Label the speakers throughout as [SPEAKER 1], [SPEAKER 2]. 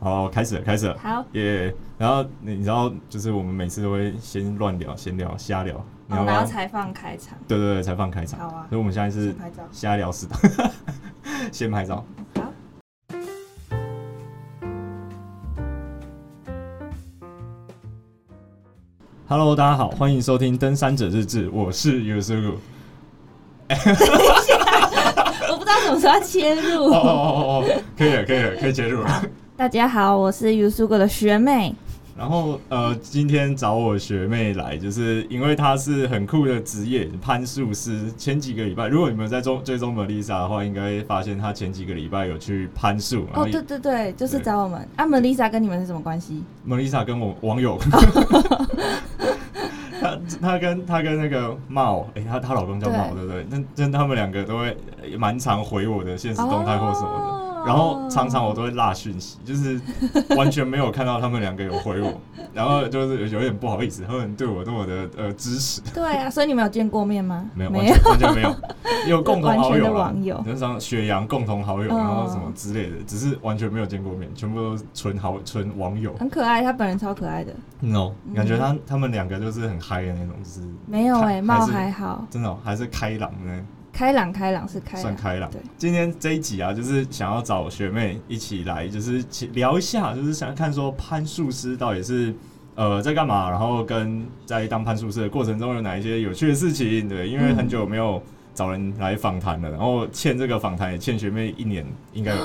[SPEAKER 1] 好，啊开始了，开始了，
[SPEAKER 2] 好，
[SPEAKER 1] 耶、然后你知道，就是我们每次都会先乱聊、闲聊、瞎聊，你要
[SPEAKER 2] 哦
[SPEAKER 1] 不
[SPEAKER 2] 然
[SPEAKER 1] 要？
[SPEAKER 2] 后才放开场。
[SPEAKER 1] 对对对，才放开场。
[SPEAKER 2] 好啊
[SPEAKER 1] 所以我们现在是
[SPEAKER 2] 先拍照
[SPEAKER 1] 瞎聊死的， 先拍照。
[SPEAKER 2] 好，
[SPEAKER 1] Hello，大家好，欢迎收听《登山者日志》，我是 Yusugu。
[SPEAKER 2] 我不知道什么时候要切入
[SPEAKER 1] 哦哦。哦哦哦，可以了，可以了，可以切入了。
[SPEAKER 2] 大家好，我是 Yusugo 的学妹。
[SPEAKER 1] 然后呃，今天找我学妹来，就是因为她是很酷的职业攀树师。前几个礼拜，如果你们在中追踪 Melissa 的话，应该会发现她前几个礼拜有去攀树。然
[SPEAKER 2] 哦，
[SPEAKER 1] 后
[SPEAKER 2] 对对对，就是
[SPEAKER 1] 对
[SPEAKER 2] 找我们。啊，Melissa 跟你们是什么关系？
[SPEAKER 1] Melissa 跟我网 友，她她跟她跟那个茂，哎、她她老公叫茂，对
[SPEAKER 2] 对
[SPEAKER 1] 不对？那真他们两个都会呃蛮常回我的现实动态或什么的。
[SPEAKER 2] 哦
[SPEAKER 1] 然后常常我都会落讯息，就是完全没有看到他们两个有回我， 然后就是有点不好意思，他们对我那么的呃支持，
[SPEAKER 2] 对啊，所以你们有见过面吗？
[SPEAKER 1] 没有完
[SPEAKER 2] 没有。
[SPEAKER 1] 全完全没有，有共同好
[SPEAKER 2] 完全
[SPEAKER 1] 友
[SPEAKER 2] 的
[SPEAKER 1] 啦
[SPEAKER 2] 网友
[SPEAKER 1] 就是像雪阳共同好友，
[SPEAKER 2] 嗯
[SPEAKER 1] 然后什么之类的，只是完全没有见过面，全部都是纯好纯网友。
[SPEAKER 2] 很可爱，她本人超可爱的。
[SPEAKER 1] no，
[SPEAKER 2] 嗯
[SPEAKER 1] 感觉他他们两个就是很嗨的那种，就是
[SPEAKER 2] 没有
[SPEAKER 1] 看
[SPEAKER 2] 哎，貌
[SPEAKER 1] 是
[SPEAKER 2] 还好，
[SPEAKER 1] 真的哦、还是开朗呢，
[SPEAKER 2] 开朗开朗是开
[SPEAKER 1] 算
[SPEAKER 2] 朗。
[SPEAKER 1] 开朗
[SPEAKER 2] 对。
[SPEAKER 1] 今天这一集啊，就是想要找学妹一起来，就是起聊一下，就是想看说攀树师到底是呃在干嘛，然后跟在当攀树师的过程中有哪一些有趣的事情。对，因为
[SPEAKER 2] 嗯
[SPEAKER 1] 很久没有找人来访谈了，然后欠这个访谈也欠学妹一年，应该有。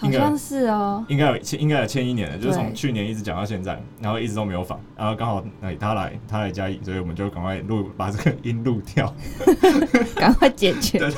[SPEAKER 2] 好像是哦。
[SPEAKER 1] 应该有欠，应该有欠一年了，就是从
[SPEAKER 2] 对
[SPEAKER 1] 去年一直讲到现在，然后一直都没有访，然后刚好哎他来，他来嘉义，所以我们就赶快录把这个音录掉，
[SPEAKER 2] 赶快解决。
[SPEAKER 1] 对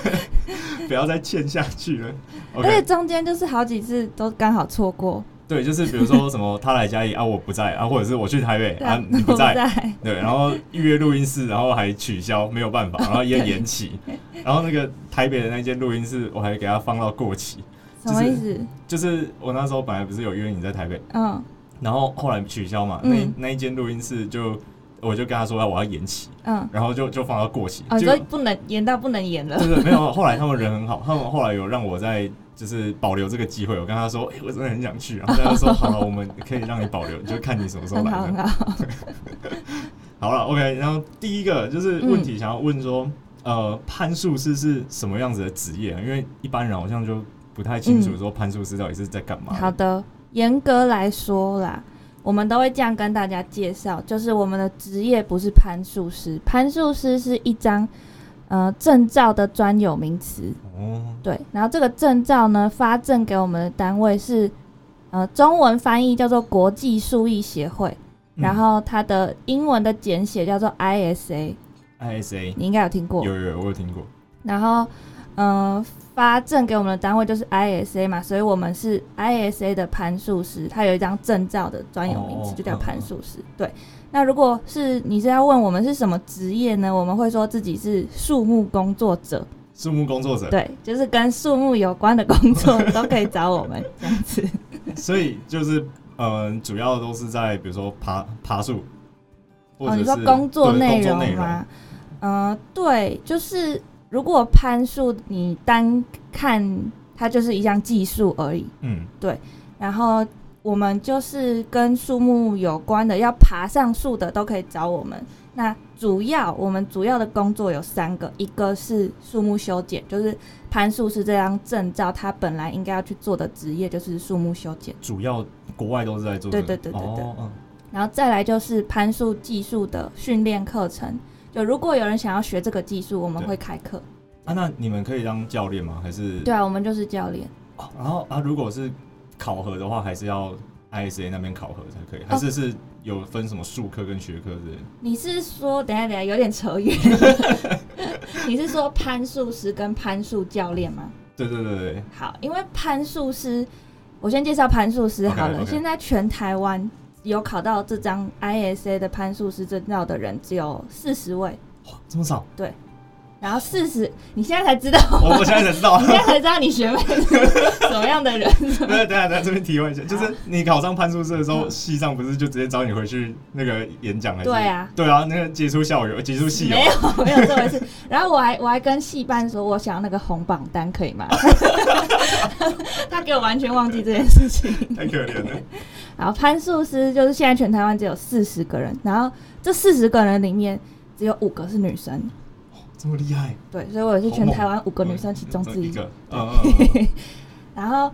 [SPEAKER 1] 不要再欠下去 了。OK
[SPEAKER 2] 而且中间就是好几次都刚好错过，
[SPEAKER 1] 对，就是比如说什么他来家里啊，我不在啊，或者是我去台北
[SPEAKER 2] 对
[SPEAKER 1] 啊，你不
[SPEAKER 2] 我
[SPEAKER 1] 在，对，然后预约录音室，然后还取消，没有办法，然后也延期， 然后那个台北的那间录音室，我还给它放到过期，
[SPEAKER 2] 什么意思？
[SPEAKER 1] 就是我那时候本来不是有约你在台北，
[SPEAKER 2] 嗯
[SPEAKER 1] 然后后来取消嘛，那、
[SPEAKER 2] 嗯
[SPEAKER 1] 那一间录音室就我就跟他说啊我要延期，
[SPEAKER 2] 嗯，
[SPEAKER 1] 然后就就放到过期，
[SPEAKER 2] 哦，
[SPEAKER 1] 就
[SPEAKER 2] 所以不能演到不能演了。
[SPEAKER 1] 对对，没有。后来他们人很好，他们后来有让我在就是保留这个机会。我跟他说，哎、我真的很想去，然后他就说，好了，我们可以让你保留， 就看你什么时候来
[SPEAKER 2] 很好很
[SPEAKER 1] 这样。
[SPEAKER 2] 好，
[SPEAKER 1] 好了，OK。然后第一个就是问题，想要问
[SPEAKER 2] 嗯
[SPEAKER 1] 说，呃，攀树师是什么样子的职业啊？因为一般人好像就不太清楚说攀树师到底是在干嘛。
[SPEAKER 2] 好的，严格来说啦，我们都会这样跟大家介绍，就是我们的职业不是攀树师，攀树师是一张呃证照的专有名词，
[SPEAKER 1] 哦，
[SPEAKER 2] 对。然后这个证照呢，发证给我们的单位是呃中文翻译叫做国际树艺协会，
[SPEAKER 1] 嗯
[SPEAKER 2] 然后它的英文的简写叫做 ISA，
[SPEAKER 1] ISA
[SPEAKER 2] 你应该有听过
[SPEAKER 1] 有。有有，我有听过。
[SPEAKER 2] 然后，嗯、发证给我们的单位就是 ISA 嘛，所以我们是 ISA 的攀树师，它有一张证照的专有名词，
[SPEAKER 1] 哦
[SPEAKER 2] 就叫攀树师。对，那如果是你是要问我们是什么职业呢？我们会说自己是树木工作者，
[SPEAKER 1] 树木工作者，
[SPEAKER 2] 对，就是跟树木有关的 工作都可以找我们这样子。
[SPEAKER 1] 所以就是呃，主要都是在比如说爬爬树，或者
[SPEAKER 2] 哦，
[SPEAKER 1] 是
[SPEAKER 2] 你说工作
[SPEAKER 1] 对
[SPEAKER 2] 内
[SPEAKER 1] 工作
[SPEAKER 2] 容
[SPEAKER 1] 内容
[SPEAKER 2] 吗？嗯、对，就是如果攀树，你单看它就是一项技术而已。
[SPEAKER 1] 嗯，
[SPEAKER 2] 然后我们就是跟树木有关的，要爬上树的都可以找我们。那主要我们主要的工作有三个，一个是树木修剪，就是攀树是这张证照，它本来应该要去做的职业就是树木修剪。
[SPEAKER 1] 主要国外都是在做、这
[SPEAKER 2] 对
[SPEAKER 1] 个。
[SPEAKER 2] 对对对对
[SPEAKER 1] 哦，嗯
[SPEAKER 2] 然后再来就是攀树技术的训练课程，就如果有人想要学这个技术，我们
[SPEAKER 1] 对
[SPEAKER 2] 会开课。
[SPEAKER 1] 啊，那你们可以当教练吗？还是
[SPEAKER 2] 对啊，我们就是教练。
[SPEAKER 1] 哦然后啊，如果是考核的话，还是要 ISA 那边考核才可以，还
[SPEAKER 2] 哦
[SPEAKER 1] 是是有分什么术科跟学科之类的？
[SPEAKER 2] 你是说，等一下等一下，有点扯远。你是说攀树师跟攀树教练吗？
[SPEAKER 1] 对对对对，
[SPEAKER 2] 好，因为攀树师，我先介绍攀树师好了。
[SPEAKER 1] OK，OK
[SPEAKER 2] 现在全台湾有考到这张 ISA 的攀树师证照的人只有四十位，
[SPEAKER 1] 哇，这么少？
[SPEAKER 2] 对，然后四十，你现在才 知道
[SPEAKER 1] 我我现在才知道
[SPEAKER 2] 你。现在才知道你学妹是什么样的人。
[SPEAKER 1] 不是，等一下等一下，这边提问一下，
[SPEAKER 2] 啊
[SPEAKER 1] 就是你考上攀树社的时候，
[SPEAKER 2] 嗯
[SPEAKER 1] 系上不是就直接找你回去那个演讲还是？
[SPEAKER 2] 对啊，
[SPEAKER 1] 对啊，那个杰出校友、杰出系友哦
[SPEAKER 2] 没，有没有这回事。然后我还我还跟戏班说，我想要那个红榜单，可 以吗？他给我完全忘记这件事情。
[SPEAKER 1] 太可怜了。
[SPEAKER 2] 然后攀树师就是现在全台湾只有四十个人，然后这四十个人里面只有五个是女生，
[SPEAKER 1] 这么厉害，
[SPEAKER 2] 对，所以我也是
[SPEAKER 1] 好
[SPEAKER 2] 全
[SPEAKER 1] 猛
[SPEAKER 2] 台湾五个女生其中之
[SPEAKER 1] 一
[SPEAKER 2] 一。
[SPEAKER 1] 个，嗯嗯嗯嗯
[SPEAKER 2] 然后，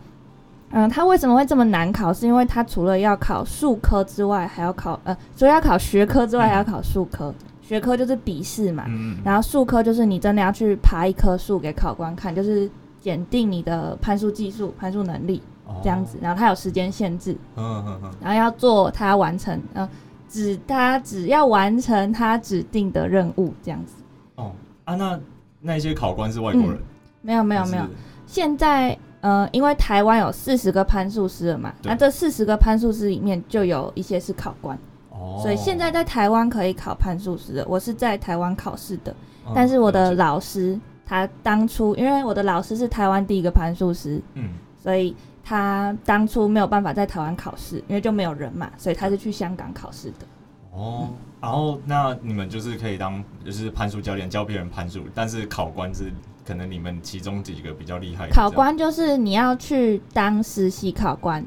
[SPEAKER 2] 嗯，他为什么会这么难考？是因为他除了要考数科之外，还要考呃，除了要考学科之外，
[SPEAKER 1] 嗯
[SPEAKER 2] 还要考数科。学科就是笔试嘛，
[SPEAKER 1] 嗯，嗯
[SPEAKER 2] 然后数科就是你真的要去爬一棵树给考官看，就是检定你的攀树技术、攀树能力这样子。，然后它有时间限制，
[SPEAKER 1] 嗯哦嗯嗯嗯
[SPEAKER 2] 然后要做它完成，呃，只它只要完成它指定的任务这样子。
[SPEAKER 1] 嗯，哦啊，那那一些考官是外国人，
[SPEAKER 2] 没嗯有
[SPEAKER 1] 没
[SPEAKER 2] 没有没有，现在呃，因为台湾有四十个攀树师了嘛，
[SPEAKER 1] 对
[SPEAKER 2] 那这四十个攀树师里面就有一些是考官，
[SPEAKER 1] 哦，
[SPEAKER 2] 所以现在在台湾可以考攀树师的。我是在台湾考试的，
[SPEAKER 1] 嗯，
[SPEAKER 2] 但是我的
[SPEAKER 1] 了解
[SPEAKER 2] 老师他当初因为我的老师是台湾第一个攀树师，
[SPEAKER 1] 嗯，
[SPEAKER 2] 所以他当初没有办法在台湾考试，因为就没有人嘛，所以他是去香港考试的。
[SPEAKER 1] 哦，然后那你们就是可以当就是攀树教练教别人攀树，但是考官是可能你们其中几个比较厉害的
[SPEAKER 2] 考官就是你要去当实习考官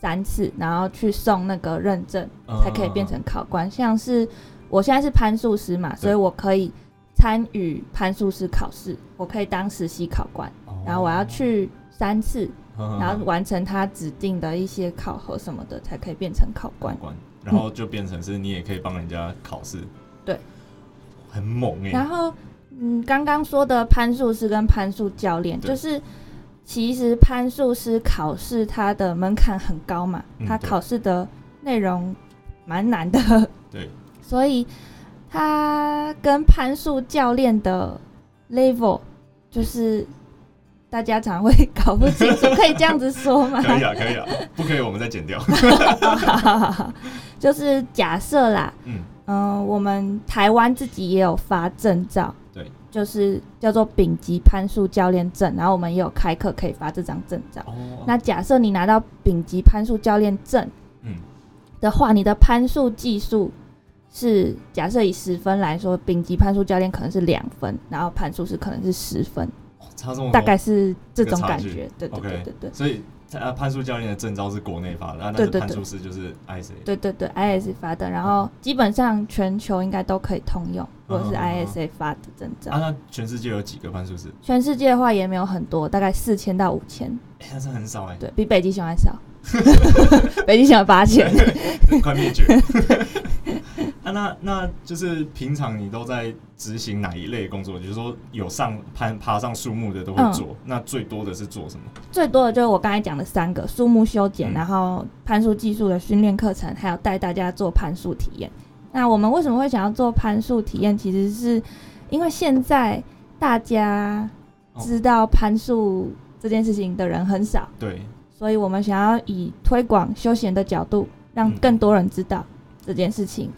[SPEAKER 2] 三次，然后去送那个认证。
[SPEAKER 1] 这样
[SPEAKER 2] 才可以变成考官。像是我现在是攀树师嘛，所以我可以参与攀树师考试，我可以当实习考官，
[SPEAKER 1] 嗯，嗯
[SPEAKER 2] 然后我要，去三次，
[SPEAKER 1] 嗯
[SPEAKER 2] 然后完成他指定的一些考核什么的，才可以变成考官
[SPEAKER 1] 考。官，然后就变成是你也可以帮人家考试，
[SPEAKER 2] 对，
[SPEAKER 1] 很猛哎、
[SPEAKER 2] 然后，嗯，刚刚说的攀树师跟攀树教练，
[SPEAKER 1] 对
[SPEAKER 2] 就是其实攀树师考试它的门槛很高嘛，
[SPEAKER 1] 嗯
[SPEAKER 2] 它
[SPEAKER 1] 对
[SPEAKER 2] 考试的内容蛮难的，
[SPEAKER 1] 对，
[SPEAKER 2] 所以他跟攀树教练的 level 就是大家常会搞不清楚，可以这样子说吗？
[SPEAKER 1] 可以啊，可以啊，不可以我们再剪掉。
[SPEAKER 2] 就是假设啦，
[SPEAKER 1] 嗯，
[SPEAKER 2] 嗯、我们台湾自己也有发证照，
[SPEAKER 1] 对，
[SPEAKER 2] 就是叫做丙级攀树教练证，然后我们也有开课可以发这张证照。
[SPEAKER 1] 哦，
[SPEAKER 2] 那假设你拿到丙级攀树教练证
[SPEAKER 1] 嗯
[SPEAKER 2] 的话，你的攀树技术是假设以十分来说，丙级攀树教练可能是两分，然后攀树是可能是十分，
[SPEAKER 1] 哦差这么多
[SPEAKER 2] 大概是这种
[SPEAKER 1] 这个差
[SPEAKER 2] 感
[SPEAKER 1] 距
[SPEAKER 2] 觉。对对
[SPEAKER 1] OK
[SPEAKER 2] 对对对
[SPEAKER 1] 所以呃，攀树教练的证照是国内发的，啊但
[SPEAKER 2] 对
[SPEAKER 1] 是
[SPEAKER 2] 对
[SPEAKER 1] 攀
[SPEAKER 2] 对
[SPEAKER 1] 树师就是爱谁？
[SPEAKER 2] 对对对，IS 发的，然后基本上全球应该都可以通用，如果是
[SPEAKER 1] 嗯嗯嗯
[SPEAKER 2] ISA 发的证照
[SPEAKER 1] 啊，。那全世界有几个攀树师？
[SPEAKER 2] 全世界的话也没有很多，大概四千到五千，
[SPEAKER 1] 哎、那是很少哎、
[SPEAKER 2] 对比北极熊还 少。北极熊有八千，
[SPEAKER 1] 快灭绝。 啊，那那就是平常你都在执行哪一类工作？就是说有上攀爬上树木的都
[SPEAKER 2] 嗯
[SPEAKER 1] 会做，那最多的是做什么？
[SPEAKER 2] 最多的就是我刚才讲的三个：树木修剪，
[SPEAKER 1] 嗯
[SPEAKER 2] 然后攀树技术的训练课程，还有带大家做攀树体验。那我们为什么会想要做攀树体验？其实是因为现在大家
[SPEAKER 1] 哦
[SPEAKER 2] 知道攀树这件事情的人很少，
[SPEAKER 1] 对，
[SPEAKER 2] 所以我们想要以推广休闲的角度，让
[SPEAKER 1] 嗯
[SPEAKER 2] 更多人知道这件事情。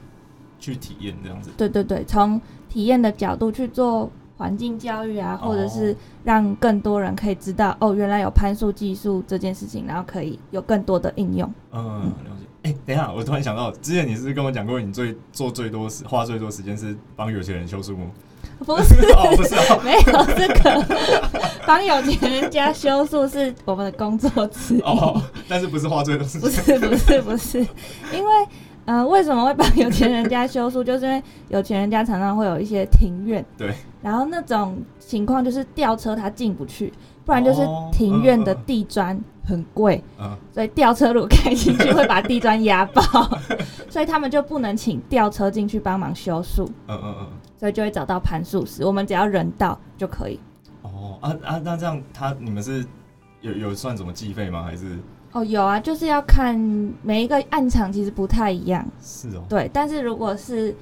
[SPEAKER 1] 去体验这样子。
[SPEAKER 2] 对对对，从体验的角度去做环境教育啊，
[SPEAKER 1] 哦
[SPEAKER 2] 或者是让更多人可以知道哦，原来有攀树技术这件事情，然后可以有更多的应用。
[SPEAKER 1] 嗯，了解。哎、等一下，我突然想到，之前你是不是跟我讲过，你最做最多时花最多时间是帮有钱人修树木？
[SPEAKER 2] 不是，
[SPEAKER 1] 哦，不是哦，
[SPEAKER 2] 没有这个，帮有钱人家修树是我们的工作之一，
[SPEAKER 1] 哦，但是不是花最多时
[SPEAKER 2] 不
[SPEAKER 1] 间？
[SPEAKER 2] 是不是不是，因为呃，为什么会帮有钱人家修树？就是因为有钱人家常常会有一些庭院，
[SPEAKER 1] 对，
[SPEAKER 2] 然后那种情况就是吊车它进不去，不然就是
[SPEAKER 1] 哦
[SPEAKER 2] 庭院的
[SPEAKER 1] 嗯嗯
[SPEAKER 2] 地砖很贵。
[SPEAKER 1] 嗯，
[SPEAKER 2] 所以吊车如果开进去会把地砖压爆， 所以他们就不能请吊车进去帮忙修树，
[SPEAKER 1] 嗯嗯嗯。
[SPEAKER 2] 所以就会找到攀树师。我们只要人到就可以。
[SPEAKER 1] 哦啊啊，那这样他你们是有有算什么计费吗？还是
[SPEAKER 2] 哦，有啊，就是要看每一个暗场其实不太一样，
[SPEAKER 1] 是哦？
[SPEAKER 2] 对。但是如果是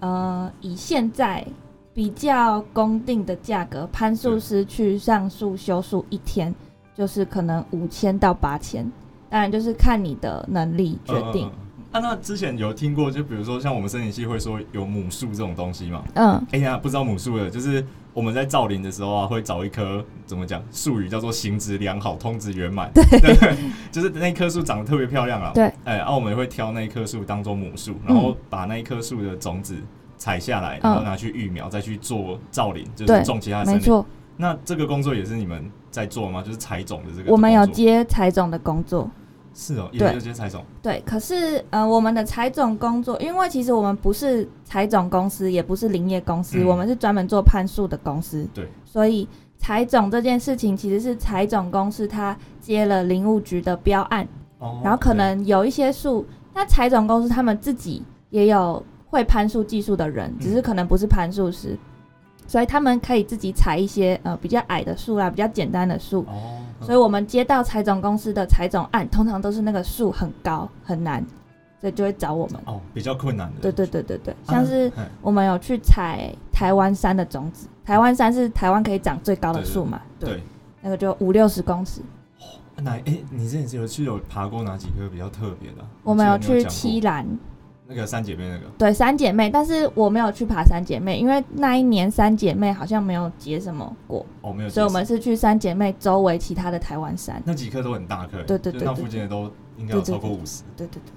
[SPEAKER 2] 呃以现在比较公定的价格，攀树师去上树修树一天就是可能五千到八千，当然就是看你的能力决定。
[SPEAKER 1] 嗯嗯嗯啊，那之前有听过，就比如说像我们森林系会说有母树这种东西嘛？
[SPEAKER 2] 嗯，
[SPEAKER 1] 哎呀，不知道母树的，就是我们在造林的时候啊，会找一棵怎么讲，术语叫做形质良好、通质圆满， 对，就是那棵树长得特别漂亮啊。
[SPEAKER 2] 对，嗯
[SPEAKER 1] 哎，啊，我们也会挑那一棵树当做母树，然后把那一棵树的种子采下来，然后拿去育苗，再去做造林，就是
[SPEAKER 2] 对
[SPEAKER 1] 种其他的
[SPEAKER 2] 没
[SPEAKER 1] 森林。
[SPEAKER 2] 错，
[SPEAKER 1] 那这个工作也是你们在做吗？就是采种的这个工作？
[SPEAKER 2] 我们有接采种的工作。
[SPEAKER 1] 是哦，也
[SPEAKER 2] 对
[SPEAKER 1] 有接采种，
[SPEAKER 2] 对，可是呃，我们的采种工作，因为其实我们不是采种公司，也不是林业公司，
[SPEAKER 1] 嗯
[SPEAKER 2] 我们是专门做攀树的公司。
[SPEAKER 1] 对，
[SPEAKER 2] 所以采种这件事情其实是采种公司它接了林务局的标案，
[SPEAKER 1] 哦
[SPEAKER 2] 然后可能有一些树，那采种公司他们自己也有会攀树技术的
[SPEAKER 1] 嗯
[SPEAKER 2] 人，只是可能不是攀树师，所以他们可以自己采一些呃比较矮的树啦，比较简单的树
[SPEAKER 1] 对。哦，
[SPEAKER 2] 所以我们接到采种公司的采种案，通常都是那个树很高很难，所以就会找我们。
[SPEAKER 1] 哦比较困难的，
[SPEAKER 2] 对对对对对，
[SPEAKER 1] 啊，
[SPEAKER 2] 像是
[SPEAKER 1] 哎
[SPEAKER 2] 我们有去采台湾山的种子，台湾山是台湾可以长最高的
[SPEAKER 1] 对对
[SPEAKER 2] 树嘛，
[SPEAKER 1] 对，
[SPEAKER 2] 那个就五六十公尺。
[SPEAKER 1] 哪哎、你之前是有去有爬过哪几个比较特别的啊、
[SPEAKER 2] 我们有
[SPEAKER 1] 我记得你讲
[SPEAKER 2] 去
[SPEAKER 1] 过
[SPEAKER 2] 七兰，
[SPEAKER 1] 那个三姐妹那个
[SPEAKER 2] 对三姐妹，但是我没有去爬三姐妹，因为那一年三姐妹好像没有结什么果，
[SPEAKER 1] 哦，没有去，
[SPEAKER 2] 所以我们是去三姐妹周围其他的台湾山。
[SPEAKER 1] 那几棵都很大棵欸，
[SPEAKER 2] 对对
[SPEAKER 1] 就
[SPEAKER 2] 对
[SPEAKER 1] 那
[SPEAKER 2] 对
[SPEAKER 1] 附近的都应该
[SPEAKER 2] 对
[SPEAKER 1] 有
[SPEAKER 2] 对
[SPEAKER 1] 超过
[SPEAKER 2] 对
[SPEAKER 1] 五十，
[SPEAKER 2] 对对对。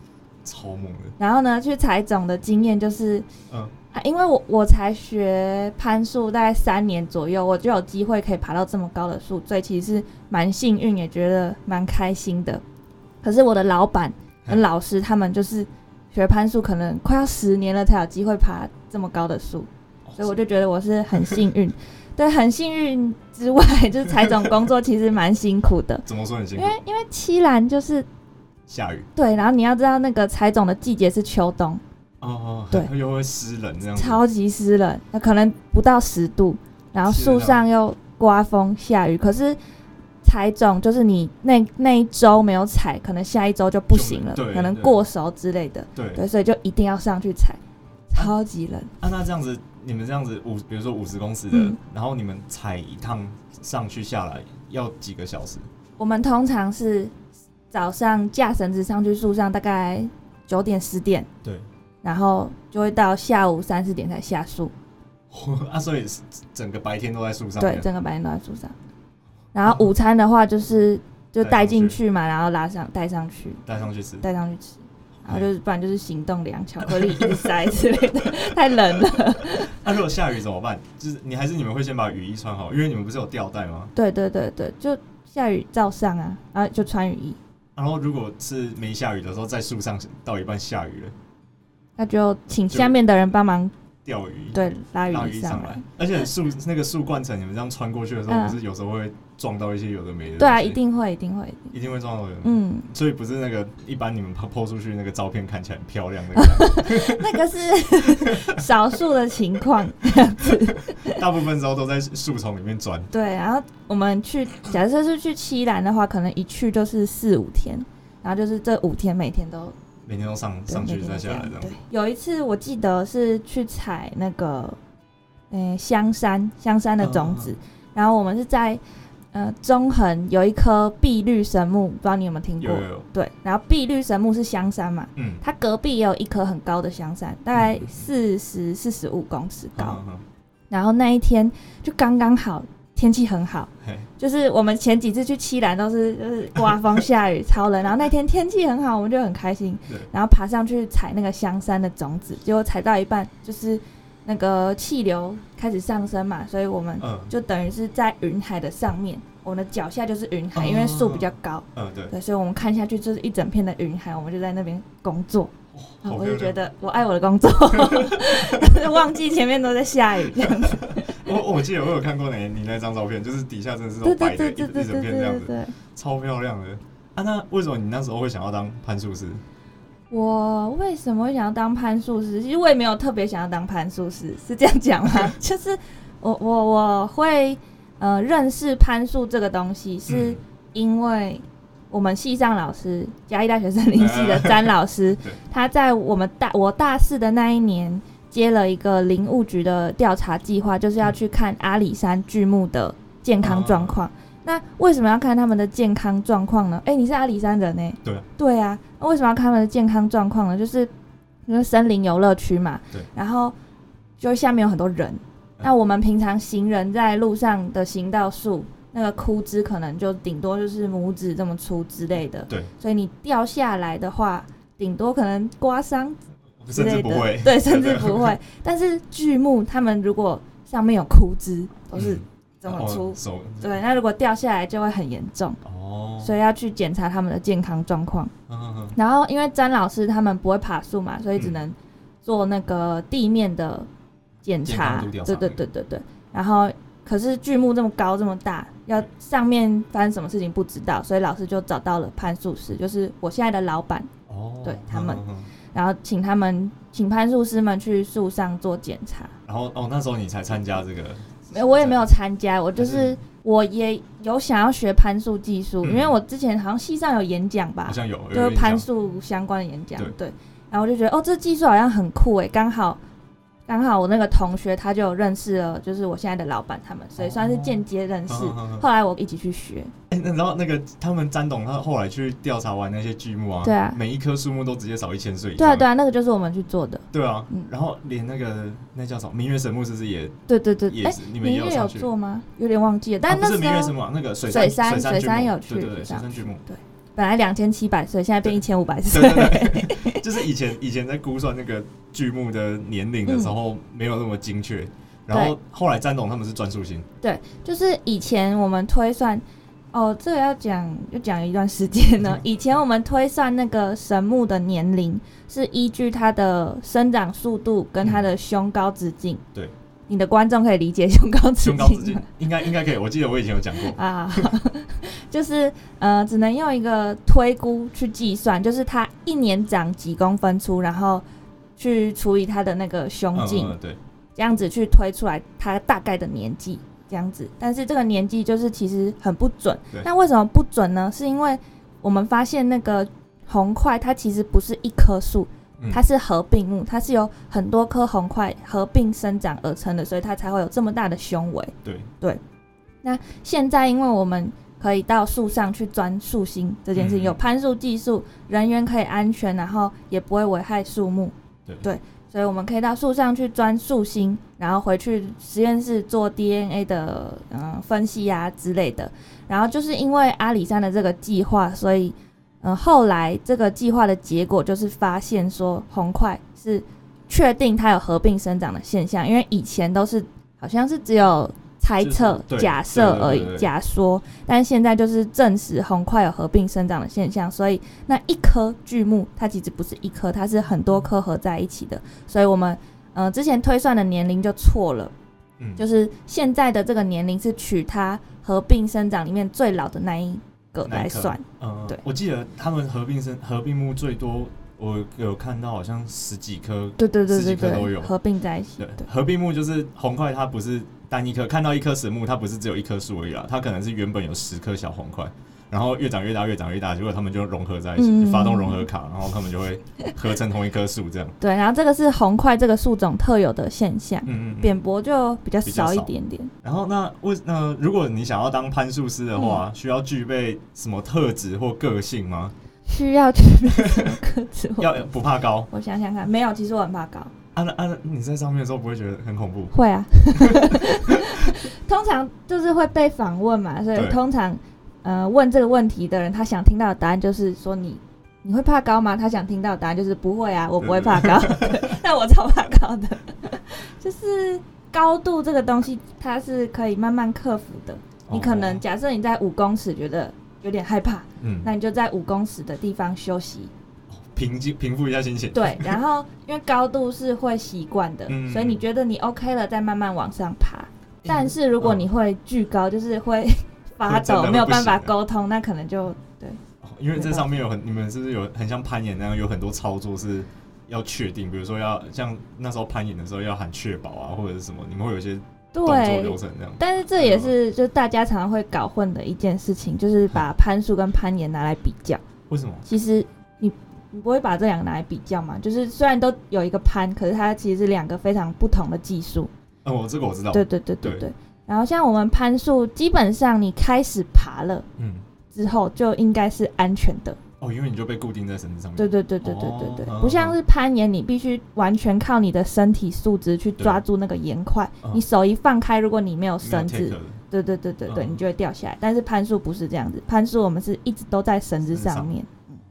[SPEAKER 1] 超猛的，
[SPEAKER 2] 然后呢，去采种的经验就是
[SPEAKER 1] 嗯，
[SPEAKER 2] 啊，因为我我才学攀树大概三年左右，我就有机会可以爬到这么高的树，所以其实是蛮幸运，也觉得蛮开心的。可是我的老板跟
[SPEAKER 1] 嗯
[SPEAKER 2] 老师他们就是学攀树，可能快要十年了才有机会爬这么高的树，
[SPEAKER 1] 哦
[SPEAKER 2] 所以我就觉得我是很幸 运。对，很幸运之外，就是采种工作其实蛮辛苦的，
[SPEAKER 1] 怎么说很辛
[SPEAKER 2] 因
[SPEAKER 1] 苦
[SPEAKER 2] 为，因为七兰就是
[SPEAKER 1] 下雨
[SPEAKER 2] 对，然后你要知道那个采种的季节是秋冬，
[SPEAKER 1] 哦哦，
[SPEAKER 2] 对
[SPEAKER 1] 还又会湿冷这样子，
[SPEAKER 2] 超级湿冷，那可能不到十度，然后树
[SPEAKER 1] 天
[SPEAKER 2] 上又刮风下雨，可是采种就是你那那一周没有采，可能下一周就不行了，
[SPEAKER 1] 就没对
[SPEAKER 2] 可能过熟之类的，
[SPEAKER 1] 对
[SPEAKER 2] 对，所以就一定要上去采，超级冷。
[SPEAKER 1] 啊，那这样子你们这样子五，比如说五十公尺的，
[SPEAKER 2] 嗯
[SPEAKER 1] 然后你们踩一趟上去下来要几个小时？
[SPEAKER 2] 我们通常是早上架绳子上去树上，大概九点十点，
[SPEAKER 1] 对，
[SPEAKER 2] 然后就会到下午三四点才下树，
[SPEAKER 1] 啊，所以是整个白天都在树上
[SPEAKER 2] 对
[SPEAKER 1] 面，，
[SPEAKER 2] 整个白天都在树上。然后午餐的话就是就
[SPEAKER 1] 带
[SPEAKER 2] 带
[SPEAKER 1] 上
[SPEAKER 2] 进
[SPEAKER 1] 去
[SPEAKER 2] 去嘛，然后拉上带上去。
[SPEAKER 1] 带上去吃，
[SPEAKER 2] 带上去吃，然后
[SPEAKER 1] 哎
[SPEAKER 2] 就是不然就是行动粮、巧克力一直塞之类的，太冷了。
[SPEAKER 1] 那、如果下雨怎么办？就是你还是你们会先把雨衣穿好，因为你们不是有吊带吗？
[SPEAKER 2] 对对对对，就下雨照上啊，然后就穿雨衣，
[SPEAKER 1] 然后如果是没下雨的时候，在树上到一半下雨了，
[SPEAKER 2] 那就请下面的人帮忙
[SPEAKER 1] 吊雨衣，，
[SPEAKER 2] 对拉
[SPEAKER 1] 拉
[SPEAKER 2] 雨
[SPEAKER 1] 雨
[SPEAKER 2] 衣
[SPEAKER 1] 衣
[SPEAKER 2] 上
[SPEAKER 1] 上
[SPEAKER 2] 来
[SPEAKER 1] 来。。而且树那个树冠层，你们这样穿过去的时候，
[SPEAKER 2] 嗯
[SPEAKER 1] 不是有时候会撞到一些有的没的。
[SPEAKER 2] 对啊，一定会，一定会，一定。
[SPEAKER 1] 一定会撞到有的。嗯，
[SPEAKER 2] 嗯，
[SPEAKER 1] 所以不是那个一般你们抛抛出去那个照片看起来很漂亮那个，
[SPEAKER 2] 嗯那个是 少数的情况。嗯
[SPEAKER 1] 大部分时候都在树丛里面钻。
[SPEAKER 2] 对，然后我们去，假设是去七兰的话，可能一去就是四五天，然后就是这五天每天都
[SPEAKER 1] 每天都上
[SPEAKER 2] 对
[SPEAKER 1] 上
[SPEAKER 2] 每
[SPEAKER 1] 去
[SPEAKER 2] 天
[SPEAKER 1] 再
[SPEAKER 2] 都
[SPEAKER 1] 下来
[SPEAKER 2] 这
[SPEAKER 1] 这
[SPEAKER 2] 样
[SPEAKER 1] 样
[SPEAKER 2] 对，有一次我记得是去采那个，嗯、香山香山的种
[SPEAKER 1] 嗯
[SPEAKER 2] 子，然后我们是在呃中横有一棵碧绿神木，不知道你有没有听过？
[SPEAKER 1] 有有有，
[SPEAKER 2] 对，然后碧绿神木是香山嘛，
[SPEAKER 1] 嗯，
[SPEAKER 2] 它隔壁也有一棵很高的香山，大概
[SPEAKER 1] 嗯
[SPEAKER 2] 四十四十五公尺高。
[SPEAKER 1] 好，好好
[SPEAKER 2] 然后那一天就刚刚好，天气很好，
[SPEAKER 1] 嘿，
[SPEAKER 2] 就是我们前几次去七兰都是就是刮风下雨超冷，然后那天天气很好，我们就很开心
[SPEAKER 1] 对，
[SPEAKER 2] 然后爬上去采那个香山的种子，结果采到一半就是那个气流开始上升嘛，所以我们
[SPEAKER 1] 嗯
[SPEAKER 2] 就等于是在云海的上面，我们的脚下就是云海，
[SPEAKER 1] 哦
[SPEAKER 2] 因为树比较高，
[SPEAKER 1] 嗯，对，
[SPEAKER 2] 对，所以我们看下去就是一整片的云海，我们就在那边工作，
[SPEAKER 1] 哦好
[SPEAKER 2] 然后我
[SPEAKER 1] 漂亮
[SPEAKER 2] 就觉得我爱我的工作， 忘记前面都在下雨 这样子，
[SPEAKER 1] 我我记得我有看过你你那张照片，就是底下真的是都
[SPEAKER 2] 对
[SPEAKER 1] 白
[SPEAKER 2] 对
[SPEAKER 1] 的
[SPEAKER 2] 对
[SPEAKER 1] 一
[SPEAKER 2] 对
[SPEAKER 1] 整
[SPEAKER 2] 对
[SPEAKER 1] 一整
[SPEAKER 2] 对对
[SPEAKER 1] 片这样
[SPEAKER 2] 对
[SPEAKER 1] 子，
[SPEAKER 2] 对。
[SPEAKER 1] 超漂亮的。啊，那为什么你那时候会想要当攀树师？
[SPEAKER 2] 我为什么会想要当攀树师？其实我也没有特别想要当攀树师，是这样讲吗？就是我我我会呃认识攀树这个东西，是
[SPEAKER 1] 嗯
[SPEAKER 2] 因为我们系上老师嘉义大学森林系的詹老师
[SPEAKER 1] 对，
[SPEAKER 2] 他在我们大我大四的那一年接了一个林
[SPEAKER 1] 啊
[SPEAKER 2] 务局的调查计划，就是要去看阿里山巨木的健康状况。那为什么要看他们的健康状况呢？哎、你是阿里山人呢、
[SPEAKER 1] 对啊
[SPEAKER 2] 对啊，那为什么要看他们的健康状况呢？就是因为森林游乐区嘛，
[SPEAKER 1] 对，
[SPEAKER 2] 然后就是下面有很多人。
[SPEAKER 1] 嗯
[SPEAKER 2] 那我们平常行人在路上的行道树，那个枯枝可能就顶多就是拇指这么粗之类的，
[SPEAKER 1] 对，
[SPEAKER 2] 所以你掉下来的话，顶多可能刮伤之
[SPEAKER 1] 甚至
[SPEAKER 2] 类的，
[SPEAKER 1] 不会，
[SPEAKER 2] 对，甚至不 会。但是巨木他们如果上面有枯枝，都是
[SPEAKER 1] 嗯
[SPEAKER 2] 这么粗，
[SPEAKER 1] 哦手
[SPEAKER 2] 对，那如果掉下来就会很严重，
[SPEAKER 1] 哦，
[SPEAKER 2] 所以要去检查他们的健康状况。
[SPEAKER 1] 嗯嗯嗯
[SPEAKER 2] 然后因为詹老师他们不会爬树嘛，所以只能做那个地面的检查
[SPEAKER 1] 健康度，调查
[SPEAKER 2] 对对对对对。然后可是巨木这么高这么大，要上面发生什么事情不知道，所以老师就找到了攀树师，就是我现在的老板，
[SPEAKER 1] 哦，
[SPEAKER 2] 对他们
[SPEAKER 1] 嗯嗯嗯
[SPEAKER 2] 然后请他们请攀树师们去树上做检查。
[SPEAKER 1] 然后哦，那时候你才参加这个，
[SPEAKER 2] 没有，我也没有参加，我就
[SPEAKER 1] 还
[SPEAKER 2] 是
[SPEAKER 1] 是
[SPEAKER 2] 我也有想要学攀树技术，
[SPEAKER 1] 嗯
[SPEAKER 2] 因为我之前好像系上有演讲吧
[SPEAKER 1] 好，像有，
[SPEAKER 2] 就
[SPEAKER 1] 有
[SPEAKER 2] 是
[SPEAKER 1] 印
[SPEAKER 2] 攀
[SPEAKER 1] 象
[SPEAKER 2] 树相关的演讲
[SPEAKER 1] 对，
[SPEAKER 2] 对。然后我就觉得哦，这技术好像很酷诶，刚好刚好我那个同学他就有认识了，就是我现在的老板他们，所以算是间接认识。
[SPEAKER 1] 嗯嗯嗯嗯
[SPEAKER 2] 后来我一起去学，
[SPEAKER 1] 哎、那然后那个他们詹董他后来去调查完那些巨木啊，
[SPEAKER 2] 对啊
[SPEAKER 1] 每一棵树木都直接少一千岁以
[SPEAKER 2] 对
[SPEAKER 1] 上，
[SPEAKER 2] 啊对啊，那个就是我们去做的，
[SPEAKER 1] 对啊
[SPEAKER 2] 嗯
[SPEAKER 1] 然后连那个那叫什么明月神木是不是也
[SPEAKER 2] 对对对，
[SPEAKER 1] 也
[SPEAKER 2] 哎
[SPEAKER 1] 是、，你们
[SPEAKER 2] 明
[SPEAKER 1] 也有
[SPEAKER 2] 月
[SPEAKER 1] 上
[SPEAKER 2] 有
[SPEAKER 1] 去？
[SPEAKER 2] 做吗？有点忘记了，
[SPEAKER 1] 啊
[SPEAKER 2] 但
[SPEAKER 1] 不
[SPEAKER 2] 那
[SPEAKER 1] 是明月
[SPEAKER 2] 时
[SPEAKER 1] 神
[SPEAKER 2] 候
[SPEAKER 1] 木啊，那个水
[SPEAKER 2] 水
[SPEAKER 1] 山
[SPEAKER 2] 山水
[SPEAKER 1] 巨
[SPEAKER 2] 山
[SPEAKER 1] 木
[SPEAKER 2] 有去
[SPEAKER 1] 对对对，
[SPEAKER 2] 这
[SPEAKER 1] 水
[SPEAKER 2] 样
[SPEAKER 1] 山巨木，
[SPEAKER 2] 本来两千七百岁，现在变一千五百岁
[SPEAKER 1] 对，对 对，就是以前以前在估算那个巨木的年龄的时候没有那么精确，然后后来詹董他们是专属 型，
[SPEAKER 2] 就是以前我们推算，哦，这个要讲要讲一段时间
[SPEAKER 1] 嗯
[SPEAKER 2] 呢。以前我们推算那个神木的年龄是依据它的生长速度跟它的胸高直径。
[SPEAKER 1] 对，
[SPEAKER 2] 你的观众可以理解胸高直
[SPEAKER 1] 胸高直
[SPEAKER 2] 径
[SPEAKER 1] 径
[SPEAKER 2] 吗
[SPEAKER 1] 应该应该可以，我记得我以前有讲过，
[SPEAKER 2] 啊， 就是呃，只能用一个推估去计算，就是它一年长几公分粗，然后去除以它的那个胸
[SPEAKER 1] 嗯
[SPEAKER 2] 径。
[SPEAKER 1] 嗯对，
[SPEAKER 2] 这样子去推出来他大概的年纪这样子，但是这个年纪就是其实很不准
[SPEAKER 1] 对。
[SPEAKER 2] 那为什么不准呢？是因为我们发现那个红块它其实不是一棵树
[SPEAKER 1] 嗯，
[SPEAKER 2] 它是合并物，它是由很多棵红块合并生长而成的，所以它才会有这么大的胸围。
[SPEAKER 1] 对，
[SPEAKER 2] 现在因为我们可以到树上去钻树心这件事情，
[SPEAKER 1] 嗯
[SPEAKER 2] 有攀树技术，人员可以安全，然后也不会危害树木。
[SPEAKER 1] 对
[SPEAKER 2] 所以我们可以到树上去钻树心，然后回去实验室做 DNA 的嗯、呃分析啊之类的。然后就是因为阿里山的这个计划，所以嗯、呃后来这个计划的结果就是发现说红块是确定它有合并生长的现象，因为以前都是好像是只有猜测
[SPEAKER 1] 就是、对
[SPEAKER 2] 假设
[SPEAKER 1] 对对
[SPEAKER 2] 而
[SPEAKER 1] 对
[SPEAKER 2] 已、
[SPEAKER 1] 对
[SPEAKER 2] 假说，但现在就是证实红块有合并生长的现象，所以那一棵巨木它其实不是一棵，它是很多棵合在一起的，所以我们呃之前推算的年龄就错了，
[SPEAKER 1] 嗯，
[SPEAKER 2] 就是现在的这个年龄是取它合并生长里面最老的那一个
[SPEAKER 1] 那一
[SPEAKER 2] 来
[SPEAKER 1] 棵
[SPEAKER 2] 算，
[SPEAKER 1] 嗯，
[SPEAKER 2] 对
[SPEAKER 1] 我记得他们合并生合并木最多，我有看到好像十几棵。
[SPEAKER 2] 对对对
[SPEAKER 1] 十
[SPEAKER 2] 对
[SPEAKER 1] 几棵都
[SPEAKER 2] 对，
[SPEAKER 1] 有
[SPEAKER 2] 合并在一起，
[SPEAKER 1] 对
[SPEAKER 2] 对，
[SPEAKER 1] 合并木就是红块，它不是单一棵，看到一棵实木，它不是只有一棵树而已啦，它可能是原本有十棵小红块，然后越长越大，越长越大，结果它们就融合在一起，
[SPEAKER 2] 嗯
[SPEAKER 1] 发动融合卡，然后它们就会合成同一棵树 这样。
[SPEAKER 2] 对，然后这个是红块这个树种特有的现象，
[SPEAKER 1] 嗯嗯嗯。
[SPEAKER 2] 扁柏就比较
[SPEAKER 1] 比较
[SPEAKER 2] 少一
[SPEAKER 1] 少
[SPEAKER 2] 点点。
[SPEAKER 1] 然后那为那如果你想要当攀树师的话，
[SPEAKER 2] 嗯
[SPEAKER 1] 需要具备什么特质或个性吗？
[SPEAKER 2] 需要去买什么课子？
[SPEAKER 1] 要不怕高？
[SPEAKER 2] 我想想看，没有，其实我很怕高，
[SPEAKER 1] 啊那啊那你在上面的时候不会觉得很恐怖？
[SPEAKER 2] 会啊， 通常就是会被访问嘛，所以
[SPEAKER 1] 对
[SPEAKER 2] 通常呃问这个问题的人，他想听到的答案就是说你你会怕高吗？他想听到的答案就是不会啊，我不会怕高， 但我超怕高的， 就是高度这个东西它是可以慢慢克服的，你可能
[SPEAKER 1] 哦
[SPEAKER 2] 假设你在五公尺觉得有点害怕，
[SPEAKER 1] 嗯
[SPEAKER 2] 那你就在五公尺的地方休息。
[SPEAKER 1] 平静平复一下心情。
[SPEAKER 2] 对，然后因为高度是会习惯的，
[SPEAKER 1] 嗯
[SPEAKER 2] 所以你觉得你 OK 了，再慢慢往上爬。但是如果
[SPEAKER 1] 嗯
[SPEAKER 2] 你会巨高，就是会 发
[SPEAKER 1] 会真的
[SPEAKER 2] 抖，
[SPEAKER 1] 会
[SPEAKER 2] 没有
[SPEAKER 1] 不
[SPEAKER 2] 办法
[SPEAKER 1] 行的
[SPEAKER 2] 沟通，那可能就对
[SPEAKER 1] 哦因为这上面有很，你们是不是有很像攀岩那样，有很多操作是要确定，比如说要像那时候攀岩的时候要喊确保啊，或者是什么，你们会有一些动作流嗯
[SPEAKER 2] 对。
[SPEAKER 1] 程这样。
[SPEAKER 2] 但是这也是就大家常常会搞混的一件事情，就是把
[SPEAKER 1] 嗯
[SPEAKER 2] 攀树跟攀岩拿来比较。
[SPEAKER 1] 为什么？
[SPEAKER 2] 其实你你不会把这两个拿来比较嘛？就是虽然都有一个攀，可是它其实是两个非常不同的技术。
[SPEAKER 1] 哦，我这个我知道。
[SPEAKER 2] 对对对对
[SPEAKER 1] 对
[SPEAKER 2] 对。然后像我们攀树，基本上你开始爬了
[SPEAKER 1] 嗯，
[SPEAKER 2] 之后，就应该是安全的。
[SPEAKER 1] 哦，因为你就被固定在绳子上面。
[SPEAKER 2] 对对对对对对对，
[SPEAKER 1] 哦
[SPEAKER 2] 不像是攀岩，你必须完全靠你的身体素质去抓住那个岩块
[SPEAKER 1] 嗯。
[SPEAKER 2] 你手一放开，如果你没
[SPEAKER 1] 没
[SPEAKER 2] 有
[SPEAKER 1] 有
[SPEAKER 2] 绳
[SPEAKER 1] take
[SPEAKER 2] 子，
[SPEAKER 1] 的
[SPEAKER 2] 对对对对对，
[SPEAKER 1] 嗯
[SPEAKER 2] 你就会掉下来。但是攀树不是这样子，攀树我们是一直都在绳子
[SPEAKER 1] 绳子上
[SPEAKER 2] 上面。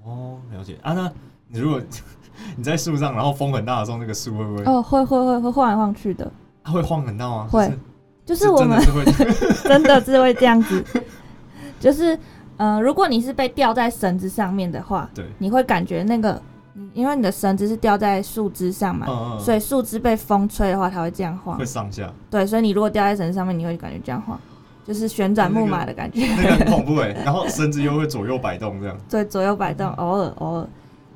[SPEAKER 1] 哦，了解啊。那你如果 你在树上，然后风很大的时候，那个树会不会、
[SPEAKER 2] 哦，会会会会晃来晃去的，
[SPEAKER 1] 它会晃很大吗？
[SPEAKER 2] 会
[SPEAKER 1] 就是
[SPEAKER 2] 就是我
[SPEAKER 1] 真
[SPEAKER 2] 们
[SPEAKER 1] 的是会
[SPEAKER 2] 真的是会这样子，就是呃，如果你是被吊在绳子上面的话，
[SPEAKER 1] 对，
[SPEAKER 2] 你会感觉那个，嗯因为你的绳子是吊在树枝上嘛，
[SPEAKER 1] 嗯嗯，
[SPEAKER 2] 所以树枝被风吹的话，它会这样晃
[SPEAKER 1] 会。上下，
[SPEAKER 2] 对，所以你如果吊在绳子上面，你会感觉这样晃，就是旋转木马的感觉，
[SPEAKER 1] 那个很恐怖哎、然后绳子又会左右摆动这样。
[SPEAKER 2] 对，左右摆动，
[SPEAKER 1] 嗯
[SPEAKER 2] 偶尔偶尔。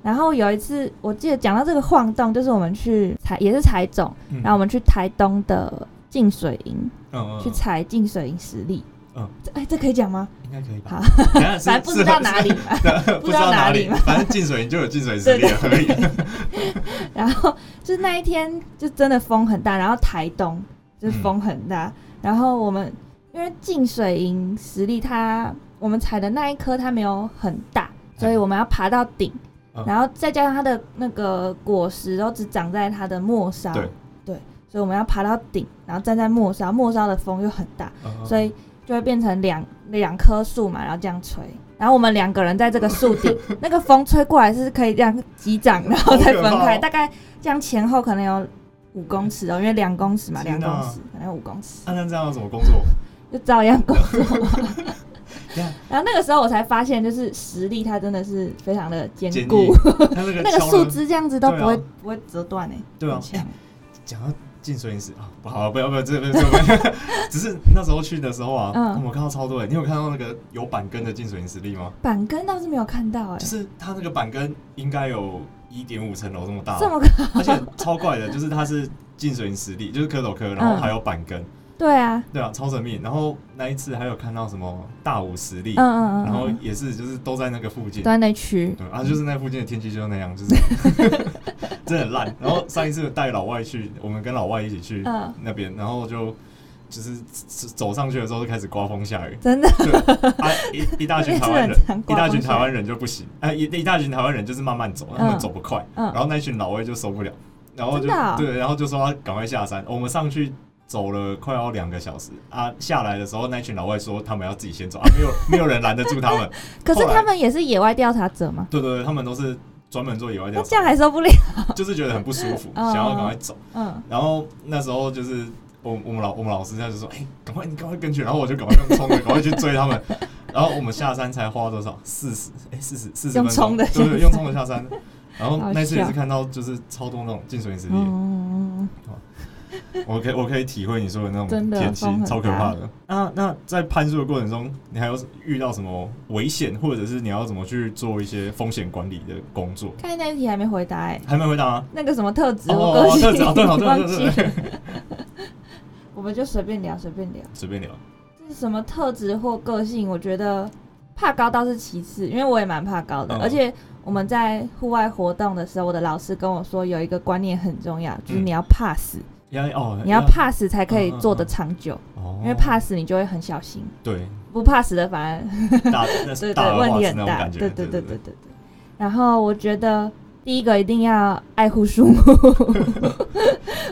[SPEAKER 2] 然后有一次，我记得讲到这个晃动，就是我们去采也是采种，
[SPEAKER 1] 嗯
[SPEAKER 2] 然后我们去台东的净水营、
[SPEAKER 1] 嗯嗯
[SPEAKER 2] 去采净水营实力。
[SPEAKER 1] 嗯
[SPEAKER 2] 这，哎，这可以讲吗？
[SPEAKER 1] 应该可以吧
[SPEAKER 2] 好？
[SPEAKER 1] 等一下 是啊
[SPEAKER 2] 反正不知道哪里，嘛。
[SPEAKER 1] 是
[SPEAKER 2] 不
[SPEAKER 1] 不知
[SPEAKER 2] 知
[SPEAKER 1] 道
[SPEAKER 2] 道
[SPEAKER 1] 哪
[SPEAKER 2] 哪
[SPEAKER 1] 里
[SPEAKER 2] 里嘛，
[SPEAKER 1] 反正进水就有进水实力
[SPEAKER 2] 对
[SPEAKER 1] 了，合理。
[SPEAKER 2] 然后就是那一天就真的风很大，然后台东
[SPEAKER 1] 嗯
[SPEAKER 2] 就是风很大，然后我们因为净水营实力它我们采的那一颗它没有很大，所以我们要爬到顶，
[SPEAKER 1] 嗯
[SPEAKER 2] 然后再加上它的那个果实都只长在它的末梢，
[SPEAKER 1] 对
[SPEAKER 2] 对所以我们要爬到顶，然后站在末梢，末梢的风又很大，
[SPEAKER 1] 嗯
[SPEAKER 2] 所以就会变成两两棵树嘛，然后这样吹。然后我们两个人在这个树 顶，那个风吹过来是可以这样击掌，然后再分
[SPEAKER 1] 好可怕
[SPEAKER 2] 开，
[SPEAKER 1] 哦
[SPEAKER 2] 大概这样前后可能有五公尺哦，因为两公尺嘛，
[SPEAKER 1] 天
[SPEAKER 2] 两
[SPEAKER 1] 哪
[SPEAKER 2] 公尺可能有五公尺，
[SPEAKER 1] 啊那这样要怎么工 作？
[SPEAKER 2] 就照样工作
[SPEAKER 1] 这样。
[SPEAKER 2] 然后那个时候我才发现，就是实力它真的是非常的坚
[SPEAKER 1] 坚
[SPEAKER 2] 固
[SPEAKER 1] 毅，他那个
[SPEAKER 2] 那个
[SPEAKER 1] 敲
[SPEAKER 2] 树
[SPEAKER 1] 了
[SPEAKER 2] 枝这样子都不会、
[SPEAKER 1] 对啊
[SPEAKER 2] 不会折断诶、
[SPEAKER 1] 对啊
[SPEAKER 2] 很，强
[SPEAKER 1] 讲到进水饮食啊，不好，不要不要，这这这，不要 只是那时候去的时候啊，
[SPEAKER 2] 嗯
[SPEAKER 1] 我看到超多人，你有看到那个有板根的进水饮食力吗？
[SPEAKER 2] 板根倒是没有看到欸诶、
[SPEAKER 1] 就是它那个板根应该有一点五层楼这么大
[SPEAKER 2] 这
[SPEAKER 1] 哦，
[SPEAKER 2] 么高
[SPEAKER 1] 而且超怪的，就是它是进水饮食力，就是蝌蚪科，然后
[SPEAKER 2] 嗯
[SPEAKER 1] 还有板根，
[SPEAKER 2] 对啊，
[SPEAKER 1] 对啊，超神秘。然后那一次还有看到什么大武实力，
[SPEAKER 2] 嗯嗯嗯
[SPEAKER 1] 然后
[SPEAKER 2] 嗯，
[SPEAKER 1] 也是就是都在那个附近
[SPEAKER 2] 都，在那区，
[SPEAKER 1] 对啊，就是那附近的天气就是那样，就是 真的很烂。然后上一次带老外去，我们跟老外一起去
[SPEAKER 2] 嗯
[SPEAKER 1] 那边，然后就就是走上去的时候就开始刮风下雨，
[SPEAKER 2] 真的。。
[SPEAKER 1] 对啊一一大群台湾人
[SPEAKER 2] 常
[SPEAKER 1] 一
[SPEAKER 2] 刮
[SPEAKER 1] 大群
[SPEAKER 2] 风下
[SPEAKER 1] 台湾
[SPEAKER 2] 雨，
[SPEAKER 1] 人就不行，哎、一一大群台湾人就是慢慢走，他们
[SPEAKER 2] 嗯
[SPEAKER 1] 走不快，
[SPEAKER 2] 嗯
[SPEAKER 1] 然后那一群老外就受不了，然后就、
[SPEAKER 2] 真的哦
[SPEAKER 1] 对，然后就说他赶快下山。我们上去走了快要两个小时啊，下来的时候那一群老外说他们要自己先走，啊，没有没有人拦得住他们，
[SPEAKER 2] 可是
[SPEAKER 1] 后来
[SPEAKER 2] 他们也是野外调查者嘛，
[SPEAKER 1] 对对对，他们都是专门做野外调
[SPEAKER 2] 那
[SPEAKER 1] 查
[SPEAKER 2] 这，样还受 不了。
[SPEAKER 1] 就是觉得很不舒服，
[SPEAKER 2] 哦
[SPEAKER 1] 想要赶快走。
[SPEAKER 2] 嗯，
[SPEAKER 1] 然后那时候就是我我们老我们老师他就说：“哎、赶快你赶快跟去！”然后我就赶快用冲的，赶快去追他们。 然后我们下山才花多少？四十哎，四十四十
[SPEAKER 2] 用
[SPEAKER 1] 分钟，
[SPEAKER 2] 冲的
[SPEAKER 1] 对对，用冲的下 山。然后
[SPEAKER 2] 好
[SPEAKER 1] 那次也
[SPEAKER 2] 笑
[SPEAKER 1] 是看到就是超多那种进水池
[SPEAKER 2] 嗯
[SPEAKER 1] 里，
[SPEAKER 2] 嗯，嗯
[SPEAKER 1] 我可以我可以体会你说的那种
[SPEAKER 2] 真的
[SPEAKER 1] 天气
[SPEAKER 2] 风很，大
[SPEAKER 1] 超可怕的。那那在攀树的过程中，你还有遇到什么危险，或者是你要怎么去做一些风险管理的工作？
[SPEAKER 2] 看那一题还没回答哎，
[SPEAKER 1] 还没回答吗？
[SPEAKER 2] 那个什么特质
[SPEAKER 1] 哦
[SPEAKER 2] 我个性
[SPEAKER 1] 特质哦对哦对哦
[SPEAKER 2] 忘记
[SPEAKER 1] 对哦对
[SPEAKER 2] 了，我们就随便聊随便聊，
[SPEAKER 1] 随便聊。
[SPEAKER 2] 这是什么特质或个性？我觉得怕高倒是其次，因为我也蛮怕高的，
[SPEAKER 1] 嗯
[SPEAKER 2] 而且我们在户外活动的时候，我的老师跟我说有一个观念很重要，就是
[SPEAKER 1] 嗯
[SPEAKER 2] 你要怕死，
[SPEAKER 1] 压力哦，
[SPEAKER 2] 你要怕死才可以
[SPEAKER 1] 嗯嗯嗯
[SPEAKER 2] 做得长久，
[SPEAKER 1] 哦，
[SPEAKER 2] 因为怕死你就会很小心，
[SPEAKER 1] 对
[SPEAKER 2] 不怕死的反而
[SPEAKER 1] 大，那
[SPEAKER 2] 对
[SPEAKER 1] 是大
[SPEAKER 2] 对，
[SPEAKER 1] 的
[SPEAKER 2] 问
[SPEAKER 1] 话
[SPEAKER 2] 题
[SPEAKER 1] 是
[SPEAKER 2] 很
[SPEAKER 1] 那种
[SPEAKER 2] 大，
[SPEAKER 1] 感觉，
[SPEAKER 2] 对
[SPEAKER 1] 对
[SPEAKER 2] 对对对对对。然后我觉得第一个一定要爱护 树木，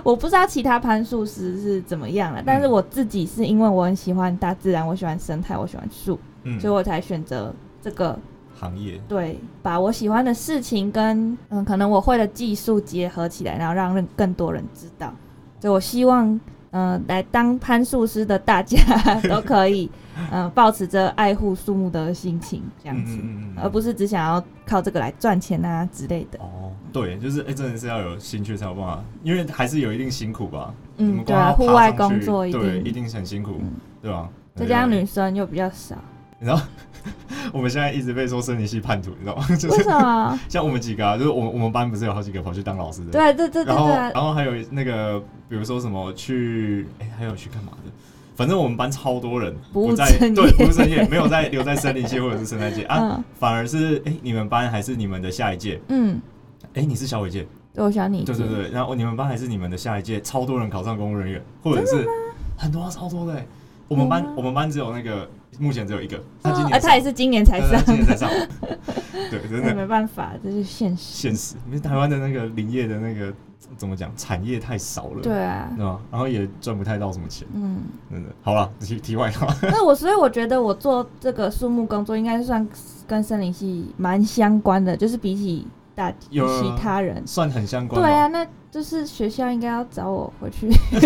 [SPEAKER 2] 我不知道其他攀树师是怎么样了，
[SPEAKER 1] 嗯
[SPEAKER 2] 但是我自己是因为我很喜欢大自然，我喜欢生态，我喜欢树，
[SPEAKER 1] 嗯，
[SPEAKER 2] 所以我才选择这个
[SPEAKER 1] 行业，
[SPEAKER 2] 对，把我喜欢的事情跟嗯可能我会的技术结合起来，然后让人更多人知道。所以我希望。嗯、来当攀树师的大家 都可以，嗯、呃，保持着爱护树木的心情，这样子。
[SPEAKER 1] 嗯
[SPEAKER 2] 而不是只想要靠这个来赚钱啊之类的。
[SPEAKER 1] 哦，对，就是哎，真的是要有兴趣才有办法，因为还是有一定辛苦吧。你
[SPEAKER 2] 嗯，
[SPEAKER 1] 们
[SPEAKER 2] 对
[SPEAKER 1] 光
[SPEAKER 2] 啊，
[SPEAKER 1] 要
[SPEAKER 2] 户
[SPEAKER 1] 爬
[SPEAKER 2] 外
[SPEAKER 1] 上
[SPEAKER 2] 工
[SPEAKER 1] 去
[SPEAKER 2] 作一
[SPEAKER 1] 对一
[SPEAKER 2] 定，
[SPEAKER 1] 定很辛苦
[SPEAKER 2] 嗯，
[SPEAKER 1] 对吧？
[SPEAKER 2] 再加上
[SPEAKER 1] 对
[SPEAKER 2] 女生又比较少，
[SPEAKER 1] 我们现在一直被说生理系叛徒，你知道吗？ 就
[SPEAKER 2] 为
[SPEAKER 1] 是
[SPEAKER 2] 什么？
[SPEAKER 1] 像我们几个啊，就是我们我们班不是有好几个跑去当老师的，
[SPEAKER 2] 对对对对
[SPEAKER 1] 然后
[SPEAKER 2] 对啊，
[SPEAKER 1] 然后还有那个比如说什么去，哎，还有去干嘛的？反正我们班超多人
[SPEAKER 2] 不务
[SPEAKER 1] 在
[SPEAKER 2] 正
[SPEAKER 1] 对
[SPEAKER 2] 业
[SPEAKER 1] 不务正业，没有在留在森林界或者是生态 界啊，
[SPEAKER 2] 嗯
[SPEAKER 1] 反而是哎你们班还是你们的下一届，
[SPEAKER 2] 嗯，
[SPEAKER 1] 哎你是小伟届，
[SPEAKER 2] 对，我喜欢你。
[SPEAKER 1] 对对，对，然后你们班还是你们的下一届，超多人考上公务人员，或者是很多啊，超多的欸。我们班
[SPEAKER 2] 有吗
[SPEAKER 1] 我们班只有那个目前只有一个，他今
[SPEAKER 2] 哦
[SPEAKER 1] 年
[SPEAKER 2] 啊，
[SPEAKER 1] 才
[SPEAKER 2] 他也是今年才
[SPEAKER 1] 对
[SPEAKER 2] 上
[SPEAKER 1] 他，今年才上， 对，真
[SPEAKER 2] 那
[SPEAKER 1] 的
[SPEAKER 2] 没办法，这是现实。
[SPEAKER 1] 现实，因为台湾的那个林业的那个怎么讲，产业太少了，
[SPEAKER 2] 对啊，
[SPEAKER 1] 对吧？然后也赚不太到什么钱，
[SPEAKER 2] 嗯，
[SPEAKER 1] 真的。好了，题题外话，
[SPEAKER 2] 那我所以我觉得我做这个树木工作应该算跟森林系蛮相关的，就是比起大
[SPEAKER 1] 有
[SPEAKER 2] 其他人，
[SPEAKER 1] 算很相关
[SPEAKER 2] 对
[SPEAKER 1] 吗。
[SPEAKER 2] 啊，那就是学校应该要找我回去，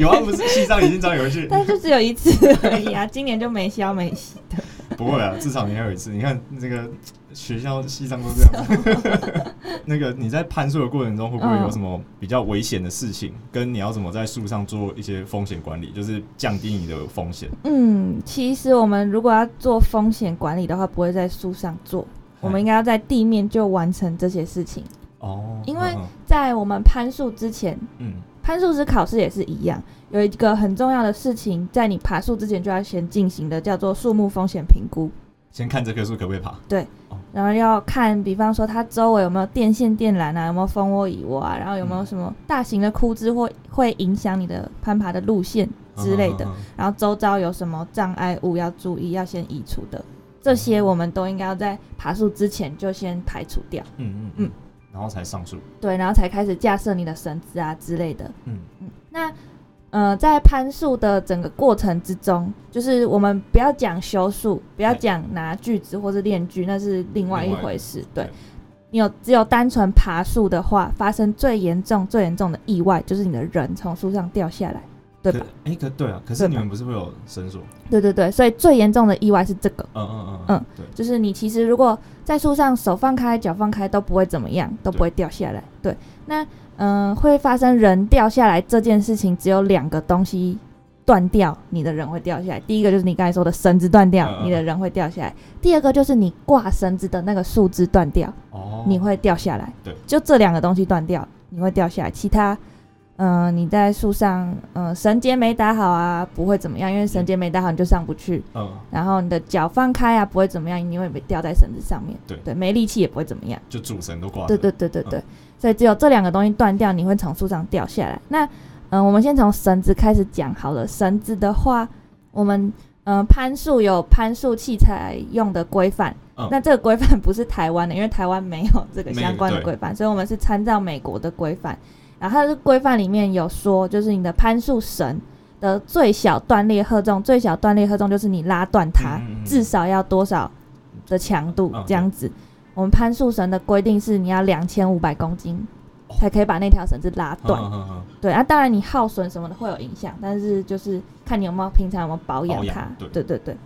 [SPEAKER 1] 有啊，不是西藏已经找你回去，
[SPEAKER 2] 但就只有一次 而已啊，今年就没消没息的。
[SPEAKER 1] 不会啊，至少你还有一次。你看这个学校西藏都这样 子。那个你在攀树的过程中，会不会有什么比较危险的事情？跟你要怎么在树上做一些风险管理，就是降低你的风险。
[SPEAKER 2] 嗯，其实我们如果要做风险管理的话，不会在树上做，我们应该要在地面就完成这些事情。
[SPEAKER 1] 哦，
[SPEAKER 2] 因为
[SPEAKER 1] 嗯
[SPEAKER 2] 在我们攀树之前，
[SPEAKER 1] 嗯
[SPEAKER 2] 攀树师考试也是一样，有一个很重要的事情，在你爬树之前就要先进行的，叫做树木风险评估。
[SPEAKER 1] 先看这棵树可不可以爬。
[SPEAKER 2] 然后要看，比方说它周围有没有电线、电缆啊，有没有蜂窝、蚁窝啊，然后有没有
[SPEAKER 1] 嗯
[SPEAKER 2] 什么大型的枯枝或会影响你的攀爬的路线之类的
[SPEAKER 1] 嗯。，嗯嗯
[SPEAKER 2] 然后周遭有什么障碍物要注意，要先移除的，这些我们都应该要在爬树之前就先排除掉。
[SPEAKER 1] 嗯嗯
[SPEAKER 2] 嗯
[SPEAKER 1] 嗯，然后才上树。
[SPEAKER 2] 对，然后才开始架设你的绳子啊之类的。
[SPEAKER 1] 嗯，
[SPEAKER 2] 嗯，那呃，在攀树的整个过程之中，就是我们不要讲修树，不要
[SPEAKER 1] 对
[SPEAKER 2] 讲拿锯子或是链锯，那是另外一
[SPEAKER 1] 另外一
[SPEAKER 2] 回
[SPEAKER 1] 个
[SPEAKER 2] 事。对
[SPEAKER 1] 对，
[SPEAKER 2] 你有只有单纯爬树的话，发生最严重、最严重的意外就是你的人从树上掉下来，对
[SPEAKER 1] 可
[SPEAKER 2] 吧？
[SPEAKER 1] 哎可对啊，可是
[SPEAKER 2] 对吧
[SPEAKER 1] 你们不是会有绳索？
[SPEAKER 2] 对对对，所以最严重的意外是这个。
[SPEAKER 1] 嗯嗯嗯
[SPEAKER 2] 嗯
[SPEAKER 1] 嗯，对。
[SPEAKER 2] 就是你其实如果在树上手放开、脚放开都不会怎么样，都不会掉下来。对，那嗯、呃会发生人掉下来这件事情，只有两个东西断掉，你的人会掉下来。第一个就是你刚才说的绳子断掉，
[SPEAKER 1] 嗯嗯嗯
[SPEAKER 2] 你的人会掉下来；第二个就是你挂绳子的那个树枝断掉，
[SPEAKER 1] 哦，
[SPEAKER 2] 你会掉下来。
[SPEAKER 1] 对，
[SPEAKER 2] 就这两个东西断掉，你会掉下来。其他，嗯、你在树上，嗯、绳结没打好啊，不会怎么样，因为绳结没打好你就上不去。
[SPEAKER 1] 嗯，
[SPEAKER 2] 然后你的脚放开啊，不会怎么样，因为被吊在绳子上面，
[SPEAKER 1] 对
[SPEAKER 2] 没力气也不会怎么样，
[SPEAKER 1] 就主绳都挂着。嗯
[SPEAKER 2] 对对对对对，所以只有这两个东西断掉，你会从树上掉下来。那嗯、呃我们先从绳子开始讲好了。绳子的话，我们嗯、呃攀树有攀树器材用的规范，
[SPEAKER 1] 嗯
[SPEAKER 2] 那这个规范不是台湾的，因为台湾没有这个
[SPEAKER 1] 没有
[SPEAKER 2] 相关的
[SPEAKER 1] 对
[SPEAKER 2] 规范，所以我们是参照美国的规范。然后它的规范里面有说，就是你的攀树绳的最小断裂荷重，最小断裂荷重就是你拉断它，
[SPEAKER 1] 嗯嗯嗯
[SPEAKER 2] 至少要多少的强度
[SPEAKER 1] 嗯
[SPEAKER 2] 这样子。我们攀树绳的规定是你要两千五百公斤
[SPEAKER 1] 哦
[SPEAKER 2] 才可以把那条绳子拉断。
[SPEAKER 1] 嗯嗯嗯
[SPEAKER 2] 对啊，当然你耗损什么的会有影响，但是就是看你有没有平常有没有保养
[SPEAKER 1] 保养
[SPEAKER 2] 它。
[SPEAKER 1] 对
[SPEAKER 2] 对对对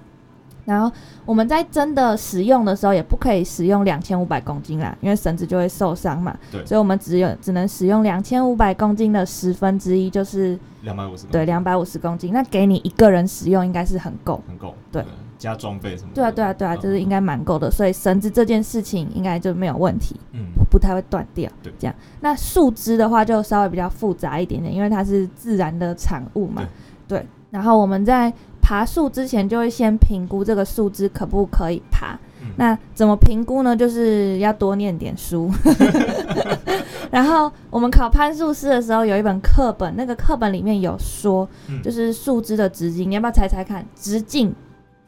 [SPEAKER 2] 然后我们在真的使用的时候，也不可以使用两千五百公斤啦，因为绳子就会受伤嘛。
[SPEAKER 1] 对
[SPEAKER 2] 所以我们只有只能使用两千五百公斤的十分之一，就是
[SPEAKER 1] 两百五十。
[SPEAKER 2] 对两百五十公斤。那给你一个人使用应该是很够。
[SPEAKER 1] 很够，
[SPEAKER 2] 对，
[SPEAKER 1] 加装备什么的，
[SPEAKER 2] 对啊，对啊，对啊，
[SPEAKER 1] 嗯
[SPEAKER 2] 就是应该蛮够的，所以绳子这件事情应该就没有问题，
[SPEAKER 1] 嗯，
[SPEAKER 2] 不太会断掉。
[SPEAKER 1] 对
[SPEAKER 2] 这样。那树枝的话就稍微比较复杂一点点，因为它是自然的产物嘛。对。然后我们在爬树之前就会先评估这个树枝可不可以爬。
[SPEAKER 1] 嗯
[SPEAKER 2] 那怎么评估呢？就是要多念 点书。然后我们考攀树师的时候有一本课本，那个课本里面有说，
[SPEAKER 1] 嗯
[SPEAKER 2] 就是树枝的直径，你要不要猜猜看？直径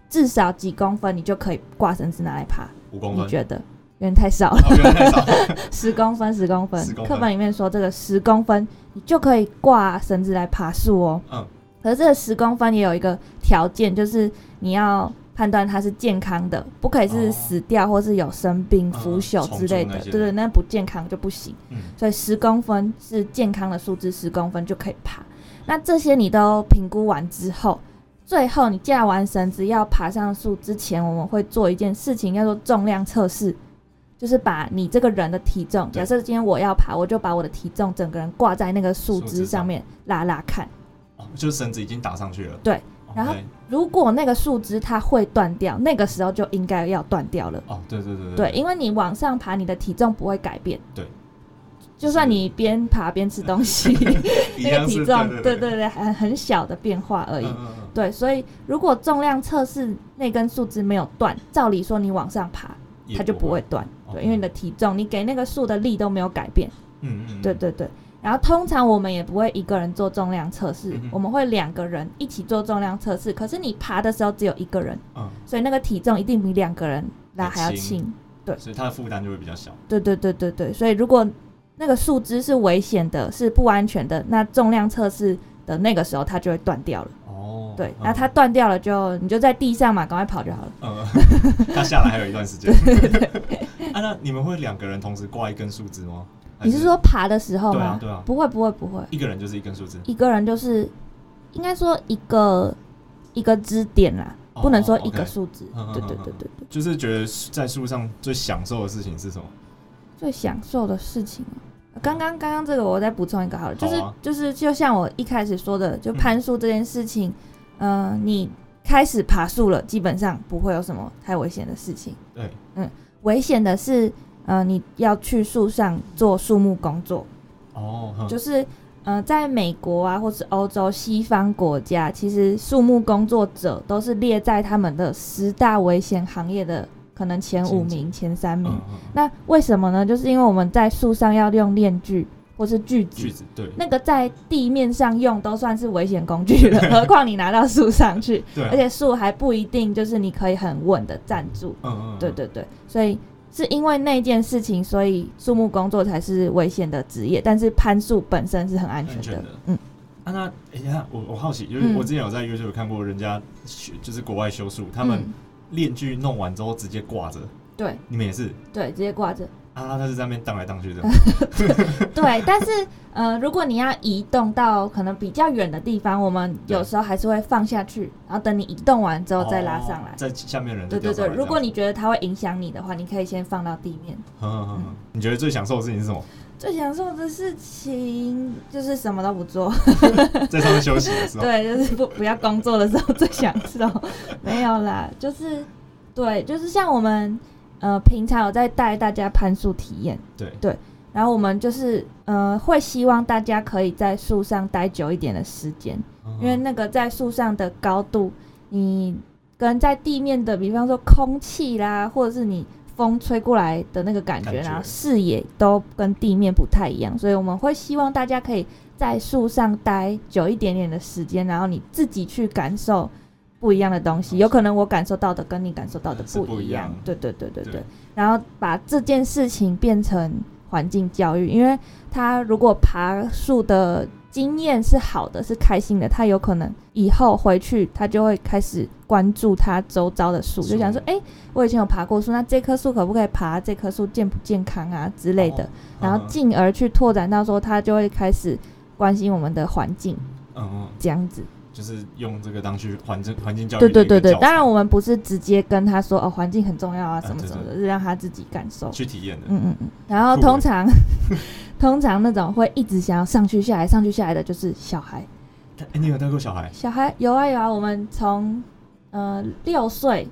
[SPEAKER 2] 至少几公分，你就可以挂绳子拿来爬？
[SPEAKER 1] 五公
[SPEAKER 2] 你
[SPEAKER 1] 分，
[SPEAKER 2] 觉得？有点太少了，
[SPEAKER 1] 哦，原来太少，
[SPEAKER 2] 十公分，十公分
[SPEAKER 1] 10。公分
[SPEAKER 2] 课本里面说这个十公分，你就可以挂绳子来爬树哦。
[SPEAKER 1] 嗯。
[SPEAKER 2] 可是这个十公分也有一个条件，就是你要判断它是健康的，不可以是
[SPEAKER 1] 哦
[SPEAKER 2] 死掉或是有生病、
[SPEAKER 1] 嗯
[SPEAKER 2] 腐朽之类的。
[SPEAKER 1] 虫蛀那些
[SPEAKER 2] 对对，那不健康就不行。
[SPEAKER 1] 嗯
[SPEAKER 2] 所以十公分是健康的数字，十公分就可以爬。那这些你都评估完之后，最后你架完绳子要爬上树之前，我们会做一件事情，叫做重量测试，就是把你这个人的体重，
[SPEAKER 1] 对
[SPEAKER 2] 假设今天我要爬，我就把我的体重整个人挂在那个树
[SPEAKER 1] 树枝
[SPEAKER 2] 枝
[SPEAKER 1] 上
[SPEAKER 2] 上面拉拉看。
[SPEAKER 1] 哦就是绳子已经打上去了，
[SPEAKER 2] 对
[SPEAKER 1] 哦，
[SPEAKER 2] 然后
[SPEAKER 1] OK
[SPEAKER 2] 如果那个树枝它会断掉，那个时候就应该要断掉了。
[SPEAKER 1] 哦，对对对
[SPEAKER 2] 对，，因为你往上爬，你的体重不会改变。
[SPEAKER 1] 对，
[SPEAKER 2] 就算你边爬边吃东西，
[SPEAKER 1] 一
[SPEAKER 2] 那个
[SPEAKER 1] 样
[SPEAKER 2] 体
[SPEAKER 1] 是
[SPEAKER 2] 重，对
[SPEAKER 1] 对对，
[SPEAKER 2] 对对，很很小的变化而
[SPEAKER 1] 嗯
[SPEAKER 2] 已。
[SPEAKER 1] 嗯嗯
[SPEAKER 2] 对，所以如果重量测试那根树枝没有断，照理说你往上爬，
[SPEAKER 1] 也
[SPEAKER 2] 它就不会断。
[SPEAKER 1] 哦
[SPEAKER 2] 对，因为你的体重，你给那个树的力都没有改变。
[SPEAKER 1] 嗯嗯，嗯
[SPEAKER 2] 对，对对。然后通常我们也不会一个人做重量测试
[SPEAKER 1] 嗯，哼
[SPEAKER 2] 我们会两个人一起做重量测试。可是你爬的时候只有一个人，
[SPEAKER 1] 嗯，
[SPEAKER 2] 所以那个体重一定比两个人拉还要
[SPEAKER 1] 很轻
[SPEAKER 2] 轻。
[SPEAKER 1] 所以它的负担就会比较小。
[SPEAKER 2] 对对对对对，所以如果那个树枝是危险的，是不安全的，那重量测试的那个时候它就会断掉了。
[SPEAKER 1] 哦，
[SPEAKER 2] 对
[SPEAKER 1] 嗯，
[SPEAKER 2] 那它断掉了就你就在地上嘛，赶快跑就好了。
[SPEAKER 1] 嗯， 它下来还有一段时 间。 啊，那你们会两个人同时挂一根树枝吗？还
[SPEAKER 2] 你是说爬的时候
[SPEAKER 1] 哎对
[SPEAKER 2] 吗
[SPEAKER 1] 啊？对啊，
[SPEAKER 2] 不会不会不会，
[SPEAKER 1] 一个人就是一根树枝？
[SPEAKER 2] 一个人就是应该说一个一个支点啦，
[SPEAKER 1] 哦
[SPEAKER 2] 不能说一个
[SPEAKER 1] OK
[SPEAKER 2] 数字
[SPEAKER 1] 嗯嗯。
[SPEAKER 2] 对
[SPEAKER 1] 嗯
[SPEAKER 2] 对
[SPEAKER 1] 嗯
[SPEAKER 2] 对对对，
[SPEAKER 1] 就是觉得在树上最享受的事情是什么？
[SPEAKER 2] 最享受的事情啊。刚刚刚刚这个我再补充一个好了，就是
[SPEAKER 1] 好啊嗯
[SPEAKER 2] 就是就像我一开始说的，就攀树这件事情，嗯，你开始爬树了，基本上不会有什么太危险的事情。
[SPEAKER 1] 对，
[SPEAKER 2] 危险的是，呃，你要去树上做树木工作，
[SPEAKER 1] 哦，哼
[SPEAKER 2] 就是呃，在美国啊，或是欧洲西方国家，其实树木工作者都是列在他们的十大危险行业的可能前五
[SPEAKER 1] 前
[SPEAKER 2] 名、前三名。
[SPEAKER 1] 嗯嗯，嗯
[SPEAKER 2] 那为什么呢？就是因为我们在树上要用链锯或是锯子
[SPEAKER 1] 句，子对
[SPEAKER 2] 那个在地面上用都算是危险 工具了，何况你拿到树上去，
[SPEAKER 1] 对啊，
[SPEAKER 2] 而且树还不一定就是你可以很稳的站住。
[SPEAKER 1] 嗯嗯，嗯
[SPEAKER 2] 对，对对，所以是因为那件事情，所以树木工作才是危险的职业，但是攀树本身是很安全
[SPEAKER 1] 安全
[SPEAKER 2] 的
[SPEAKER 1] 的。
[SPEAKER 2] 嗯，
[SPEAKER 1] 啊，那哎呀，我我好奇，就是
[SPEAKER 2] 嗯
[SPEAKER 1] 我之前有在 YouTube 看过人家学，就是国外修树，他们
[SPEAKER 2] 嗯
[SPEAKER 1] 链锯弄完之后直接挂着，
[SPEAKER 2] 对
[SPEAKER 1] 你们也是
[SPEAKER 2] 对直接挂着。
[SPEAKER 1] 啊？他是在那边荡来荡 去的，
[SPEAKER 2] 对，但是呃，如果你要移动到可能比较远的地方，我们有时候还是会放下去，然后等你移动完之后再拉上来
[SPEAKER 1] 哦。在下面的人
[SPEAKER 2] 对
[SPEAKER 1] 就
[SPEAKER 2] 对
[SPEAKER 1] 掉
[SPEAKER 2] 对
[SPEAKER 1] 上，来
[SPEAKER 2] 如果
[SPEAKER 1] 这样
[SPEAKER 2] 你觉得它会影响你的话，你可以先放到地面。
[SPEAKER 1] 嗯嗯嗯嗯你觉得最享受的事情是什么？
[SPEAKER 2] 最享受的事情就是什么都不做，
[SPEAKER 1] 哦在上面休息的时候，
[SPEAKER 2] 对，就是不不要工作的时候 最享 受。没有啦，就是对，就是像我们呃平常有在带大家攀树体验，
[SPEAKER 1] 对，
[SPEAKER 2] 然后我们就是呃会希望大家可以在树上待久一点的时间，
[SPEAKER 1] 嗯
[SPEAKER 2] 因为那个在树上的高度，你跟在地面的，比方说空气啦，或者是你风吹过来的那个感觉，
[SPEAKER 1] 感觉
[SPEAKER 2] 然后视野都跟地面不太一样，所以我们会希望大家可以在树上待久一点点的时间，然后你自己去感受不一样的东西。有可能我感受到的跟你感受到的
[SPEAKER 1] 是不一
[SPEAKER 2] 一
[SPEAKER 1] 样
[SPEAKER 2] 对对对对对
[SPEAKER 1] 对。
[SPEAKER 2] 然后把这件事情变成环境教育，因为他如果爬树的经验是好的，是开心的，他有可能以后回去他就会开始关注他周遭的树，
[SPEAKER 1] 树
[SPEAKER 2] 就想说，诶，我以前有爬过树，那这棵树可不可以爬？这棵树健不健康啊之类的，
[SPEAKER 1] 哦
[SPEAKER 2] 然后进而去拓展到说，他就会开始关心我们的环境
[SPEAKER 1] 嗯嗯，
[SPEAKER 2] 这样子。
[SPEAKER 1] 嗯就是用这个当去环境环境教育的
[SPEAKER 2] 对
[SPEAKER 1] 啊一个
[SPEAKER 2] 对对对
[SPEAKER 1] 教，材
[SPEAKER 2] 当然我们不是直接跟他说哦，环境很重要啊，
[SPEAKER 1] 啊
[SPEAKER 2] 什么
[SPEAKER 1] 对
[SPEAKER 2] 什么的，
[SPEAKER 1] 对
[SPEAKER 2] 是让他自己感受。
[SPEAKER 1] 去体验的，
[SPEAKER 2] 嗯嗯嗯。然后
[SPEAKER 1] 酷
[SPEAKER 2] 通
[SPEAKER 1] 欸
[SPEAKER 2] 常 通常那种会一直想要上去下来、上去下来的，就是小孩。
[SPEAKER 1] 哎，你有带过小孩？
[SPEAKER 2] 小孩有啊有啊，我们从呃六岁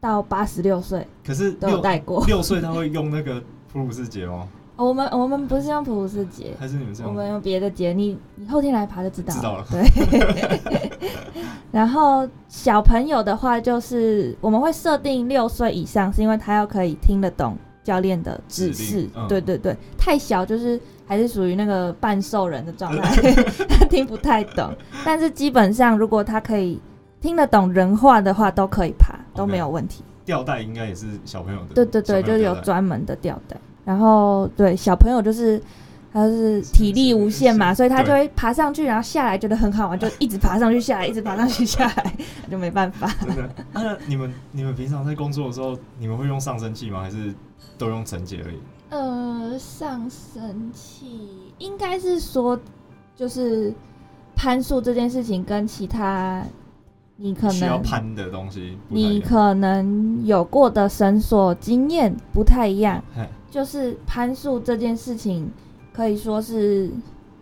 [SPEAKER 2] 到八十六岁
[SPEAKER 1] 可是
[SPEAKER 2] 都有
[SPEAKER 1] 六
[SPEAKER 2] 带 过。
[SPEAKER 1] 六岁他会用那个普鲁士节吗？
[SPEAKER 2] 我们我们不是用普鲁士节，
[SPEAKER 1] 还是你们是
[SPEAKER 2] 我
[SPEAKER 1] 用？
[SPEAKER 2] 们用别的节，你你后天来爬就知道
[SPEAKER 1] 知道了
[SPEAKER 2] 对。然后小朋友的话，就是我们会设定六岁以上，是因为他要可以听得懂教练的指
[SPEAKER 1] 指
[SPEAKER 2] 示
[SPEAKER 1] 令。嗯
[SPEAKER 2] 对对对，太小就是还是属于那个半兽人的状 态，他听不太懂。但是基本上，如果他可以听得懂人话的话，都可以爬，都没有问题。
[SPEAKER 1] 吊带应该也是小朋友的，
[SPEAKER 2] 对对对，
[SPEAKER 1] 嗯小
[SPEAKER 2] 就
[SPEAKER 1] 朋友
[SPEAKER 2] 是有
[SPEAKER 1] 吊带
[SPEAKER 2] 专门的吊带。然后对小朋友就是他就是体力无限嘛，
[SPEAKER 1] 是
[SPEAKER 2] 所以他就
[SPEAKER 1] 对
[SPEAKER 2] 会爬上去，然后下来觉得很好玩，就一直爬上去下来，一直爬上去下来， 就没办法。
[SPEAKER 1] 真的。啊那你们你们平常在工作的时候，你们会用上升器吗？还是都用绳结而已？
[SPEAKER 2] 呃，上升器应该是说就是攀树这件事情跟其他你可
[SPEAKER 1] 需要
[SPEAKER 2] 能
[SPEAKER 1] 攀的东西不太一
[SPEAKER 2] 你
[SPEAKER 1] 样。
[SPEAKER 2] 可能有过的绳索经验不太一样，
[SPEAKER 1] 嘿
[SPEAKER 2] 就是攀树这件事情，可以说是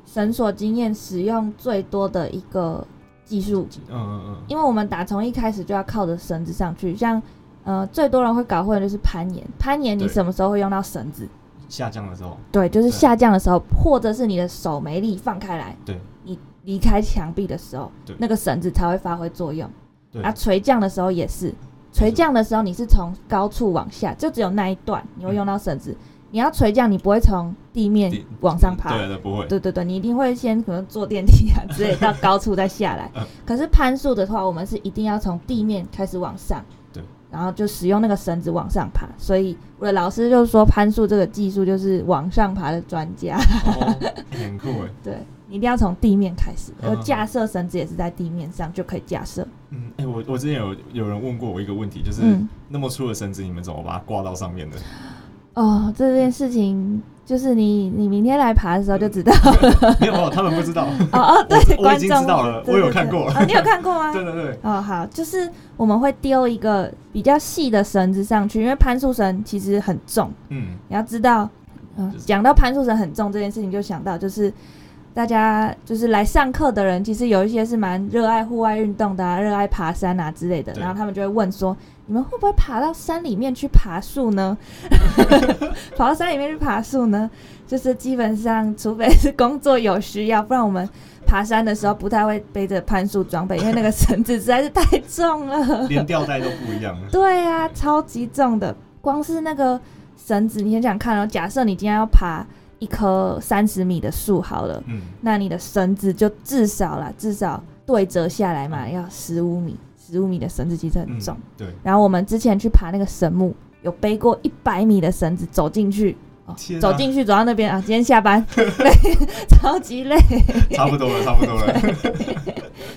[SPEAKER 2] 绳索经验使用最多的一个技术，
[SPEAKER 1] 嗯嗯嗯，
[SPEAKER 2] 因为我们打从一开始就要靠着绳子上去，像呃最多人会搞混的就是攀岩，攀岩你
[SPEAKER 1] 对
[SPEAKER 2] 什么时候会用到绳子？
[SPEAKER 1] 下降的时候，
[SPEAKER 2] 对，就是
[SPEAKER 1] 对
[SPEAKER 2] 下降的时候，或者是你的手没力放开来，
[SPEAKER 1] 对，
[SPEAKER 2] 你离开墙壁的时候
[SPEAKER 1] 对，
[SPEAKER 2] 那个绳子才会发挥作用。
[SPEAKER 1] 对
[SPEAKER 2] 啊，垂降的时候也是，垂降的时候你是从高处往下，就只有那一段你会用到绳子。你要垂降，你不会从地面
[SPEAKER 1] 嗯地
[SPEAKER 2] 哎往上爬，
[SPEAKER 1] 对对，不会，
[SPEAKER 2] 对对对，你一定会先可能坐电梯啊之类，到高处再下来
[SPEAKER 1] 嗯。
[SPEAKER 2] 可是攀树的话，我们是一定要从地面开始往上，
[SPEAKER 1] 对，
[SPEAKER 2] 然后就使用那个绳子往上爬。所以我的老师就是说，攀树这个技术就是往上爬的专家。
[SPEAKER 1] 哦欸很酷哎，
[SPEAKER 2] 对，你一定要从地面开始，
[SPEAKER 1] 嗯
[SPEAKER 2] 然后架设绳子也是在地面上就可以架设。
[SPEAKER 1] 嗯，哎、我我之前有有人问过我一个问题，就是、
[SPEAKER 2] 嗯
[SPEAKER 1] 那么粗的绳子，你们怎么把它挂到上面 的？
[SPEAKER 2] 哦，这件事情就是你你明天来爬的时候就知道。
[SPEAKER 1] 没有，他们不知道。
[SPEAKER 2] 哦哦，对，
[SPEAKER 1] 嗯我我
[SPEAKER 2] 观
[SPEAKER 1] 已经
[SPEAKER 2] 众
[SPEAKER 1] 知道了
[SPEAKER 2] 对
[SPEAKER 1] 我有
[SPEAKER 2] 对
[SPEAKER 1] 看
[SPEAKER 2] 对
[SPEAKER 1] 过
[SPEAKER 2] 哦你有看 过吗？
[SPEAKER 1] 对对对，
[SPEAKER 2] 哦，好，就是我们会丢一个比较细的绳子上去，因为攀树绳其实很重。
[SPEAKER 1] 嗯，
[SPEAKER 2] 你要知道，嗯、
[SPEAKER 1] 就是
[SPEAKER 2] 讲到攀树绳很重这件事情，就想到就是大家就是来上课的人，其实有一些是蛮热爱户外运动的、啊，热爱爬山啊之类的。
[SPEAKER 1] 对
[SPEAKER 2] 然后他们就会问说，你们会不会爬到山里面去爬树呢？ 爬到山里面去爬树呢？就是基本上，除非是工作有需要，不然我们爬山的时候不太会背着攀树装备，因为那个绳子实在是太重了。
[SPEAKER 1] 连吊带都不一样了。
[SPEAKER 2] 对啊，超级重的，光是那个绳子，你想想看哦，假设你今天要爬一棵三十米的树好了，
[SPEAKER 1] 嗯，
[SPEAKER 2] 那你的绳子就至少啦，至少对折下来嘛，要十五米，十五米的绳子其实很
[SPEAKER 1] 嗯
[SPEAKER 2] 重。
[SPEAKER 1] 对，
[SPEAKER 2] 然后我们之前去爬那个神木，有背过一百米的绳子走进去。哦
[SPEAKER 1] 天啊
[SPEAKER 2] 走进去，走到那边啊！今天 下班累， 超级累。
[SPEAKER 1] 差不多了，差不多 了。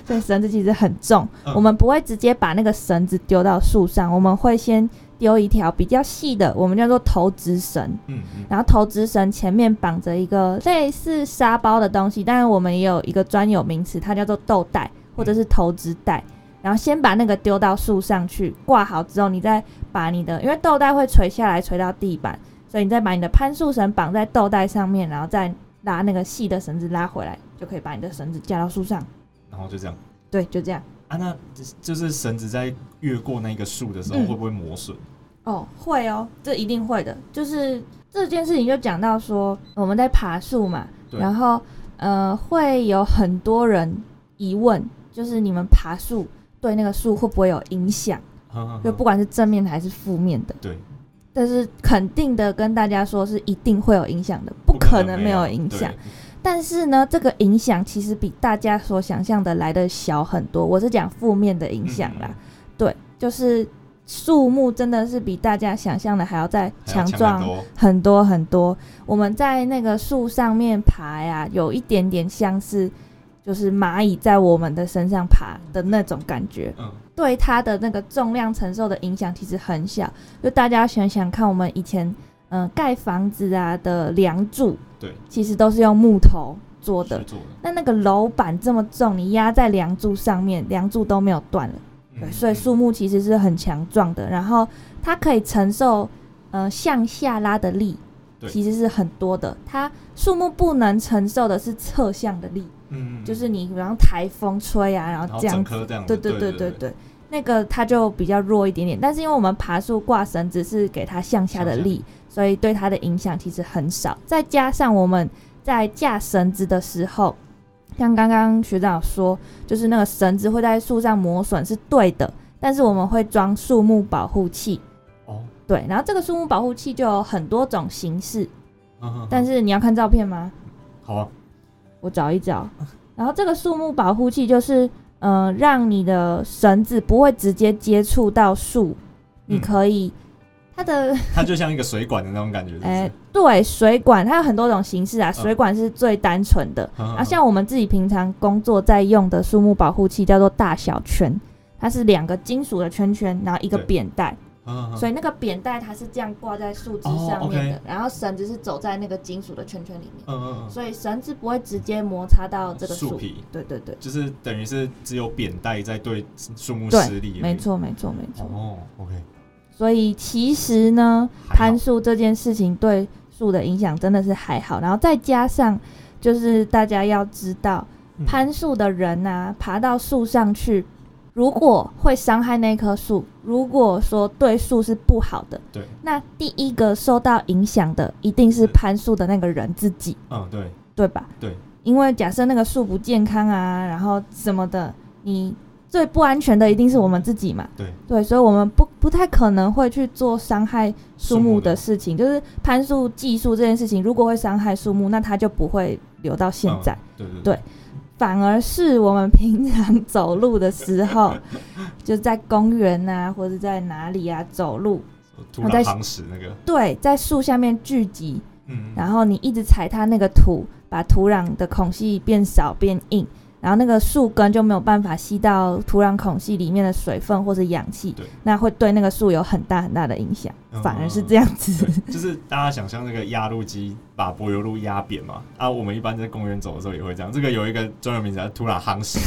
[SPEAKER 2] 所以绳子其实很重，
[SPEAKER 1] 嗯
[SPEAKER 2] 我们不会直接把那个绳子丢到树上，我们会先丢一条比较细的，我们叫做投掷绳。
[SPEAKER 1] 嗯嗯，
[SPEAKER 2] 然后投掷绳前面绑着一个类似沙包的东西，当然我们也有一个专有名词，它叫做豆带或者是投掷带。然后先把那个丢到树上去挂好之后，你再把你的，因为豆带会垂下来垂到地板，所以你再把你的攀树绳绑在豆带上面，然后再拉那个细的绳子拉回来，就可以把你的绳子架到树上。
[SPEAKER 1] 然后就这样。
[SPEAKER 2] 对，就这样。
[SPEAKER 1] 啊，那就是绳子在越过那个树的时候，
[SPEAKER 2] 嗯
[SPEAKER 1] 会不会磨损？
[SPEAKER 2] 哦，会哦，这一定会的。就是这件事情就讲到说，我们在爬树嘛，
[SPEAKER 1] 对
[SPEAKER 2] 然后呃，会有很多人疑问，就是你们爬树对那个树会不会有影响？
[SPEAKER 1] 呵呵呵
[SPEAKER 2] 就不管是正面还是负面的。
[SPEAKER 1] 嗯对，
[SPEAKER 2] 但是肯定的跟大家说，是一定会有影响的，不可能没有影响。。但是呢，这个影响其实比大家所想象的来的小很多。我是讲负面的影响啦，对，就是树木真的是比大家想象的还要再强
[SPEAKER 1] 强
[SPEAKER 2] 壮
[SPEAKER 1] 多。
[SPEAKER 2] 很多很多。我们在那个树上面爬呀，有一点点像是就是蚂蚁在我们的身上爬的那种感觉。
[SPEAKER 1] 嗯，
[SPEAKER 2] 对它的那个重量承受的影响其实很小。就大家想想看，我们以前嗯、呃盖房子啊的梁柱，
[SPEAKER 1] 对，
[SPEAKER 2] 其实都是用木头做
[SPEAKER 1] 是
[SPEAKER 2] 的。
[SPEAKER 1] 做的。
[SPEAKER 2] 那那个楼板这么重，你压在梁柱上面，梁柱都没有断了。对，
[SPEAKER 1] 嗯
[SPEAKER 2] 所以树木其实是很强壮的，然后它可以承受呃向下拉的力，
[SPEAKER 1] 对
[SPEAKER 2] 其实是很多的。它树木不能承受的是侧向的力，
[SPEAKER 1] 嗯，嗯
[SPEAKER 2] 就是你比方台风吹啊，然
[SPEAKER 1] 然
[SPEAKER 2] 后
[SPEAKER 1] 后
[SPEAKER 2] 这样
[SPEAKER 1] 整
[SPEAKER 2] 子，
[SPEAKER 1] 颗这样
[SPEAKER 2] 对
[SPEAKER 1] 子。
[SPEAKER 2] 对对
[SPEAKER 1] 对
[SPEAKER 2] 对对，那个它就比较弱一点点。但是因为我们爬树挂绳子是给它向下的
[SPEAKER 1] 向下
[SPEAKER 2] 力，所以对它的影响其实很少。再加上我们在架绳子的时候，像刚刚学长有说，就是那个绳子会在树上磨损是对的，但是我们会装树木保护器。
[SPEAKER 1] 哦，
[SPEAKER 2] 对，然后这个树木保护器就有很多种形式，
[SPEAKER 1] 嗯嗯嗯
[SPEAKER 2] 但是你要看照片吗？
[SPEAKER 1] 好啊，
[SPEAKER 2] 我找一找。然后这个树木保护器就是，呃，让你的绳子不会直接接触到树，你
[SPEAKER 1] 嗯
[SPEAKER 2] 可以，它的
[SPEAKER 1] 它就像一个水管的嗯那种感觉，是不嗯
[SPEAKER 2] 哎
[SPEAKER 1] 是？
[SPEAKER 2] 对水管，它有很多种形式啊，水管是最单纯的。
[SPEAKER 1] 啊
[SPEAKER 2] 啊，像我们自己平常工作在用的树木保护器叫做大小圈，它是两个金属的圈圈，然后一个
[SPEAKER 1] 对
[SPEAKER 2] 扁带，所
[SPEAKER 1] 以
[SPEAKER 2] 以那个扁带它是这样挂在树枝
[SPEAKER 1] 哦
[SPEAKER 2] 上面的
[SPEAKER 1] OK，
[SPEAKER 2] 然后绳子是走在那个金属的圈圈里面，
[SPEAKER 1] 嗯嗯
[SPEAKER 2] 所以绳子不会直接摩擦到这
[SPEAKER 1] 嗯，
[SPEAKER 2] 个树
[SPEAKER 1] 树。皮
[SPEAKER 2] 对对对。
[SPEAKER 1] 就是等于是只有扁带在对树木
[SPEAKER 2] 对
[SPEAKER 1] 施力而已，
[SPEAKER 2] 没错，没错，没错。
[SPEAKER 1] 哦，OK，
[SPEAKER 2] 所以其实呢，
[SPEAKER 1] 还
[SPEAKER 2] 攀
[SPEAKER 1] 好
[SPEAKER 2] 树这件事情对树的影响真的是还好，然后再加上就是大家要知道，
[SPEAKER 1] 嗯
[SPEAKER 2] 攀树的人啊，爬到树上去，如果会伤害那棵树，如果说对树是不好的，
[SPEAKER 1] 对，
[SPEAKER 2] 那第一个受到影响的一定是
[SPEAKER 1] 是
[SPEAKER 2] 攀树的那个人自己，
[SPEAKER 1] 嗯，对，
[SPEAKER 2] 对吧？
[SPEAKER 1] 对，
[SPEAKER 2] 因为假设那个树不健康啊，然后什么的，你最不安全的一定是我们自己嘛。
[SPEAKER 1] 对
[SPEAKER 2] 对，所以我们不不太可能会去做伤害树木的事情，就是攀树技术这件事情，如果会伤害树木，那它就不会留到现在。
[SPEAKER 1] 嗯对对
[SPEAKER 2] 对反而是我们平常走路的时候， 就在公园啊，或者在哪里啊走路，
[SPEAKER 1] 土
[SPEAKER 2] 我在
[SPEAKER 1] 壤夯实那个，
[SPEAKER 2] 对，在树下面聚集，
[SPEAKER 1] 嗯，
[SPEAKER 2] 然后你一直踩它那个土，把土壤的孔隙变少变硬，然后那个树根就没有办法吸到土壤孔隙里面的水分或是氧气
[SPEAKER 1] 对，
[SPEAKER 2] 那会对那个树有很大很大的影响，
[SPEAKER 1] 嗯
[SPEAKER 2] 反而是这样子。
[SPEAKER 1] 对，就是大家想象那个压路机把柏油路压扁嘛，啊，我们一般在公园走的时候也会这样，这个有一个专有名词叫土壤夯实，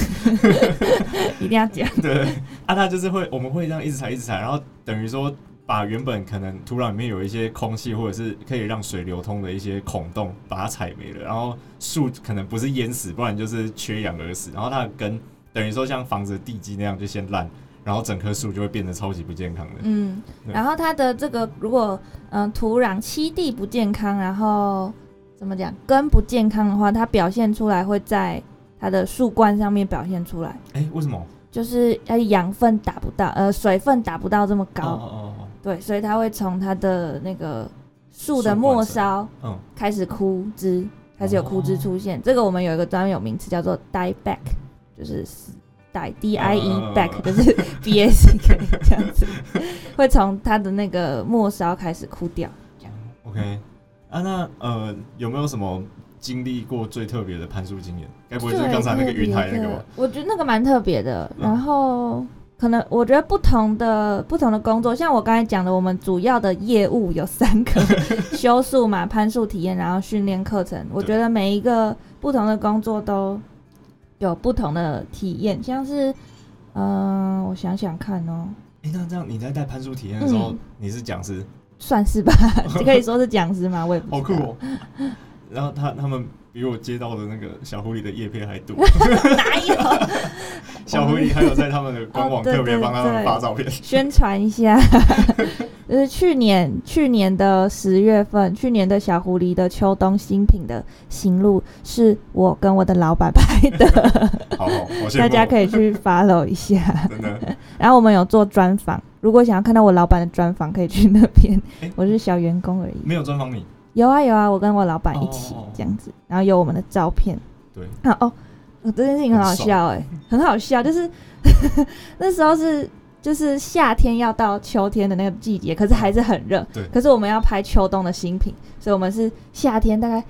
[SPEAKER 2] 一定要讲，
[SPEAKER 1] 对，啊，它就是会，我们会这样一直踩，一直踩，然后等于说把原本可能土壤里面有一些空气，或者是可以让水流通的一些孔洞，把它踩没了。然后树可能不是淹死，不然就是缺氧而死。然后它的根等于说像房子的地基那样就先烂，然后整棵树就会变得超级不健康的。
[SPEAKER 2] 嗯，
[SPEAKER 1] 对
[SPEAKER 2] 然后它的这个如果嗯、呃土壤栖地不健康，然后怎么讲根不健康的话，它表现出来会在它的树冠上面表现出来，
[SPEAKER 1] 哎、为什么？
[SPEAKER 2] 就是它的养分达不到，呃，水分达不到这么高。
[SPEAKER 1] 哦哦
[SPEAKER 2] 对，所以它会从它的那个树的
[SPEAKER 1] 树冠
[SPEAKER 2] 末
[SPEAKER 1] 上
[SPEAKER 2] 梢
[SPEAKER 1] 哦，嗯，
[SPEAKER 2] 开始枯枝，开始有枯枝
[SPEAKER 1] 哦
[SPEAKER 2] 出现。这个我们有一个专有名词叫做 die back，就是死 die d i e
[SPEAKER 1] 嗯嗯嗯嗯
[SPEAKER 2] back，就是 b a c k 这样子，会从它的那个末梢开始枯掉。
[SPEAKER 1] 嗯 OK，啊，那呃，有没有什么经历过最特别的攀树经验？该不会
[SPEAKER 2] 对，
[SPEAKER 1] 就是刚才那个云海那个
[SPEAKER 2] 特别
[SPEAKER 1] 吧
[SPEAKER 2] 的？我觉得那个蛮特别的。
[SPEAKER 1] 嗯
[SPEAKER 2] 然后可能我觉得不同的不同的工作，像我刚才讲的，我们主要的业务有三 个：修树嘛、攀树体验，然后训练课程。我觉得每一个不同的工作都有不同的体验，像是嗯、呃我想想看哦，
[SPEAKER 1] 哎、那这样你在带攀树体验的时候，
[SPEAKER 2] 嗯
[SPEAKER 1] 你是讲师，
[SPEAKER 2] 算是吧， 可以说是讲师嘛，我也不
[SPEAKER 1] 好酷
[SPEAKER 2] 知道。
[SPEAKER 1] 哦！然后他他们比我接到的那个小狐狸的叶片还 多，
[SPEAKER 2] 哪有
[SPEAKER 1] 小狐狸还有在他们的官网
[SPEAKER 2] 哦对
[SPEAKER 1] 特别帮他
[SPEAKER 2] 对
[SPEAKER 1] 们
[SPEAKER 2] 对
[SPEAKER 1] 发照片。
[SPEAKER 2] 宣传一下？ 就是去年去年的十月份，去年的小狐狸的秋冬新品的行路是我跟我的老板拍的，
[SPEAKER 1] 好好，我羡慕
[SPEAKER 2] 大家可以去 follow 一下。
[SPEAKER 1] 真的。
[SPEAKER 2] 然后我们有做专访，如果想要看到我老板的专访，可以去那边
[SPEAKER 1] 诶。
[SPEAKER 2] 我是小员工而已。
[SPEAKER 1] 没有专访你，
[SPEAKER 2] 有啊有啊，我跟我老板一起
[SPEAKER 1] 哦哦哦
[SPEAKER 2] 这样子，然后有我们的照片。
[SPEAKER 1] 对
[SPEAKER 2] 啊哦，呃这件事情很好笑 哎、很好笑，就是 那时候是就是夏天要到秋天的那个季节，可是还是很热。
[SPEAKER 1] 对
[SPEAKER 2] 可是我们要拍秋冬的新品，所以我们是夏天大概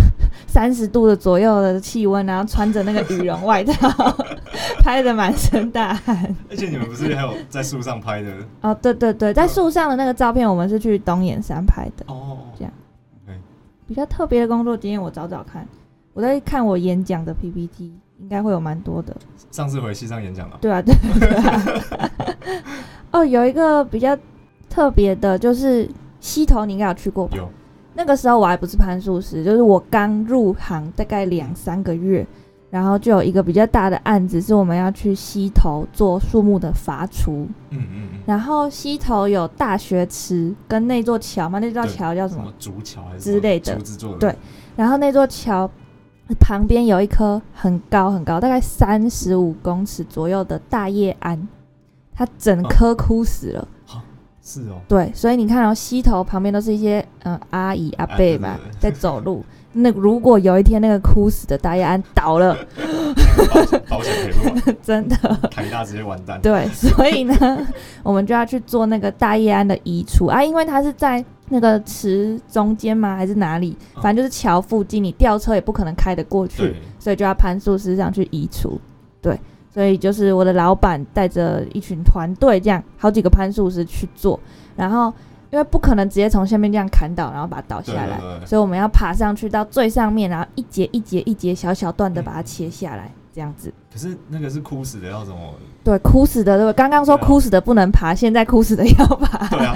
[SPEAKER 2] 三十度的左右的气温，然后穿着那个羽绒外套， 拍的满身大汗。
[SPEAKER 1] 而且你们不是还有在树上拍的
[SPEAKER 2] 哦，对对对，在树上的那个照片，我们是去东眼山拍的。
[SPEAKER 1] 哦？
[SPEAKER 2] 这样比较特别的工作经验，我找找看。我在看我演讲的 PPT，应该会有蛮多的。
[SPEAKER 1] 上次回西藏演讲了，
[SPEAKER 2] 对啊， 对啊。对啊哦，有一个比较特别的，就是溪头，你应该有去过吧？
[SPEAKER 1] 有
[SPEAKER 2] 那个时候我还不是攀树师，就是我刚入行大概两三个月，然后就有一个比较大的案子，是我们要去溪头做树木的伐除。
[SPEAKER 1] 嗯嗯嗯，
[SPEAKER 2] 然后溪头有大学池跟那座桥嘛，那座
[SPEAKER 1] 对
[SPEAKER 2] 桥叫什
[SPEAKER 1] 什
[SPEAKER 2] 么
[SPEAKER 1] 么？竹桥还是
[SPEAKER 2] 之
[SPEAKER 1] 什么
[SPEAKER 2] 类的
[SPEAKER 1] 竹制作的，
[SPEAKER 2] 对然后那座桥旁边有一棵很高很高，大概三十五公尺左右的大叶桉，它整棵枯死
[SPEAKER 1] 哦
[SPEAKER 2] 了。
[SPEAKER 1] 是哦，
[SPEAKER 2] 对，所以你看、哦，溪头旁边都是一些嗯阿姨阿
[SPEAKER 1] 啊
[SPEAKER 2] 伯嘛、
[SPEAKER 1] 对对对
[SPEAKER 2] 在走路。那如果有一天那个枯死的大叶桉 倒了，
[SPEAKER 1] 保险赔不完，
[SPEAKER 2] 真的
[SPEAKER 1] 台大直接完蛋。
[SPEAKER 2] 对，所以呢，我们就要去做那个大叶桉的移除啊，因为它是在那个池中间吗？还是哪里？反正就是桥附近，你吊车也不可能开得过去。
[SPEAKER 1] 对，
[SPEAKER 2] 所以就要攀树师上去移除。对，所以就是我的老板带着一群团队，这样好几个攀树师去做，然后因为不可能直接从下面这样砍倒，然后把它倒下
[SPEAKER 1] 对
[SPEAKER 2] 来，
[SPEAKER 1] 对对
[SPEAKER 2] 所以我们要爬上去到最上面，然后一节一节一节小小段的把它切下
[SPEAKER 1] 嗯
[SPEAKER 2] 来，这样子。
[SPEAKER 1] 可是那个是枯死的，要怎么？
[SPEAKER 2] 对，枯死的对吧？刚刚说
[SPEAKER 1] 对啊
[SPEAKER 2] 枯死的不能爬，现在枯死的要爬。
[SPEAKER 1] 对啊，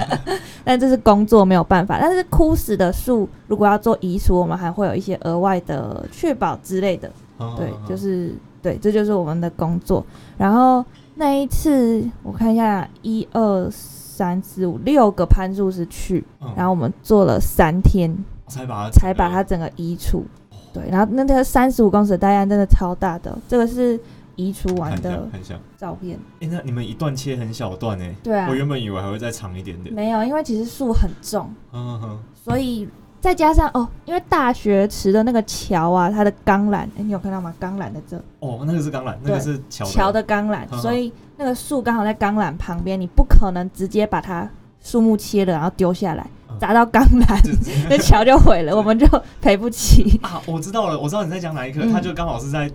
[SPEAKER 2] 但这是工作没有办法。但是枯死的树如果要做移除，我们还会有一些额外的确保之类的。
[SPEAKER 1] 嗯
[SPEAKER 2] 对，就是是对，这就是我们的工作。然后那一次，我看一下，一二三四五六个攀树是去，然后我们做了三天，
[SPEAKER 1] 嗯才把它呃
[SPEAKER 2] 才把它整个移除。对，然后那个三十五公尺的单案真的超大的，这个是移除
[SPEAKER 1] 看
[SPEAKER 2] 完
[SPEAKER 1] 一下
[SPEAKER 2] 的
[SPEAKER 1] 看一下。
[SPEAKER 2] 照片。
[SPEAKER 1] 哎、那你们一段切很小段哎、
[SPEAKER 2] 对啊
[SPEAKER 1] 我，原本以为还会再长一点点。
[SPEAKER 2] 没有，因为其实树很重，
[SPEAKER 1] 嗯哼，
[SPEAKER 2] 所以再加上哦，因为大学池的那个桥啊，它的钢缆，哎、你有看到吗？钢缆在这，
[SPEAKER 1] 哦，那个是钢缆，那个是桥
[SPEAKER 2] 桥的钢缆
[SPEAKER 1] 呵，呵
[SPEAKER 2] 所以那个树刚好在钢缆旁边，你不可能直接把它树木切了然后丢下来
[SPEAKER 1] 嗯
[SPEAKER 2] 砸到钢缆，
[SPEAKER 1] 这这
[SPEAKER 2] 那桥就 毁了，我们就赔不起。
[SPEAKER 1] 啊，我知道了，我知道你在讲哪一颗，
[SPEAKER 2] 嗯
[SPEAKER 1] 它就刚好是在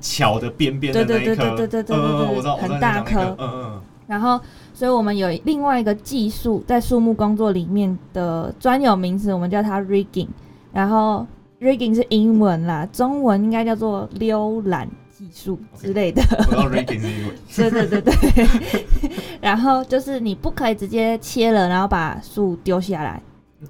[SPEAKER 1] 桥的边边的
[SPEAKER 2] 对
[SPEAKER 1] 那一
[SPEAKER 2] 对
[SPEAKER 1] 颗，
[SPEAKER 2] 对对对对对对
[SPEAKER 1] 嗯嗯嗯我
[SPEAKER 2] 对
[SPEAKER 1] 知道，我知道
[SPEAKER 2] 很
[SPEAKER 1] 你在讲
[SPEAKER 2] 大
[SPEAKER 1] 哪一颗，嗯嗯
[SPEAKER 2] 然后，所以我们有另外一个技术，在树木工作里面的专有名词，我们叫它 rigging。然后 rigging 是英文啦，中文应该叫做浏览技术之类的。
[SPEAKER 1] 嗯，我知道 rigging 是因为，
[SPEAKER 2] 对对对对。 然后就是你不可以直接切了，然后把树丢下来，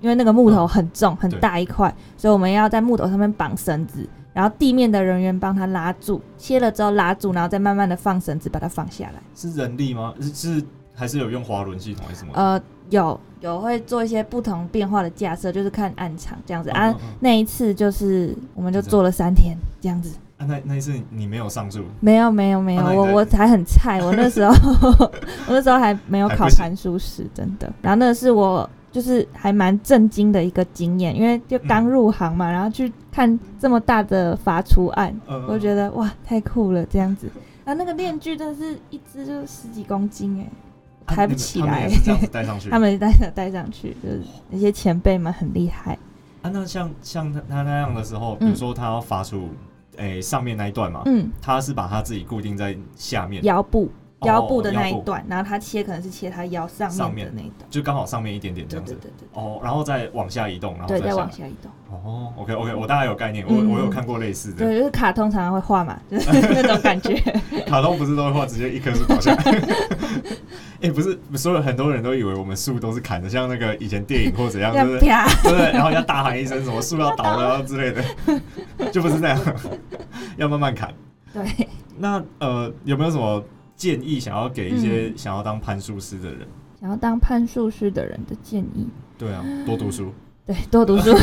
[SPEAKER 2] 因为那个木头很重，很大一块，所以我们要在木头上面绑绳子，然后地面的人员帮它拉住，切了之后拉住，然后再慢慢的放绳子把它放下来。
[SPEAKER 1] 是人力吗？是是还是有用滑轮系统还是什么？
[SPEAKER 2] 呃，有有会做一些不同变化的架设，就是看暗场这样子。啊
[SPEAKER 1] 嗯，嗯
[SPEAKER 2] 那一次就是我们就做了三天这样子。
[SPEAKER 1] 嗯啊那那一次你你没有上树，
[SPEAKER 2] 没有没有没有，
[SPEAKER 1] 啊那你
[SPEAKER 2] 我
[SPEAKER 1] 在
[SPEAKER 2] 我还很菜，我那时候我那时候还没有
[SPEAKER 1] 还不
[SPEAKER 2] 考
[SPEAKER 1] 行
[SPEAKER 2] 盘书史，真的。然后那是我就是还蛮震惊的一个经验，因为就刚
[SPEAKER 1] 嗯
[SPEAKER 2] 入行嘛，然后去看这么大的伐除案，
[SPEAKER 1] 嗯，
[SPEAKER 2] 我觉
[SPEAKER 1] 得
[SPEAKER 2] 得哇太酷了这样子。然后那个链锯真的是一只就十几公斤哎、
[SPEAKER 1] 啊
[SPEAKER 2] 抬不起来、
[SPEAKER 1] 是这样子带上去。
[SPEAKER 2] 他们带上带上去，就是那些前辈们很厉害。
[SPEAKER 1] 啊，那像像他他那样的时候，比
[SPEAKER 2] 嗯
[SPEAKER 1] 如说他要发出诶、上面那一段嘛，
[SPEAKER 2] 嗯，
[SPEAKER 1] 他是把他自己固定在下面，
[SPEAKER 2] 腰部
[SPEAKER 1] 哦
[SPEAKER 2] 腰部的那
[SPEAKER 1] 腰
[SPEAKER 2] 一
[SPEAKER 1] 部
[SPEAKER 2] 段，然后他切可能是切他腰上
[SPEAKER 1] 上面
[SPEAKER 2] 面的那一段，
[SPEAKER 1] 就刚好上面一点点这
[SPEAKER 2] 对
[SPEAKER 1] 样
[SPEAKER 2] 对
[SPEAKER 1] 子。
[SPEAKER 2] 对对
[SPEAKER 1] 哦，然后再往下移动，然后
[SPEAKER 2] 对，
[SPEAKER 1] 再
[SPEAKER 2] 再
[SPEAKER 1] 下
[SPEAKER 2] 往
[SPEAKER 1] 来。
[SPEAKER 2] 下移动。
[SPEAKER 1] 哦，OK OK，我大概有概念，我、
[SPEAKER 2] 嗯
[SPEAKER 1] 我有看过类似的，
[SPEAKER 2] 对，就是卡通常常会 画嘛，就是那种感觉。
[SPEAKER 1] 啊卡通不是都会画直接一棵树倒下来。 哎、不是，所有很多人都以为我们树都是砍的，像那个以前电影或怎样，
[SPEAKER 2] 要
[SPEAKER 1] 就是
[SPEAKER 2] 啪，
[SPEAKER 1] 对不对？然后要大喊一声什么树要倒了啊之类的，就不是那样， 要慢慢砍。
[SPEAKER 2] 对，
[SPEAKER 1] 那呃，有没有什么建议想要给一
[SPEAKER 2] 嗯
[SPEAKER 1] 些想要当攀树师的人？
[SPEAKER 2] 想要当攀树师的人的建议，
[SPEAKER 1] 对 啊，多读书。
[SPEAKER 2] 对，多 读书。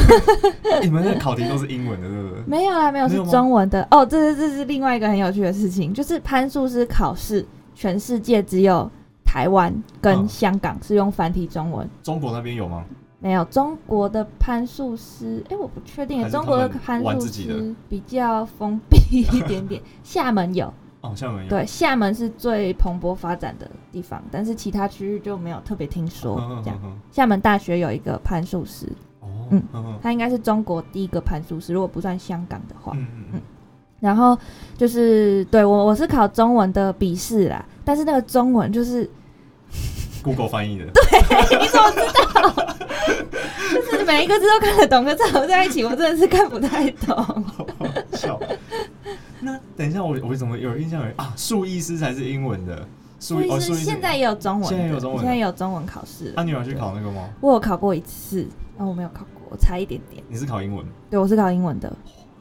[SPEAKER 1] 你们的考题都是英文的，对不对？
[SPEAKER 2] 没有啦，没有
[SPEAKER 1] 没
[SPEAKER 2] 是
[SPEAKER 1] 有吗
[SPEAKER 2] 中文的哦。这是这是另外一个很有趣的事情，就是攀树师考试，全世界只有台湾跟
[SPEAKER 1] 嗯
[SPEAKER 2] 香港是用繁体中文。
[SPEAKER 1] 中国那边有吗？
[SPEAKER 2] 没有，中国的攀树师，哎、我不确定
[SPEAKER 1] 还
[SPEAKER 2] 耶，
[SPEAKER 1] 是
[SPEAKER 2] 中国的
[SPEAKER 1] 他们
[SPEAKER 2] 攀
[SPEAKER 1] 玩
[SPEAKER 2] 树
[SPEAKER 1] 自己的
[SPEAKER 2] 师比较封闭一点点。厦门有，
[SPEAKER 1] 哦，厦门有。
[SPEAKER 2] 对，厦门是最蓬勃发展的地方，但是其他区域就没有特别听说。
[SPEAKER 1] 嗯，嗯
[SPEAKER 2] 这样，
[SPEAKER 1] 嗯
[SPEAKER 2] 厦门大学有一个攀树师，
[SPEAKER 1] 嗯
[SPEAKER 2] 嗯
[SPEAKER 1] 哦，嗯嗯
[SPEAKER 2] 他应该是中国第一个攀树师，如果不算香港的话。
[SPEAKER 1] 嗯嗯嗯，
[SPEAKER 2] 然后就是对我我是考中文的笔试啦，但是那个中文就是
[SPEAKER 1] Google 翻 译的，
[SPEAKER 2] 就是每一个字都看得懂，可是合在一起我真的是看不太懂。
[SPEAKER 1] 笑。那等一下，我我怎么有印象有啊？树艺师才是英文的，树
[SPEAKER 2] 所
[SPEAKER 1] 艺
[SPEAKER 2] 以
[SPEAKER 1] 哦，
[SPEAKER 2] 是
[SPEAKER 1] 树艺师
[SPEAKER 2] 现在也有中文的，
[SPEAKER 1] 现在也有中文的
[SPEAKER 2] 现在也有中文考试
[SPEAKER 1] 啊，
[SPEAKER 2] 了。
[SPEAKER 1] 你有去考那个吗？
[SPEAKER 2] 我有考过一次，然、后我没有考过，我差一点点。
[SPEAKER 1] 你是考英文
[SPEAKER 2] 对，我是考英文的，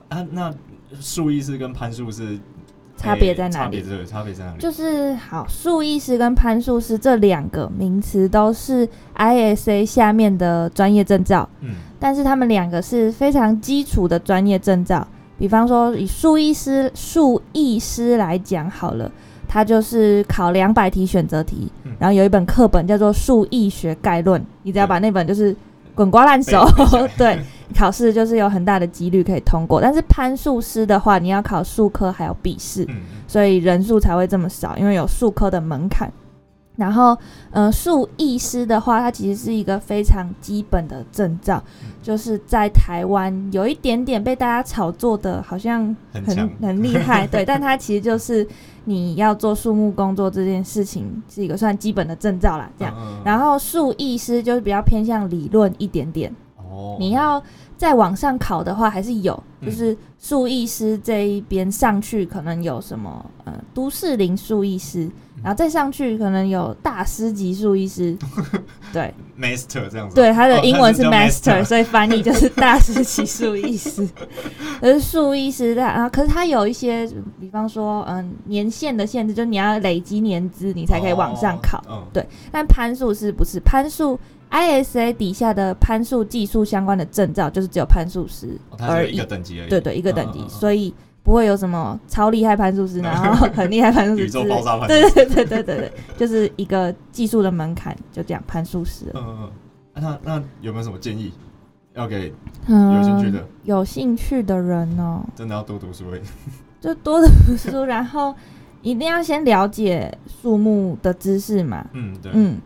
[SPEAKER 1] 啊？那树艺师跟攀树是
[SPEAKER 2] 差别在哪
[SPEAKER 1] 哎差
[SPEAKER 2] 里
[SPEAKER 1] 别？对，差别在哪里？
[SPEAKER 2] 就是好，树艺师跟攀树师这两个名词都是 ISA 下面的专业证照，
[SPEAKER 1] 嗯
[SPEAKER 2] 但是他们两个是非常基础的专业证照。比方说，以树艺师、树艺师来讲好了，它就是考两百题选择题
[SPEAKER 1] 嗯，
[SPEAKER 2] 然后有一本课本叫做《树艺学概论》，你只要
[SPEAKER 1] 对
[SPEAKER 2] 把那本就是滚瓜烂熟
[SPEAKER 1] 背背起来，
[SPEAKER 2] 对，考试就是有很大的几率可以通过。但是攀树师的话，你要考数科还有笔试，
[SPEAKER 1] 嗯，嗯
[SPEAKER 2] 所以人数才会这么少，因为有数科的门槛。然后，呃，数艺师的话，它其实是一个非常基本的证照，
[SPEAKER 1] 嗯
[SPEAKER 2] 就是在台湾有一点点被大家炒作的，好像
[SPEAKER 1] 很
[SPEAKER 2] 很
[SPEAKER 1] 强，
[SPEAKER 2] 很厉 害，对，但它其实就是你要做树木工作这件事情是一个算基本的证照啦，这样。
[SPEAKER 1] 嗯。
[SPEAKER 2] 然
[SPEAKER 1] 后
[SPEAKER 2] 后数艺师就是比较偏向理论一点点，
[SPEAKER 1] 哦，
[SPEAKER 2] 你要再往上考的话，还是有，
[SPEAKER 1] 嗯
[SPEAKER 2] 就是树艺师这一边上去，可能有什么呃都市林树艺师，
[SPEAKER 1] 嗯
[SPEAKER 2] 然后再上去可能有大师级树 艺师，对
[SPEAKER 1] master 这样子，
[SPEAKER 2] 对，他
[SPEAKER 1] 哦
[SPEAKER 2] 的英文是
[SPEAKER 1] 它是叫
[SPEAKER 2] master，、
[SPEAKER 1] master
[SPEAKER 2] 所以翻译就是大师级树艺师。 可是树艺师他，然后可是他有一些，比方说嗯、年限的限制，
[SPEAKER 1] 哦
[SPEAKER 2] 就是你要累积年资，你才可以往上考。
[SPEAKER 1] 哦。嗯，
[SPEAKER 2] 但攀树是不是攀树？ ISA 底下的攀树技术相关的证照，就是只有攀树师
[SPEAKER 1] 哦它
[SPEAKER 2] 而
[SPEAKER 1] 是一
[SPEAKER 2] 已
[SPEAKER 1] 个。等级而已。
[SPEAKER 2] 对对，一个等
[SPEAKER 1] 嗯
[SPEAKER 2] 级，
[SPEAKER 1] 嗯嗯
[SPEAKER 2] 所以不会有什么超厉害攀树师，然后很厉害攀树师
[SPEAKER 1] 宇
[SPEAKER 2] 之
[SPEAKER 1] 宙
[SPEAKER 2] 类
[SPEAKER 1] 爆炸盘。
[SPEAKER 2] 对对对对对对，就是一个技术的门槛，就这样攀树师了。
[SPEAKER 1] 嗯嗯嗯，啊那那有没有什么建议要给
[SPEAKER 2] 嗯
[SPEAKER 1] 有兴趣的
[SPEAKER 2] 有兴趣的人哦，
[SPEAKER 1] 真的要多读书的？
[SPEAKER 2] 就多读书，然后一定要先了解树木的知识嘛。
[SPEAKER 1] 嗯，对，
[SPEAKER 2] 嗯，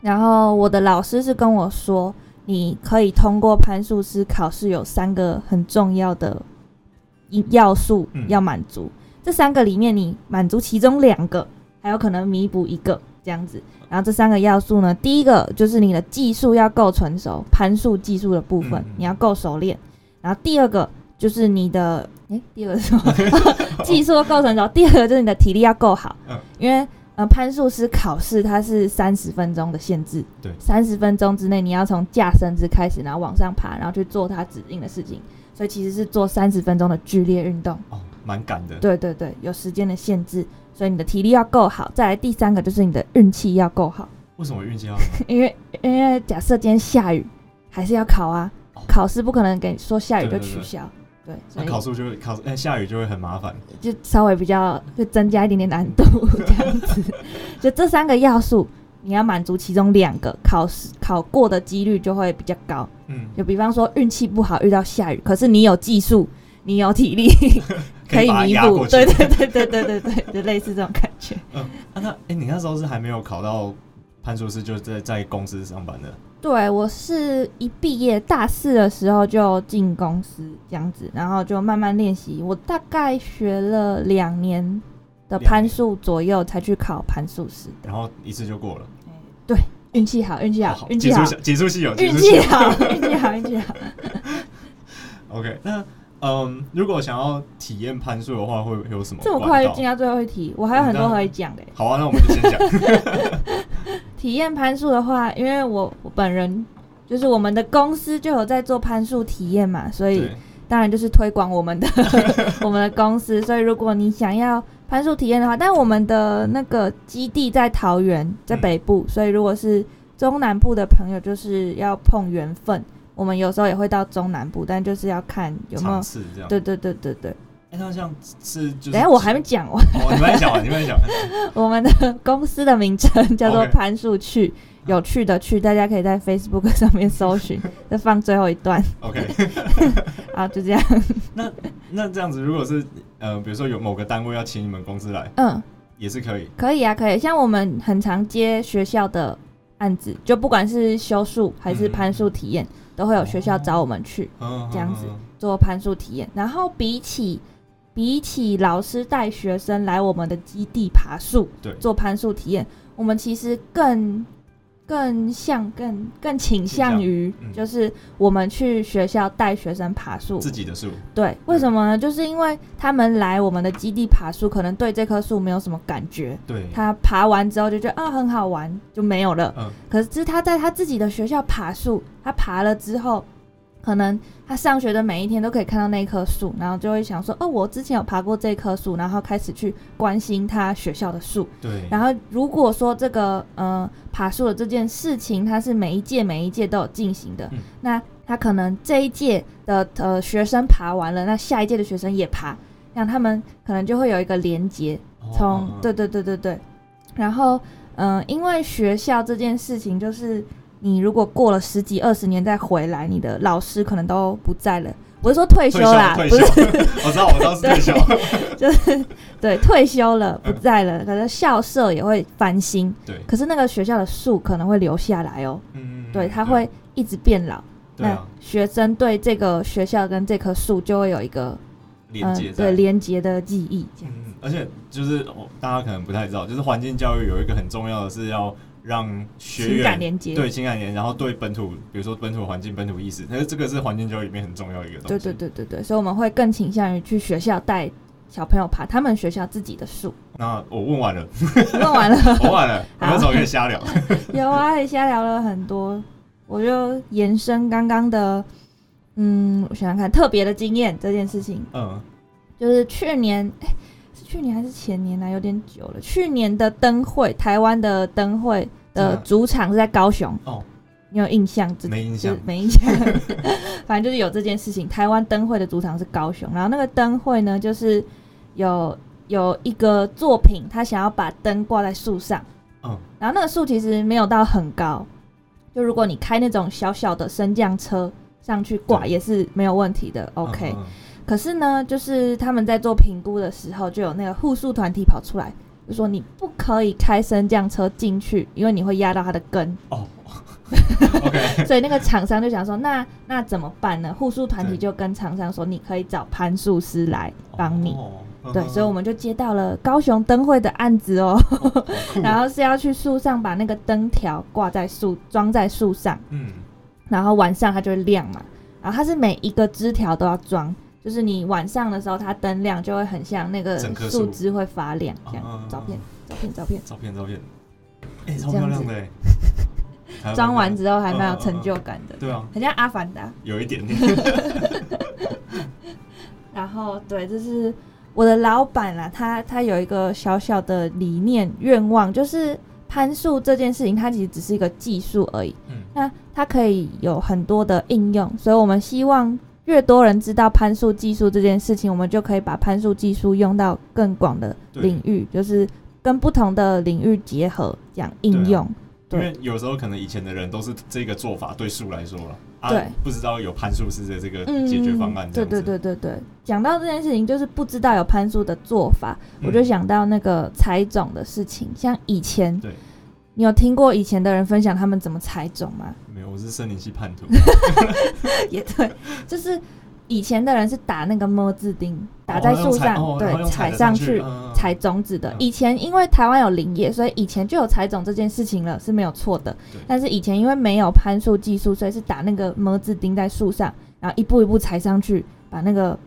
[SPEAKER 2] 然后我的老师是跟我说，你可以通过攀树师考试有三个很重要的因要素
[SPEAKER 1] 嗯
[SPEAKER 2] 要满足，这三个里面你满足其中两个，还有可能弥补一个这样子。然后这三个要素呢，第一个就是你的技术要够成熟，攀树技术的部分、
[SPEAKER 1] 嗯嗯
[SPEAKER 2] 你要够熟练。然后第二个就是你的，诶，第二个是 什么？技术要够成熟。第二个就是你的体力要够好，
[SPEAKER 1] 嗯
[SPEAKER 2] 因为呃，攀树师考试它是三十分钟的限制，
[SPEAKER 1] 对
[SPEAKER 2] 三十分钟之内你要从架绳子开始，然后往上爬，然后去做它指定的事情，所以其实是做三十分钟的剧烈运动。
[SPEAKER 1] 哦，蛮赶的。
[SPEAKER 2] 对对对，有时间的限制，所以你的体力要够好。再来第三个就是你的运气要够好，
[SPEAKER 1] 为什么运气要好？
[SPEAKER 2] 因为因为假设今天下雨，还是要考啊
[SPEAKER 1] 哦，
[SPEAKER 2] 考试不可能给你说下雨就
[SPEAKER 1] 对对对
[SPEAKER 2] 取消。对，
[SPEAKER 1] 那
[SPEAKER 2] 所以
[SPEAKER 1] 考试就会考，哎、下雨就会很麻烦。
[SPEAKER 2] 就稍微比较会增加一点点难度 这样子。就这三个要素，你要满足其中两个，考试考过的几率就会比较高。
[SPEAKER 1] 嗯，
[SPEAKER 2] 就比方说运气不好遇到下雨，可是你有技术，你有体力， 可以
[SPEAKER 1] 把它
[SPEAKER 2] 弥
[SPEAKER 1] 压
[SPEAKER 2] 补。
[SPEAKER 1] 过去。
[SPEAKER 2] 对对对对对对对，就类似这种感觉。
[SPEAKER 1] 啊，那哎、你那时候是还没有考到攀树师，就在在公司上班的。
[SPEAKER 2] 对我是一毕业大四的时候就进公司这样子，然后就慢慢练习。我大概学了两年的
[SPEAKER 1] 两
[SPEAKER 2] 攀
[SPEAKER 1] 年
[SPEAKER 2] 树左右，才去考攀树师的。
[SPEAKER 1] 然后一次就过了，
[SPEAKER 2] 对，运气好，运气好，啊运气
[SPEAKER 1] 结
[SPEAKER 2] 好
[SPEAKER 1] 束，系结束系有结
[SPEAKER 2] 运
[SPEAKER 1] 束
[SPEAKER 2] 气
[SPEAKER 1] 系。
[SPEAKER 2] 好，运气好，运气好。
[SPEAKER 1] OK，那嗯，如果想要体验攀树的话，会有什么？
[SPEAKER 2] 这么快就进？到最后一题，我还有很多可以讲的。
[SPEAKER 1] 好啊，那我们就 先讲。
[SPEAKER 2] 体验攀树的话，因为我我本人就是我们的公司就有在做攀树体验嘛，所以
[SPEAKER 1] 对，
[SPEAKER 2] 当然就是推广我们 的我们的公司。所以如果你想要攀树体验的话，但我们的那个基地在桃园，在
[SPEAKER 1] 嗯
[SPEAKER 2] 北部，所以如果是中南部的朋友，就是要碰缘分。我们有时候也会到中南部，但就是要看有没有
[SPEAKER 1] 场次这样。
[SPEAKER 2] 对对对对对，
[SPEAKER 1] 哎、那像是就是，
[SPEAKER 2] 等一下我还没讲完，
[SPEAKER 1] 哦，你们在讲完，你们在讲完。
[SPEAKER 2] 我们的公司的名称叫做
[SPEAKER 1] OK
[SPEAKER 2] 攀树趣，有趣的趣，大家可以在 Facebook 上面搜寻， 再放最后一段，
[SPEAKER 1] OK，
[SPEAKER 2] 啊，就这样，
[SPEAKER 1] 那这样子，如果是呃，比如说有某个单位要请你们公司来，
[SPEAKER 2] 嗯，
[SPEAKER 1] 也是可以。
[SPEAKER 2] 可以啊，可以，像我们很常接学校的案子，就不管是修树还是
[SPEAKER 1] 嗯
[SPEAKER 2] 攀树体验，都会有学校找我们去
[SPEAKER 1] 嗯，
[SPEAKER 2] 这样子
[SPEAKER 1] 嗯
[SPEAKER 2] 做攀树体验，然后比起。比起老师带学生来我们的基地爬树，
[SPEAKER 1] 对
[SPEAKER 2] 做攀树体验，我们其实更更像更更倾向于，
[SPEAKER 1] 倾向嗯
[SPEAKER 2] 就是我们去学校带学生爬树。
[SPEAKER 1] 嗯自己的树。
[SPEAKER 2] 对，为什么呢？就是因为他们来我们的基地爬树，可能对这棵树没有什么感觉，
[SPEAKER 1] 对，
[SPEAKER 2] 他爬完之后就觉得啊很好玩，就没有了。
[SPEAKER 1] 嗯
[SPEAKER 2] 可是他在他自己的学校爬树，他爬了之后，可能他上学的每一天都可以看到那棵树，然后就会想说哦，我之前有爬过这棵树，然后开始去关心他学校的树。
[SPEAKER 1] 对，
[SPEAKER 2] 然后如果说这个呃爬树的这件事情，它是每一届每一届都有进行的，
[SPEAKER 1] 嗯
[SPEAKER 2] 那他可能这一届的呃学生爬完了，那下一届的学生也爬，让他们可能就会有一个连接，
[SPEAKER 1] 哦
[SPEAKER 2] 从、
[SPEAKER 1] 嗯嗯
[SPEAKER 2] 对对对对对，然后嗯、呃因为学校这件事情，就是你如果过了十几二十年再回来，你的老师可能都不在了，不是说退休
[SPEAKER 1] 退
[SPEAKER 2] 啦，
[SPEAKER 1] 退
[SPEAKER 2] 不
[SPEAKER 1] 休
[SPEAKER 2] 是，
[SPEAKER 1] 我知道，我知道是退休。 嗯
[SPEAKER 2] 就是对退休了不在了，可是校舍也会翻新，
[SPEAKER 1] 对
[SPEAKER 2] 可是那个学校的树可能会留下来哦，
[SPEAKER 1] 嗯，嗯
[SPEAKER 2] 对，它会，一直变老。
[SPEAKER 1] 对
[SPEAKER 2] 那
[SPEAKER 1] 啊，
[SPEAKER 2] 学生对这个学校跟这棵树就会有一个
[SPEAKER 1] 连接
[SPEAKER 2] 嗯、
[SPEAKER 1] 在
[SPEAKER 2] 对。连接的记忆，这样
[SPEAKER 1] 嗯，而且就是哦大家可能不太知道，就是环境教育有一个很重要的是要让学
[SPEAKER 2] 情感
[SPEAKER 1] 员
[SPEAKER 2] 连接。
[SPEAKER 1] 对情感连，然后对本土，比如说本土环境、本土意识，但是这个是环境教育里面很重要的一个东
[SPEAKER 2] 对
[SPEAKER 1] 西。
[SPEAKER 2] 对对对对，所以我们会更倾向于去学校带小朋友爬他们学校自己的树。
[SPEAKER 1] 那我问完了，
[SPEAKER 2] 问 完了，
[SPEAKER 1] 我问完 了，我
[SPEAKER 2] 好
[SPEAKER 1] 们怎么可以瞎聊？
[SPEAKER 2] 有啊，也瞎聊了很多，我就延伸刚刚的，嗯，我想想看，特别的经验这件事情，
[SPEAKER 1] 嗯，
[SPEAKER 2] 就是去年，哎、是去年还是前年呢、啊有点久了。去年的灯会，台湾的灯会的
[SPEAKER 1] 嗯
[SPEAKER 2] 主场是在高雄。
[SPEAKER 1] 哦，
[SPEAKER 2] 你有印象？这
[SPEAKER 1] 没印象
[SPEAKER 2] 就是没印象。 反正就是有这件事情。台湾灯会的主场是高雄，然后那个灯会呢，就是有有一个作品，他想要把灯挂在树上，
[SPEAKER 1] 嗯，
[SPEAKER 2] 然后那个树其实没有到很高，就如果你开那种小小的升降车上去挂
[SPEAKER 1] 对
[SPEAKER 2] 也是没有问题的。OK，、
[SPEAKER 1] 嗯
[SPEAKER 2] 可是呢，就是他们在做评估的时候，就有那个护树团体跑出来，就说你不可以开升降车进去，因为你会压到它的根。
[SPEAKER 1] 哦，OK，
[SPEAKER 2] 所以那个厂商就想说，那那怎么办呢？护树团体
[SPEAKER 1] 对
[SPEAKER 2] 就跟厂商说，你可以找攀树师来帮你。
[SPEAKER 1] 哦
[SPEAKER 2] 对，所以我们就接到了高雄灯会的案子 哦，然后是要去树上把那个灯条挂在树装在树上，
[SPEAKER 1] 嗯，
[SPEAKER 2] 然后晚上它就会亮嘛。然后它是每一个枝条都要装，就是你晚上的时候它灯亮就会很像那个
[SPEAKER 1] 整棵
[SPEAKER 2] 树
[SPEAKER 1] 树
[SPEAKER 2] 枝会发亮这样。
[SPEAKER 1] 嗯
[SPEAKER 2] 照片，照片，照片。
[SPEAKER 1] 照片照片，哎，
[SPEAKER 2] 这
[SPEAKER 1] 超漂
[SPEAKER 2] 样
[SPEAKER 1] 亮
[SPEAKER 2] 子
[SPEAKER 1] 的欸，还有
[SPEAKER 2] 装
[SPEAKER 1] 那
[SPEAKER 2] 完
[SPEAKER 1] 个
[SPEAKER 2] 之后还蛮有
[SPEAKER 1] 嗯嗯嗯
[SPEAKER 2] 成就感的，
[SPEAKER 1] 对啊，
[SPEAKER 2] 很像阿凡达。
[SPEAKER 1] 有一 点点，
[SPEAKER 2] 然后对，这是我的老板啦，他他有一个小小的理念愿望，就是攀树这件事情，它其实只是一个技术而已。
[SPEAKER 1] 嗯
[SPEAKER 2] 那它可以有很多的应用，所以我们希望越多人知道攀树技术这件事情，我们就可以把攀树技术用到更广的领域，就是跟不同的领域结合，这样应用。
[SPEAKER 1] 因
[SPEAKER 2] 对
[SPEAKER 1] 为有时候可能以前的人都是这个做法对树来说了，啊
[SPEAKER 2] 对，
[SPEAKER 1] 不知道有攀树式的这个解决方案这样
[SPEAKER 2] 对嗯对
[SPEAKER 1] 子，
[SPEAKER 2] 对对对，讲到这件事情，就是不知道有攀树的做法，
[SPEAKER 1] 嗯
[SPEAKER 2] 我就想到那个采种的事情。像以前，
[SPEAKER 1] 对
[SPEAKER 2] 你有听过以前的人分享他们怎么采种吗？
[SPEAKER 1] 没有，我是森林系叛徒，
[SPEAKER 2] 也 对，就是以前的人是打那个么字钉，打在树上，
[SPEAKER 1] 哦然后
[SPEAKER 2] 对，
[SPEAKER 1] 用踩
[SPEAKER 2] 踩
[SPEAKER 1] 的上
[SPEAKER 2] 上去。
[SPEAKER 1] 嗯
[SPEAKER 2] 采种子的
[SPEAKER 1] 嗯，
[SPEAKER 2] 以前因为台湾有林业，所以以前就有采种这件事情了，是没有错的
[SPEAKER 1] 对。
[SPEAKER 2] 但是以前因为没有攀树技术，所以是打那个么字钉在树上，然后一步一步踩上去，把那个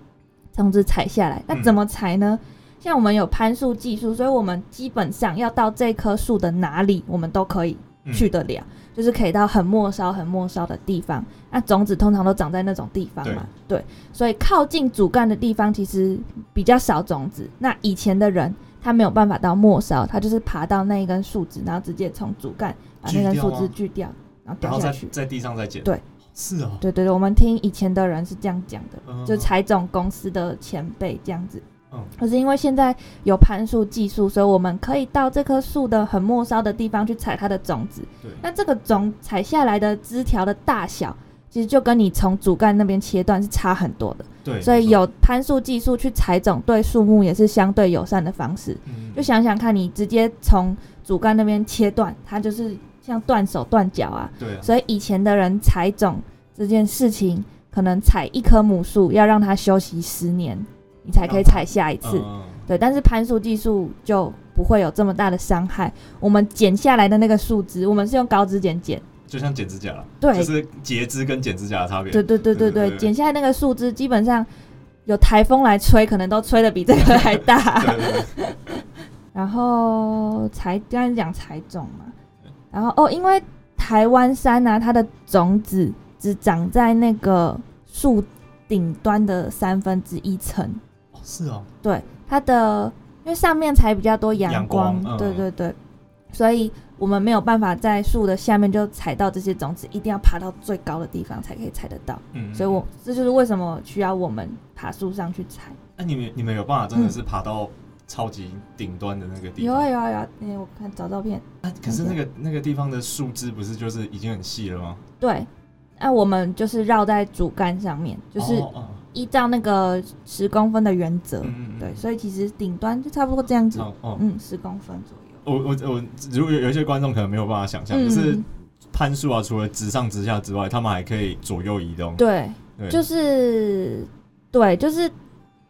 [SPEAKER 2] 种子踩下来。那
[SPEAKER 1] 嗯
[SPEAKER 2] 怎么踩呢？像我们有攀树技术，所以我们基本上要到这棵树的哪里，我们都可以
[SPEAKER 1] 嗯
[SPEAKER 2] 去得了，就是可以到很末梢、很末梢的地方。那种子通常都长在那种地方嘛，对，所以靠近主干的地方其实比较少种子。那以前的人他没有办法到末梢，他就是爬到那一根树枝，然后直接从主干把那根
[SPEAKER 1] 锯掉
[SPEAKER 2] 树
[SPEAKER 1] 吗
[SPEAKER 2] 枝锯掉，然后
[SPEAKER 1] 然
[SPEAKER 2] 掉
[SPEAKER 1] 后
[SPEAKER 2] 下
[SPEAKER 1] 在
[SPEAKER 2] 去。
[SPEAKER 1] 在地上再捡，
[SPEAKER 2] 对，
[SPEAKER 1] 是哦，
[SPEAKER 2] 对对对，我们听以前的人是这样讲的。
[SPEAKER 1] 嗯
[SPEAKER 2] 就采种公司的前辈这样子。
[SPEAKER 1] 嗯
[SPEAKER 2] 可是因为现在有攀树技术，所以我们可以到这棵树的很末梢的地方去采它的种子。
[SPEAKER 1] 对，
[SPEAKER 2] 那这个种采下来的枝条的大小，其实就跟你从主干那边切断是差很多的。
[SPEAKER 1] 对，
[SPEAKER 2] 所以
[SPEAKER 1] 没错，
[SPEAKER 2] 有攀树技术去采种，对树木也是相对友善的方式。
[SPEAKER 1] 嗯
[SPEAKER 2] 就想想看，你直接从主干那边切断，它就是像断手断脚啊，
[SPEAKER 1] 对啊，
[SPEAKER 2] 所以以前的人采种这件事情，可能采一棵母树要让它休息十年，你才可以采下一次。
[SPEAKER 1] 嗯
[SPEAKER 2] 对，但是攀树技术就不会有这么大的伤害。我们剪下来的那个树枝，我们是用高指剪剪。
[SPEAKER 1] 就像剪指甲啦，
[SPEAKER 2] 对，
[SPEAKER 1] 就是截枝跟剪指甲的差别，
[SPEAKER 2] 对对对
[SPEAKER 1] 对
[SPEAKER 2] 对
[SPEAKER 1] 对
[SPEAKER 2] 对，
[SPEAKER 1] 对
[SPEAKER 2] 剪下来那个树枝，基本上有台风来吹，可能都吹的比这个还大。
[SPEAKER 1] 对对 对，
[SPEAKER 2] 然后才刚才讲才种嘛，然后哦，因为台湾山呢、它的种子只长在那个树顶端的三分之一层，
[SPEAKER 1] 哦是哦，
[SPEAKER 2] 对它的，因为上面才比较多阳
[SPEAKER 1] 阳
[SPEAKER 2] 光，
[SPEAKER 1] 光嗯
[SPEAKER 2] 对对对，所以我们没有办法在树的下面就采到这些种子，一定要爬到最高的地方才可以采得到，
[SPEAKER 1] 嗯，
[SPEAKER 2] 所以我这就是为什么需要我们爬树上去采。
[SPEAKER 1] 那哎你们你们有办法真的
[SPEAKER 2] 嗯
[SPEAKER 1] 是爬到超级顶端的那个地
[SPEAKER 2] 有
[SPEAKER 1] 方
[SPEAKER 2] 啊？有啊有啊，哎、我看找照片。
[SPEAKER 1] 啊可是那个那个地方的树枝不是就是已经很细了吗？
[SPEAKER 2] 对，那我们就是绕在主干上面，就是
[SPEAKER 1] 哦哦
[SPEAKER 2] 依照那个十公分的原则，
[SPEAKER 1] 嗯嗯嗯
[SPEAKER 2] 对，所以其实顶端就差不多这样子，
[SPEAKER 1] 哦哦，
[SPEAKER 2] 嗯，十公分左右。
[SPEAKER 1] 我我我，如果有有一些观众可能没有办法想象，
[SPEAKER 2] 嗯，
[SPEAKER 1] 就是攀树啊，除了直上直下之外，他们还可以左右移动。
[SPEAKER 2] 对，
[SPEAKER 1] 对，
[SPEAKER 2] 就是对，就是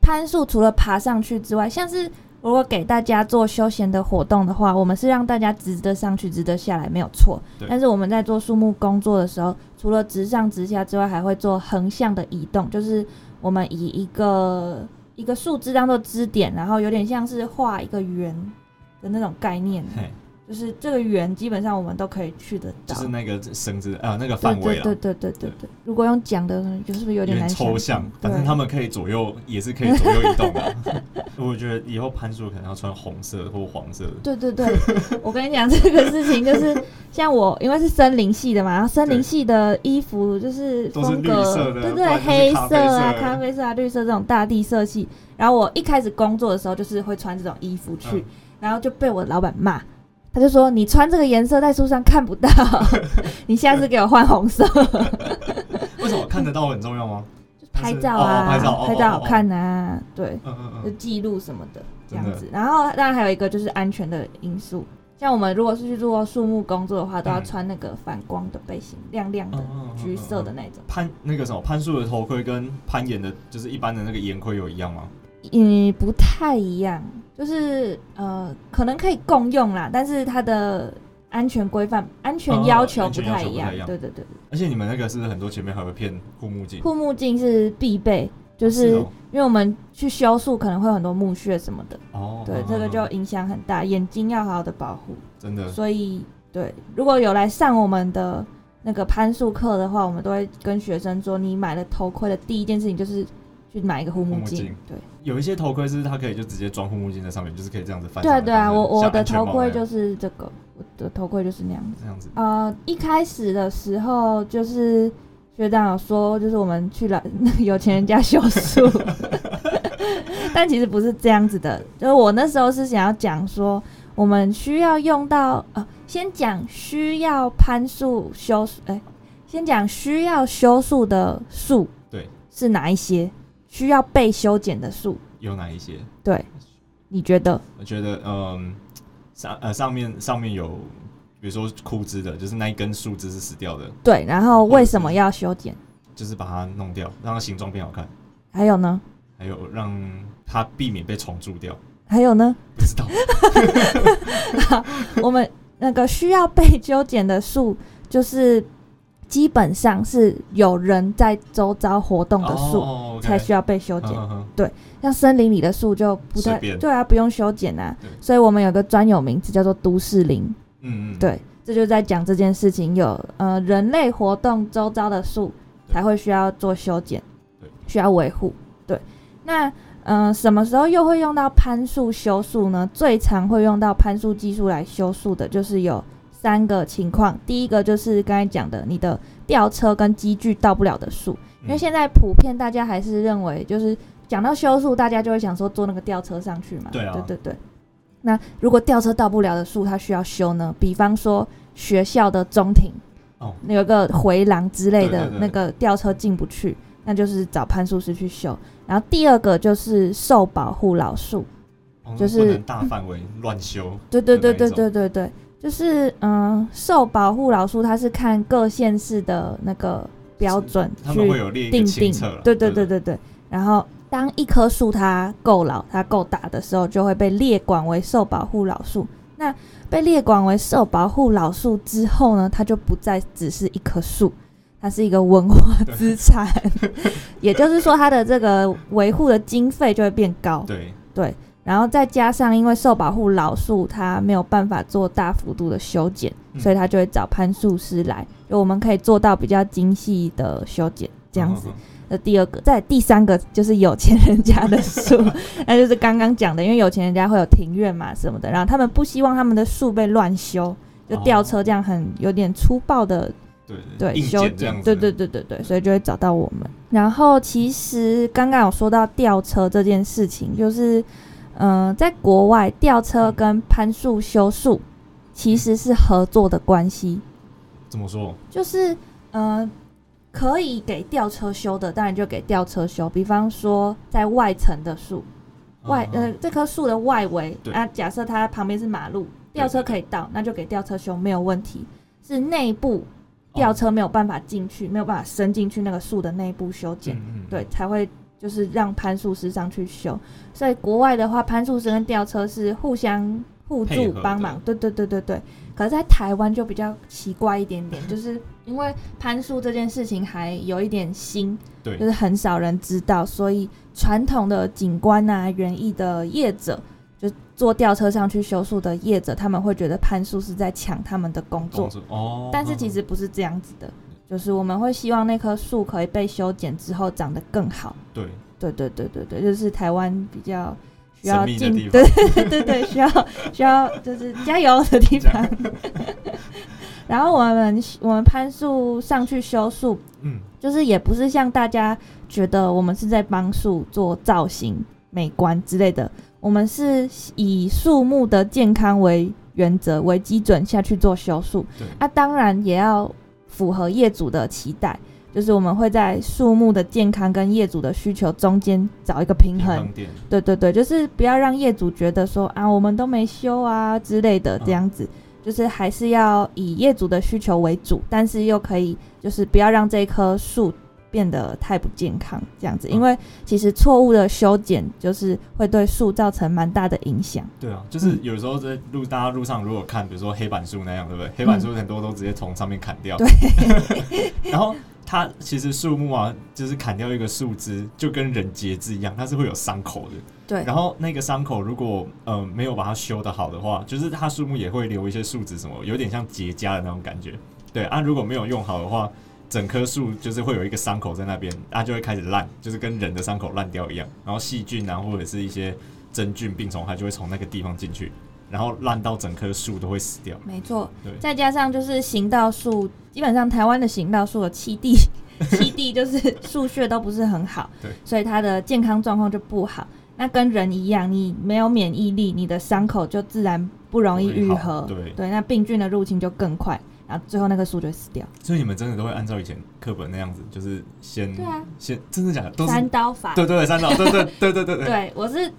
[SPEAKER 2] 攀树除了爬上去之外，像是如果给大家做休闲的活动的话，我们是让大家直的上去，直的下来，没有错
[SPEAKER 1] 对。
[SPEAKER 2] 但是我们在做树木工作的时候，除了直上直下之外，还会做横向的移动，就是我们以一个一 个树枝当做支点，然后有点像是画一个圆的那种概念，
[SPEAKER 1] 嘿
[SPEAKER 2] 就是这个园基本上我们都可以去得
[SPEAKER 1] 就
[SPEAKER 2] 到。
[SPEAKER 1] 是那个绳子呃那个
[SPEAKER 2] 对
[SPEAKER 1] 范围
[SPEAKER 2] 对
[SPEAKER 1] 啦，
[SPEAKER 2] 对对对对对，如果用讲的，就是不是有
[SPEAKER 1] 有
[SPEAKER 2] 点
[SPEAKER 1] 点
[SPEAKER 2] 难
[SPEAKER 1] 抽象
[SPEAKER 2] 想象，
[SPEAKER 1] 反正
[SPEAKER 2] 对
[SPEAKER 1] 他们可以左右，也是可以左右移动的。 我觉得以后攀树可能要穿红色或黄色的，
[SPEAKER 2] 对对对， 我跟你讲这个事情，就是像我，因为是森林系的嘛，然后森林系的衣服就是
[SPEAKER 1] 都是
[SPEAKER 2] 风
[SPEAKER 1] 绿
[SPEAKER 2] 格，
[SPEAKER 1] 色的
[SPEAKER 2] 对
[SPEAKER 1] 不然
[SPEAKER 2] 对，
[SPEAKER 1] 就是
[SPEAKER 2] 黑
[SPEAKER 1] 咖
[SPEAKER 2] 色
[SPEAKER 1] 啡
[SPEAKER 2] 啊、
[SPEAKER 1] 色
[SPEAKER 2] 咖啡色啊、绿色这种大地色系。然后我一开始工作的时候，就是会穿这种衣服去，
[SPEAKER 1] 嗯
[SPEAKER 2] 然后就被我老板骂。他就说：“你穿这个颜色在书上看不 到， 你下次给我换红色，
[SPEAKER 1] 嗯为什么看得到很重要吗？
[SPEAKER 2] 拍
[SPEAKER 1] 就是
[SPEAKER 2] 照
[SPEAKER 1] 哦
[SPEAKER 2] 啊，
[SPEAKER 1] 哦拍照哦哦
[SPEAKER 2] 好
[SPEAKER 1] 哦
[SPEAKER 2] 看啊，对。”
[SPEAKER 1] 嗯嗯
[SPEAKER 2] 就
[SPEAKER 1] 嗯，
[SPEAKER 2] 记录什么的这
[SPEAKER 1] 真
[SPEAKER 2] 样
[SPEAKER 1] 的
[SPEAKER 2] 子。然后当然还有一个就是安全的因素，像我们如果是去做树木工作的话，都要
[SPEAKER 1] 嗯
[SPEAKER 2] 穿那个反光的背心，亮亮的
[SPEAKER 1] 嗯嗯嗯
[SPEAKER 2] 呃橘色的
[SPEAKER 1] 嗯
[SPEAKER 2] 那种。
[SPEAKER 1] 攀那个什么攀树的头盔跟攀岩的，就是一般的那个岩盔有一样吗？
[SPEAKER 2] 嗯，不太一样，就是呃，可能可以共用啦，但是它的安全规范、安全
[SPEAKER 1] 哦
[SPEAKER 2] 要求
[SPEAKER 1] 安
[SPEAKER 2] 不
[SPEAKER 1] 全要
[SPEAKER 2] 太
[SPEAKER 1] 求不
[SPEAKER 2] 一
[SPEAKER 1] 太
[SPEAKER 2] 样
[SPEAKER 1] 一。样
[SPEAKER 2] 对对对，
[SPEAKER 1] 而且你们那个是不是很多前面还会片护目镜？
[SPEAKER 2] 护目镜是必备，就是
[SPEAKER 1] 哦
[SPEAKER 2] 因为我们去修树可能会有很多木屑什么的，
[SPEAKER 1] 哦，
[SPEAKER 2] 对，
[SPEAKER 1] 嗯
[SPEAKER 2] 这个
[SPEAKER 1] 嗯
[SPEAKER 2] 就
[SPEAKER 1] 嗯
[SPEAKER 2] 影响很大，眼睛要好好的保护。
[SPEAKER 1] 真的
[SPEAKER 2] 所以对，如果有来上我们的那个攀树课的话，我们都会跟学生说，你买了头盔的第一件事情就是去买一个护目
[SPEAKER 1] 护目
[SPEAKER 2] 镜
[SPEAKER 1] 镜。
[SPEAKER 2] 对，
[SPEAKER 1] 有一些头盔是它可以就直接装护目镜在上面，就是可以这样子翻
[SPEAKER 2] 对
[SPEAKER 1] 上
[SPEAKER 2] 啊，
[SPEAKER 1] 来翻
[SPEAKER 2] 对啊，
[SPEAKER 1] 下来
[SPEAKER 2] 我我
[SPEAKER 1] 像
[SPEAKER 2] 的
[SPEAKER 1] 安全
[SPEAKER 2] 头
[SPEAKER 1] 帽那
[SPEAKER 2] 盔
[SPEAKER 1] 样
[SPEAKER 2] 就是这个，我的头盔就是那样子。
[SPEAKER 1] 这样子。
[SPEAKER 2] 呃，一开始的时候就是学长有说，就是我们去了 有钱人家修 树，但其实不是这样子的。就是我那时候是想要讲说，我们需要用到呃，先讲需要攀树修树，哎、先讲需要修树的树，
[SPEAKER 1] 对，
[SPEAKER 2] 是哪一些需要被修剪的树？
[SPEAKER 1] 有哪一些？
[SPEAKER 2] 对，你觉得？
[SPEAKER 1] 我觉得嗯，上呃上面上面有，比如说枯枝的，就是那一根树枝是死掉的，
[SPEAKER 2] 对，然后为什
[SPEAKER 1] 嗯
[SPEAKER 2] 么
[SPEAKER 1] 嗯
[SPEAKER 2] 要修剪？
[SPEAKER 1] 就是把它弄掉，让它形状变好看，
[SPEAKER 2] 还有呢？
[SPEAKER 1] 还有让它避免被虫蛀掉。
[SPEAKER 2] 还有呢？
[SPEAKER 1] 不知道，
[SPEAKER 2] 我们那个需要被纠剪的树，就是基本上是有人在周遭活动的树、
[SPEAKER 1] 哦
[SPEAKER 2] 才需要被修
[SPEAKER 1] 要
[SPEAKER 2] 剪，
[SPEAKER 1] 嗯嗯
[SPEAKER 2] 像森林里的树就不太
[SPEAKER 1] 随便
[SPEAKER 2] 对啊，不用修剪啊
[SPEAKER 1] 对。
[SPEAKER 2] 所以我们有个专有名词叫做都市林，
[SPEAKER 1] 嗯嗯，
[SPEAKER 2] 对，这就在讲这件事情有呃人类活动周遭的树
[SPEAKER 1] 对
[SPEAKER 2] 才会需要做修剪
[SPEAKER 1] 对，
[SPEAKER 2] 需要维护。对，那嗯、呃什么时候又会用到攀树修树呢？最常会用到攀树技术来修树的，就是有三个情况。第一个就是刚才讲的，你的吊车跟机具到不了的树，因为
[SPEAKER 1] 嗯
[SPEAKER 2] 现在普遍大家还是认为就是讲到修树，大家就会想说坐那个吊车上去嘛。
[SPEAKER 1] 对啊
[SPEAKER 2] 对对对。那如果吊车到不了的树，它需要修呢？比方说学校的中庭，
[SPEAKER 1] 哦，
[SPEAKER 2] 有个回廊之类
[SPEAKER 1] 对对
[SPEAKER 2] 的
[SPEAKER 1] 对
[SPEAKER 2] 那个吊车进不去，那就是找攀树师去修。然后第二个就是受保护老树，
[SPEAKER 1] 哦
[SPEAKER 2] 就是
[SPEAKER 1] 不能大范围乱修，
[SPEAKER 2] 对对对
[SPEAKER 1] 的那
[SPEAKER 2] 对
[SPEAKER 1] 一
[SPEAKER 2] 对对对，就是嗯，受保护老树它是看各县市的那个标准
[SPEAKER 1] 他
[SPEAKER 2] 去
[SPEAKER 1] 们会有列一
[SPEAKER 2] 定
[SPEAKER 1] 个
[SPEAKER 2] 定
[SPEAKER 1] 清册啦，
[SPEAKER 2] 对对对
[SPEAKER 1] 对
[SPEAKER 2] 对对。然后当一棵树它够老、它够大的时候，就会被列管为受保护老树。那被列管为受保护老树之后呢，它就不再只是一棵树，它是一个文化资产。 也就是说，它的这个维护的经费就会变高。
[SPEAKER 1] 对，
[SPEAKER 2] 然后再加上，因为受保护老树它没有办法做大幅度的修剪，
[SPEAKER 1] 嗯
[SPEAKER 2] 所以它就会找攀树师来，就我们可以做到比较精细的修剪，这样子
[SPEAKER 1] 嗯。嗯
[SPEAKER 2] 那第二个，再第三个就是有钱人家 的树，那就是刚刚讲的，因为有钱人家会有庭院嘛什么的，然后他们不希望他们的树被乱修，就吊车这样很有点粗暴的
[SPEAKER 1] 对
[SPEAKER 2] 对
[SPEAKER 1] 哦嗯硬
[SPEAKER 2] 修
[SPEAKER 1] 件这样子，
[SPEAKER 2] 对对对对对，所以就会找到我们。然后其实刚刚有说到吊车这件事情，就是嗯、呃在国外吊车跟攀树修树其实是合作的关系，
[SPEAKER 1] 怎么说？
[SPEAKER 2] 就是呃，可以给吊车修的，当然就给吊车修。比方说，在外层的树，外、
[SPEAKER 1] 嗯
[SPEAKER 2] 呃这棵树的外围，
[SPEAKER 1] 对
[SPEAKER 2] 啊，假设它旁边是马路，吊车可以到，那就给吊车修没有问题。是内部吊车没有办法进去，没有办法伸进去那个树的内部修剪，
[SPEAKER 1] 嗯嗯
[SPEAKER 2] 对，才会就是让攀树师上去修。所以国外的话，攀树师跟吊车是互相互
[SPEAKER 1] 配
[SPEAKER 2] 助
[SPEAKER 1] 合的
[SPEAKER 2] 帮忙，对对对对对。可是，在台湾就比较奇怪一点点， 就是因为攀树这件事情还有一点新，
[SPEAKER 1] 对
[SPEAKER 2] 就是很少人知道，所以传统的景观啊、园艺的业者就坐吊车上去修树的业者，他们会觉得攀树是在抢他们的工作
[SPEAKER 1] 工，作哦，
[SPEAKER 2] 但是其实不是这样子的，就是我们会希望那棵树可以被修剪之后长得更好。
[SPEAKER 1] 嗯对
[SPEAKER 2] 对对对对对，就是台湾比较需
[SPEAKER 1] 神
[SPEAKER 2] 要
[SPEAKER 1] 秘的
[SPEAKER 2] 进
[SPEAKER 1] 地，方
[SPEAKER 2] 对对对对，需要需要就是加油的地方。然后我们我们攀树上去修树，
[SPEAKER 1] 嗯
[SPEAKER 2] 就是也不是像大家觉得我们是在帮树做造型、美观之类的，我们是以树木的健康为原则为基准下去做修树。
[SPEAKER 1] 对
[SPEAKER 2] 啊，当然也要符合业主的期待，就是我们会在树木的健康跟业主的需求中间找一个平衡。
[SPEAKER 1] 衡点
[SPEAKER 2] 对对对，就是不要让业主觉得说啊，我们都没修啊之类的这样子，就是还是要以业主的需求为主，但是又可以就是不要让这棵树变得太不健康这样子，因
[SPEAKER 1] 嗯
[SPEAKER 2] 为其实错误的修剪就是会对树造成蛮大的影响。
[SPEAKER 1] 对啊，就是有时候在路大家路上如果看，比如说黑板树那样，对不对？黑板树很多都直接从上面砍掉， 然后它其实树木啊，就是砍掉一个树枝，就跟人截肢一样，它是会有伤口的。
[SPEAKER 2] 对
[SPEAKER 1] 然后那个伤口如果呃没有把它修得好的话，就是它树木也会留一些树枝，什么有点像结痂的那种感觉。对啊，如果没有用好的话，整棵树就是会有一个伤口在那边，它就会开始烂，就是跟人的伤口烂掉一样。然后细菌啊，或者是一些真菌、病虫害就会从那个地方进去，然后烂到整棵树都会死掉。
[SPEAKER 2] 没错
[SPEAKER 1] 对
[SPEAKER 2] 再加上就是行道树，基本上台湾的行道树的栖 地，栖地就是树穴都不是很好，
[SPEAKER 1] 对，
[SPEAKER 2] 所以它的健康状况就不好。那跟人一样，你没有免疫力，你的伤口就自然不容易愈合，
[SPEAKER 1] 不会好对
[SPEAKER 2] 那病菌的入侵就更快，然后最后那棵树就会死掉。
[SPEAKER 1] 所以你们真的都会按照以前课本那样子，就是先
[SPEAKER 2] 对啊
[SPEAKER 1] 先真的假的都是
[SPEAKER 2] 三刀法，
[SPEAKER 1] 对对对三岛对对对对对对。
[SPEAKER 2] 对我是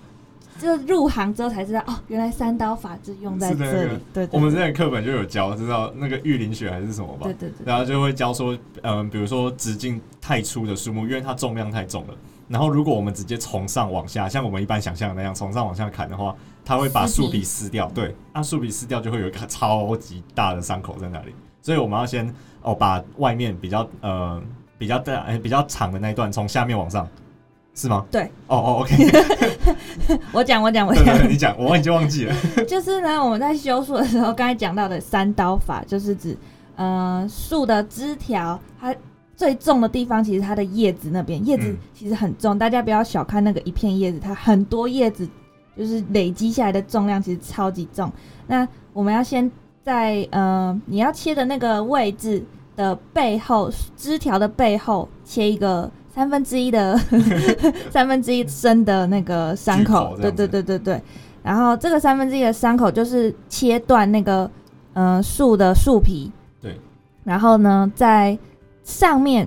[SPEAKER 2] 就入行之后才知道，哦，原来三刀法是用在
[SPEAKER 1] 是那个
[SPEAKER 2] 这里，对对
[SPEAKER 1] 我们之前课本就有教，知道那个玉林雪还是什么吧
[SPEAKER 2] 对？对对，
[SPEAKER 1] 然后就会教说，嗯，比如说直径太粗的树木，因为它重量太重了。然后如果我们直接从上往下，像我们一般想象的那样从上往下砍的话，它会把
[SPEAKER 2] 撕皮
[SPEAKER 1] 树皮撕掉。对，那树皮撕掉就会有一个超级大的伤口在那里。所以我们要先哦，把外面比较呃比较大、哎比较长的那一段从下面往上，是吗？
[SPEAKER 2] 对。
[SPEAKER 1] 哦哦，OK，对
[SPEAKER 2] 我讲我讲我
[SPEAKER 1] 对
[SPEAKER 2] 讲，
[SPEAKER 1] 对，你讲，我已经忘记了。
[SPEAKER 2] 就是呢，我们在修树的时候，刚才讲到的三刀法，就是指呃树的枝条，它最重的地方其实它的叶子那边，叶子
[SPEAKER 1] 嗯
[SPEAKER 2] 其实很重，大家不要小看那个一片叶子，它很多叶子就是累积下来的重量其实超级重。那我们要先在呃你要切的那个位置的背后，枝条的背后切一 个。三分之一的三分之一深的那个伤
[SPEAKER 1] 巨
[SPEAKER 2] 口
[SPEAKER 1] 口，这
[SPEAKER 2] 对
[SPEAKER 1] 样子
[SPEAKER 2] 对对对对，然后这个三分之一的伤口就是切断那个呃树的树皮，
[SPEAKER 1] 对，
[SPEAKER 2] 然后呢在上面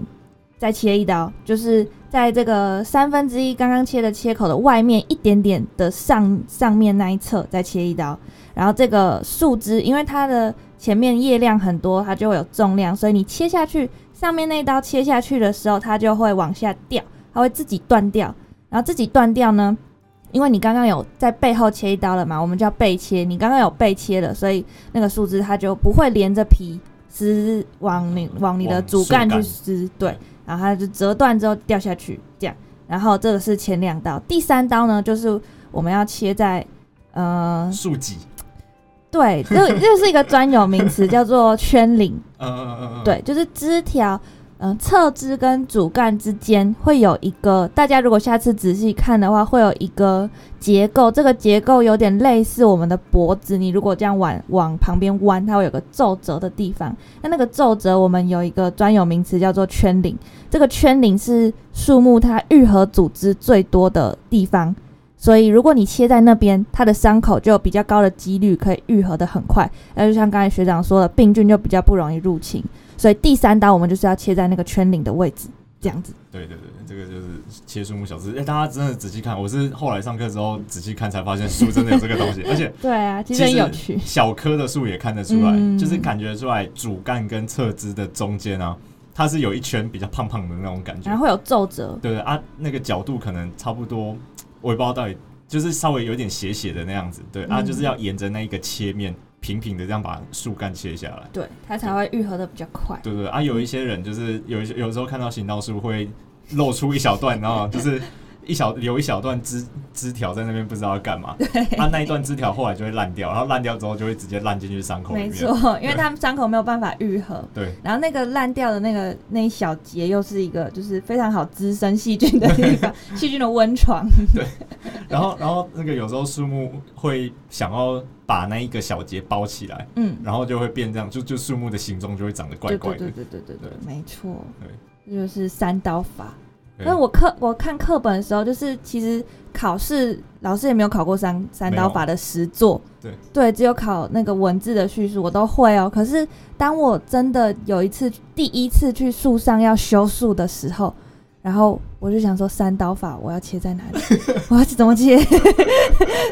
[SPEAKER 2] 再切一刀，就是在这个三分之一刚刚切的切口的外面一点点的上上面那一侧再切一刀，然后这个树枝因为它的前面叶量很多，它就会有重量，所以你切下去上面那一刀切下去的时候，它就会往下掉，它会自己断掉，然后自己断掉呢。因为你刚刚有在背后切一刀了嘛，我们叫背切。你刚刚有背切了，所以那个树枝它就不会连着皮撕往你往你的
[SPEAKER 1] 往
[SPEAKER 2] 主
[SPEAKER 1] 树
[SPEAKER 2] 干去
[SPEAKER 1] 干
[SPEAKER 2] 撕，对，然后它就折断之后掉下去，这样。然后这个是前两刀，第三刀呢，就是我们要切在，呃，
[SPEAKER 1] 树脊，
[SPEAKER 2] 对，这这是一个专有名词，叫做圈领。
[SPEAKER 1] 嗯嗯嗯嗯，，
[SPEAKER 2] 对，就是枝条，嗯、侧枝跟主干之间会有一个，大家如果下次仔细看的话，会有一个结构，这个结构有点类似我们的脖子，你如果这样往往旁边弯，它会有个皱褶的地方。那那个皱褶，我们有一个专有名词叫做圈领，这个圈领是树木它愈合组织最多的地方。所以，如果你切在那边，它的伤口就有比较高的几率可以愈合的很快。那就像刚才学长说的，病菌就比较不容易入侵。所以第三刀我们就是要切在那个圈领的位置，这样子。
[SPEAKER 1] 对对对，这个就是切树木小枝。哎、大家真的仔细看，我是后来上课之后仔细看才发现树真的有这个东西，而且
[SPEAKER 2] 对啊，其
[SPEAKER 1] 实
[SPEAKER 2] 实
[SPEAKER 1] 很
[SPEAKER 2] 很
[SPEAKER 1] 有
[SPEAKER 2] 有
[SPEAKER 1] 趣
[SPEAKER 2] 趣。
[SPEAKER 1] 小棵的树也看得出来，
[SPEAKER 2] 嗯
[SPEAKER 1] 就是感觉出来主干跟侧枝的中间啊，它是有一圈比较胖胖的那种感觉
[SPEAKER 2] 然。后会有皱褶，
[SPEAKER 1] 对对啊，那个角度可能差不多，我也不知道到底就是稍微有点斜斜的那样子。对、啊，
[SPEAKER 2] 嗯
[SPEAKER 1] 就是要沿着那一个切面平平的这样把树干切下来。
[SPEAKER 2] 对，它才会愈合的比较快。
[SPEAKER 1] 对对啊，有一些人就是有一些有时候看到行道树会露出一小段，然后就是一小留一小段枝枝条在那边不知道要干嘛，它、那一段枝条后来就会烂掉，然后烂掉之后就会直接烂进去伤口里啊
[SPEAKER 2] 没
[SPEAKER 1] 面。
[SPEAKER 2] 错，因为他们伤口没有办法愈合，
[SPEAKER 1] 对，
[SPEAKER 2] 然后那个烂掉的那个那一小节，又是一个就是非常好滋生细菌的 地方，细菌的温床。
[SPEAKER 1] 然后然后那个有时候树木会想要把那一个小节包起来，
[SPEAKER 2] 嗯，
[SPEAKER 1] 然后就会变这样，就就树木的形状就会长得怪
[SPEAKER 2] 对
[SPEAKER 1] 怪
[SPEAKER 2] 对
[SPEAKER 1] 的
[SPEAKER 2] 对。对对对对，
[SPEAKER 1] 对
[SPEAKER 2] 没错，
[SPEAKER 1] 对
[SPEAKER 2] 这就是三刀法。
[SPEAKER 1] 对
[SPEAKER 2] 那我课我看课本的时候，就是其实考试老师也没有考过三三刀法的实作，
[SPEAKER 1] 对
[SPEAKER 2] 只有考那个文字的叙述，我都会哦。可是当我真的有一次第一次去树上要修树的时候，然后我就想说三刀法我要切在哪 里，我要怎么切，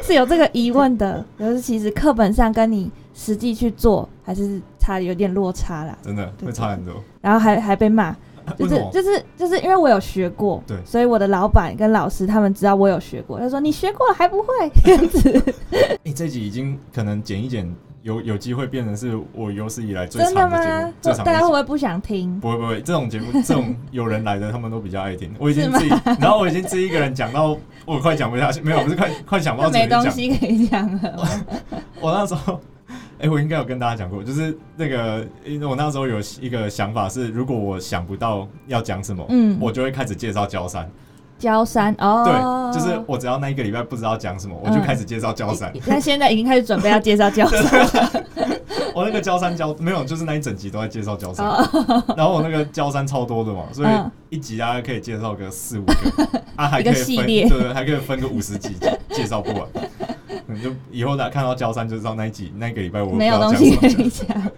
[SPEAKER 2] 是有这个疑问的。可是其实课本上跟你实际去做还是差有点落差啦，
[SPEAKER 1] 真的
[SPEAKER 2] 对
[SPEAKER 1] 会差很多。
[SPEAKER 2] 然后还还被骂。就
[SPEAKER 1] 为什
[SPEAKER 2] 是
[SPEAKER 1] 么？
[SPEAKER 2] 就是就是因为我有学过，
[SPEAKER 1] 对
[SPEAKER 2] 所以我的老板跟老师他们知道我有学过，他说你学过了还不 会这样子，
[SPEAKER 1] 你、这集已经可能剪一剪，有有机会变成是我有史以来最
[SPEAKER 2] 真的
[SPEAKER 1] 长的节
[SPEAKER 2] 吗
[SPEAKER 1] 目？，最
[SPEAKER 2] 会
[SPEAKER 1] 长
[SPEAKER 2] 大
[SPEAKER 1] 的一
[SPEAKER 2] 家会
[SPEAKER 1] 集
[SPEAKER 2] 不会不想听？
[SPEAKER 1] 不会不会，这种节目这种有人来的，他们都比较爱听。我已
[SPEAKER 2] 是
[SPEAKER 1] 经
[SPEAKER 2] 吗
[SPEAKER 1] 自己，然后我已经自己一个人讲到我快讲不下去，没有，不是 快快想不到
[SPEAKER 2] 就
[SPEAKER 1] 怎么
[SPEAKER 2] 没东
[SPEAKER 1] 讲。
[SPEAKER 2] 西可以讲了，
[SPEAKER 1] 我那时候， 哎、我应该有跟大家讲过，就是那个，因为我那时候有一个想法是，如果我想不到要讲什么，
[SPEAKER 2] 嗯
[SPEAKER 1] 我就会开始介绍焦山。
[SPEAKER 2] 焦山哦，嗯
[SPEAKER 1] 对，就是我只要那一个礼拜不知道讲什么，我就开始介绍焦山。
[SPEAKER 2] 那现在已经开始准备要介绍焦山
[SPEAKER 1] 我那个焦山焦没有，就是那一整集都在介绍焦山，
[SPEAKER 2] 哦，
[SPEAKER 1] 然后我那个焦山超多的嘛，所以
[SPEAKER 2] 嗯
[SPEAKER 1] 一集大概可以介绍个四五个，啊，还
[SPEAKER 2] 一
[SPEAKER 1] 可
[SPEAKER 2] 个
[SPEAKER 1] 以
[SPEAKER 2] 系
[SPEAKER 1] 分，
[SPEAKER 2] 列
[SPEAKER 1] 对对，还可以分个五十集介绍不完。你就以后大家看到焦山就知道那一集那个礼拜 我
[SPEAKER 2] 没有东
[SPEAKER 1] 不
[SPEAKER 2] 西
[SPEAKER 1] 知道
[SPEAKER 2] 可
[SPEAKER 1] 讲什么
[SPEAKER 2] 以讲。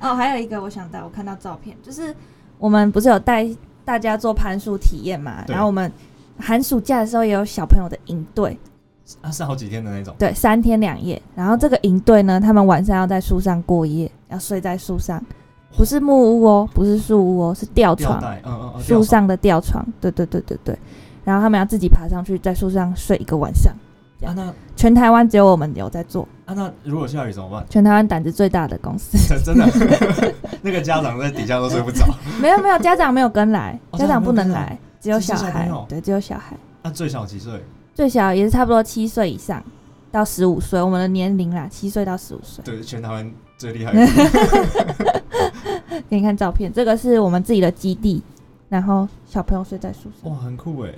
[SPEAKER 2] 哦，还有一个我想到，我看到照片，就是我们不是有带大家做攀树体验嘛，
[SPEAKER 1] 对
[SPEAKER 2] 然后我们寒暑假的时候也有小朋友的营队。
[SPEAKER 1] 啊，是好几天的那种，
[SPEAKER 2] 对，三天两夜。然后这个营队呢，他们晚上要在树上过夜，要睡在树上，不是木屋哦，不是树屋哦，是吊
[SPEAKER 1] 吊
[SPEAKER 2] 床，
[SPEAKER 1] 带，嗯嗯嗯，
[SPEAKER 2] 树
[SPEAKER 1] 吊带
[SPEAKER 2] 上的吊床。对对对对对。然后他们要自己爬上去，在树上睡一个晚上。
[SPEAKER 1] 啊那。
[SPEAKER 2] 全台湾只有我们有在做，
[SPEAKER 1] 啊，那如果下雨怎么办？
[SPEAKER 2] 全台湾胆子最大的公司。
[SPEAKER 1] 真真的， 那个家长在底下都睡不着。
[SPEAKER 2] 没有没有，家长没有跟来，
[SPEAKER 1] 嗯哦
[SPEAKER 2] 家
[SPEAKER 1] 家
[SPEAKER 2] 长
[SPEAKER 1] 长没有
[SPEAKER 2] 不能
[SPEAKER 1] 跟来
[SPEAKER 2] 来，只有
[SPEAKER 1] 只
[SPEAKER 2] 小
[SPEAKER 1] 是小朋
[SPEAKER 2] 孩
[SPEAKER 1] 友。
[SPEAKER 2] 对，只有小孩，
[SPEAKER 1] 那啊最小几岁？
[SPEAKER 2] 最小也是差不多七岁以上到十五岁，我们的年龄啦，七岁到十五岁。
[SPEAKER 1] 对，全台湾最厉害 的。
[SPEAKER 2] 给你看照片，这个是我们自己的基地，然后小朋友睡在树上。
[SPEAKER 1] 哇，很酷哎！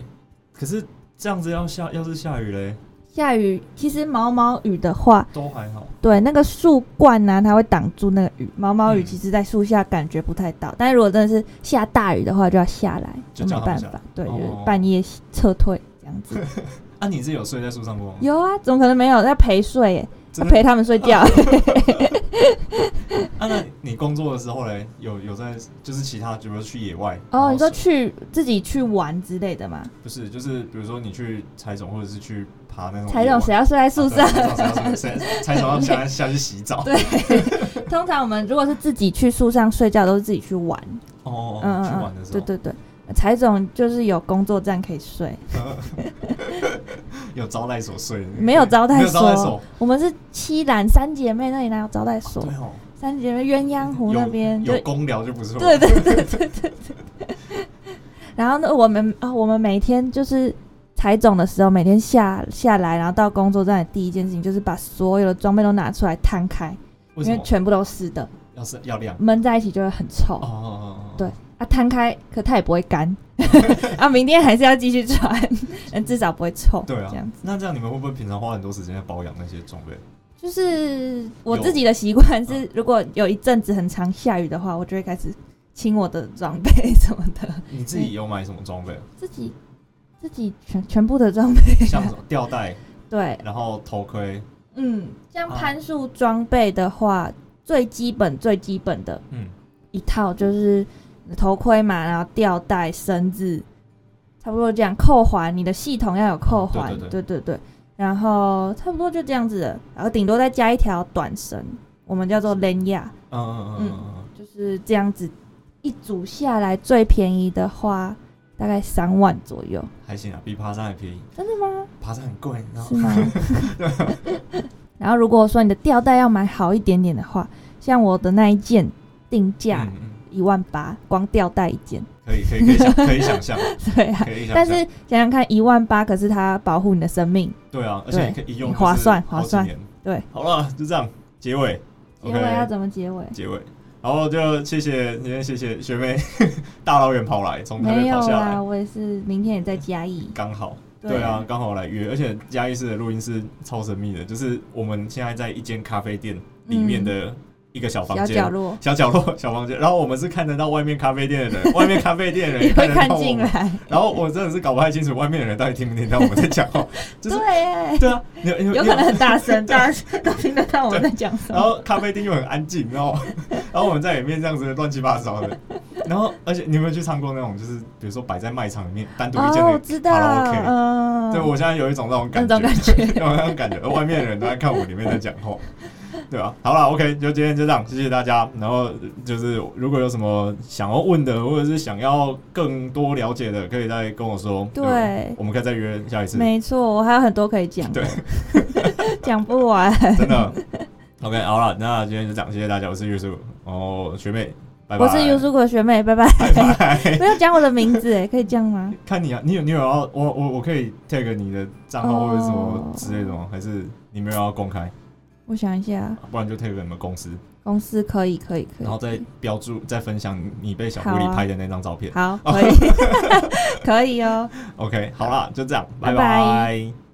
[SPEAKER 1] 可是这样子要下，要是下雨嘞，
[SPEAKER 2] 下雨，其实毛毛雨的话，
[SPEAKER 1] 都还好。
[SPEAKER 2] 对那个树冠呢、它会挡住那个雨。毛毛雨
[SPEAKER 1] 嗯
[SPEAKER 2] 其实在树下感觉不太到，但是如果真的是下大雨的话，就要下来，
[SPEAKER 1] 就
[SPEAKER 2] 没
[SPEAKER 1] 叫他
[SPEAKER 2] 办
[SPEAKER 1] 们下
[SPEAKER 2] 法，对，
[SPEAKER 1] 哦
[SPEAKER 2] 就是半夜撤退这样 子。
[SPEAKER 1] 啊，你是有睡在树上过吗？
[SPEAKER 2] 有啊，怎么可能没有在陪睡耶？
[SPEAKER 1] 真的
[SPEAKER 2] 陪他们 睡觉。
[SPEAKER 1] 啊，那你工作的时候嘞，有有在就是其他，比如说去野外
[SPEAKER 2] 哦，你说
[SPEAKER 1] 然后
[SPEAKER 2] 去自己去玩之类的嘛？
[SPEAKER 1] 不是，就是比如说你去采种，或者是去爬那种
[SPEAKER 2] 才
[SPEAKER 1] 野
[SPEAKER 2] 懂
[SPEAKER 1] 外
[SPEAKER 2] 谁要睡在树上？
[SPEAKER 1] 哦啊对采种谁要谁采种要下下去洗澡，
[SPEAKER 2] 对 通常我们如果是自己去树上睡觉，都是自己去玩。
[SPEAKER 1] 哦，
[SPEAKER 2] 嗯
[SPEAKER 1] 去
[SPEAKER 2] 嗯
[SPEAKER 1] 玩的
[SPEAKER 2] 嗯，
[SPEAKER 1] 时
[SPEAKER 2] 对
[SPEAKER 1] 候，
[SPEAKER 2] 对对，柴总就是有工作站可以睡，
[SPEAKER 1] 有招待所睡的那个，
[SPEAKER 2] 没有招
[SPEAKER 1] 没
[SPEAKER 2] 待
[SPEAKER 1] 有招待所，
[SPEAKER 2] 我们是七兰三姐妹那里哪有招待所？
[SPEAKER 1] 对哦，
[SPEAKER 2] 三姐妹鸳鸯湖那边就
[SPEAKER 1] 有有公聊就不错，
[SPEAKER 2] 对对对对对对对。 然后呢，我们啊、我们每天就是采种的时候，每天下下来，然后到工作站的第一件事情就是把所有的装备都拿出来摊开，
[SPEAKER 1] 为
[SPEAKER 2] 因
[SPEAKER 1] 什
[SPEAKER 2] 为
[SPEAKER 1] 么
[SPEAKER 2] 全部都湿的，
[SPEAKER 1] 要是要亮？
[SPEAKER 2] 闷在一起就会很臭。
[SPEAKER 1] 哦哦哦，哦
[SPEAKER 2] 对啊，摊开可它也不会干， 啊，明天还是要继续穿，但至少不会臭。
[SPEAKER 1] 对啊
[SPEAKER 2] 这样。
[SPEAKER 1] 那这样你们会不会平常花很多时间在保养那些装备？
[SPEAKER 2] 就是我
[SPEAKER 1] 有嗯
[SPEAKER 2] 自己的习惯是，如果有一阵子很常下雨的话，我就会开始清我的装备 什么的，
[SPEAKER 1] 你自
[SPEAKER 2] 嗯
[SPEAKER 1] 己有买什么装 备？
[SPEAKER 2] 自己自己全全部的装备。
[SPEAKER 1] 像什么吊带，
[SPEAKER 2] 对，
[SPEAKER 1] 然后头盔，
[SPEAKER 2] 嗯，像
[SPEAKER 1] 啊
[SPEAKER 2] 攀树装备的话，最基本最基本的
[SPEAKER 1] 嗯，
[SPEAKER 2] 一套就是头盔嘛，然后吊带、绳子，差不多这样。扣环，你的系统要有扣环，
[SPEAKER 1] 嗯对
[SPEAKER 2] 对对对。然后差不多就这样子了，然后顶多再加一条短绳，我们叫做 l e n y a
[SPEAKER 1] 嗯嗯嗯嗯嗯嗯。
[SPEAKER 2] 就是这样子，一组下来最便宜的话大概三万左右，
[SPEAKER 1] 还行啊，比爬山还便宜。
[SPEAKER 2] 真的吗？
[SPEAKER 1] 爬山很贵，然
[SPEAKER 2] 是
[SPEAKER 1] 后
[SPEAKER 2] 吗？然后如果说你的吊带要买好一点点的话，像我的那一件定价
[SPEAKER 1] 嗯嗯
[SPEAKER 2] 一一万八，光吊带一件。
[SPEAKER 1] 可以可以可以想可以想象，
[SPEAKER 2] 对啊，
[SPEAKER 1] 可以想象。
[SPEAKER 2] 但是想想看，一万八可是它保护你的生命。
[SPEAKER 1] 对啊，而且你可以一用就是
[SPEAKER 2] 划算
[SPEAKER 1] 好几
[SPEAKER 2] 划算
[SPEAKER 1] 年。
[SPEAKER 2] 对，
[SPEAKER 1] 好了，就这样，结尾。
[SPEAKER 2] 结尾要
[SPEAKER 1] OK，
[SPEAKER 2] 怎么结尾？
[SPEAKER 1] 结尾。然后就谢谢，今天谢谢学妹大老远跑来，从台
[SPEAKER 2] 没
[SPEAKER 1] 北
[SPEAKER 2] 有
[SPEAKER 1] 跑下
[SPEAKER 2] 啦，
[SPEAKER 1] 来，
[SPEAKER 2] 我也是明天也在嘉义。
[SPEAKER 1] 刚好。
[SPEAKER 2] 对
[SPEAKER 1] 对啊，刚好来约，而且嘉义市的录音室超神秘的，就是我们现在在一间咖啡店里面的一个小房
[SPEAKER 2] 小
[SPEAKER 1] 间，
[SPEAKER 2] 角落，
[SPEAKER 1] 小角落、小房间，然后我们是看得到外面咖啡店的 人，外面咖啡店的人
[SPEAKER 2] 你
[SPEAKER 1] 也
[SPEAKER 2] 会
[SPEAKER 1] 看得
[SPEAKER 2] 看
[SPEAKER 1] 到我
[SPEAKER 2] 进
[SPEAKER 1] 们。
[SPEAKER 2] 来。
[SPEAKER 1] 然后我真的是搞不太清楚外面的人到底听不听到我们在讲 话，就是
[SPEAKER 2] 对耶，
[SPEAKER 1] 对啊，你你
[SPEAKER 2] 有可能很 大声，大家都听得到我们在讲什
[SPEAKER 1] 然
[SPEAKER 2] 么。
[SPEAKER 1] 后咖啡厅又很安静，然后 然后我们在里面这样子乱七八糟的，然后而且你有没有去唱过那种就是比如说摆在卖场里面单独一间
[SPEAKER 2] 哦，我
[SPEAKER 1] 的
[SPEAKER 2] 知道，
[SPEAKER 1] 卡拉 OK？、
[SPEAKER 2] 嗯，
[SPEAKER 1] 对，我现在有一种那种
[SPEAKER 2] 那
[SPEAKER 1] 感觉
[SPEAKER 2] 种，感 觉。
[SPEAKER 1] 有那种感觉，外面的人都在看我里面在讲 话，对吧、好了，OK，就今天就这样，谢谢大家。然后就是如果有什么想要问的，或者是想要更多了解的，可以再跟我说。
[SPEAKER 2] 对
[SPEAKER 1] 吧我们可以再约下一次。
[SPEAKER 2] 没错，我还有很多可以讲，
[SPEAKER 1] 对，
[SPEAKER 2] 讲不完。
[SPEAKER 1] 真的。OK，好了，那今天就这样，谢谢大家，我是玉树，然后学妹，拜拜。
[SPEAKER 2] 我是 Yuzuko 的学妹，拜拜。
[SPEAKER 1] 拜拜。
[SPEAKER 2] 没有讲我的名字，哎，可以这样 吗？
[SPEAKER 1] 看你啊，你有你有要我我我可以 tag 你的账号
[SPEAKER 2] 哦
[SPEAKER 1] 或者什么之类的吗？还是你没有要公开？
[SPEAKER 2] 我想一下，
[SPEAKER 1] 不然就 tag 你们公司。
[SPEAKER 2] 公司可以，可以，可以
[SPEAKER 1] 然。后再标注、再分享你被小狐
[SPEAKER 2] 好
[SPEAKER 1] 狸
[SPEAKER 2] 啊
[SPEAKER 1] 拍的那张照片。
[SPEAKER 2] 好，可以，可以哦。
[SPEAKER 1] OK，好啦，就这样，拜
[SPEAKER 2] 拜拜
[SPEAKER 1] 拜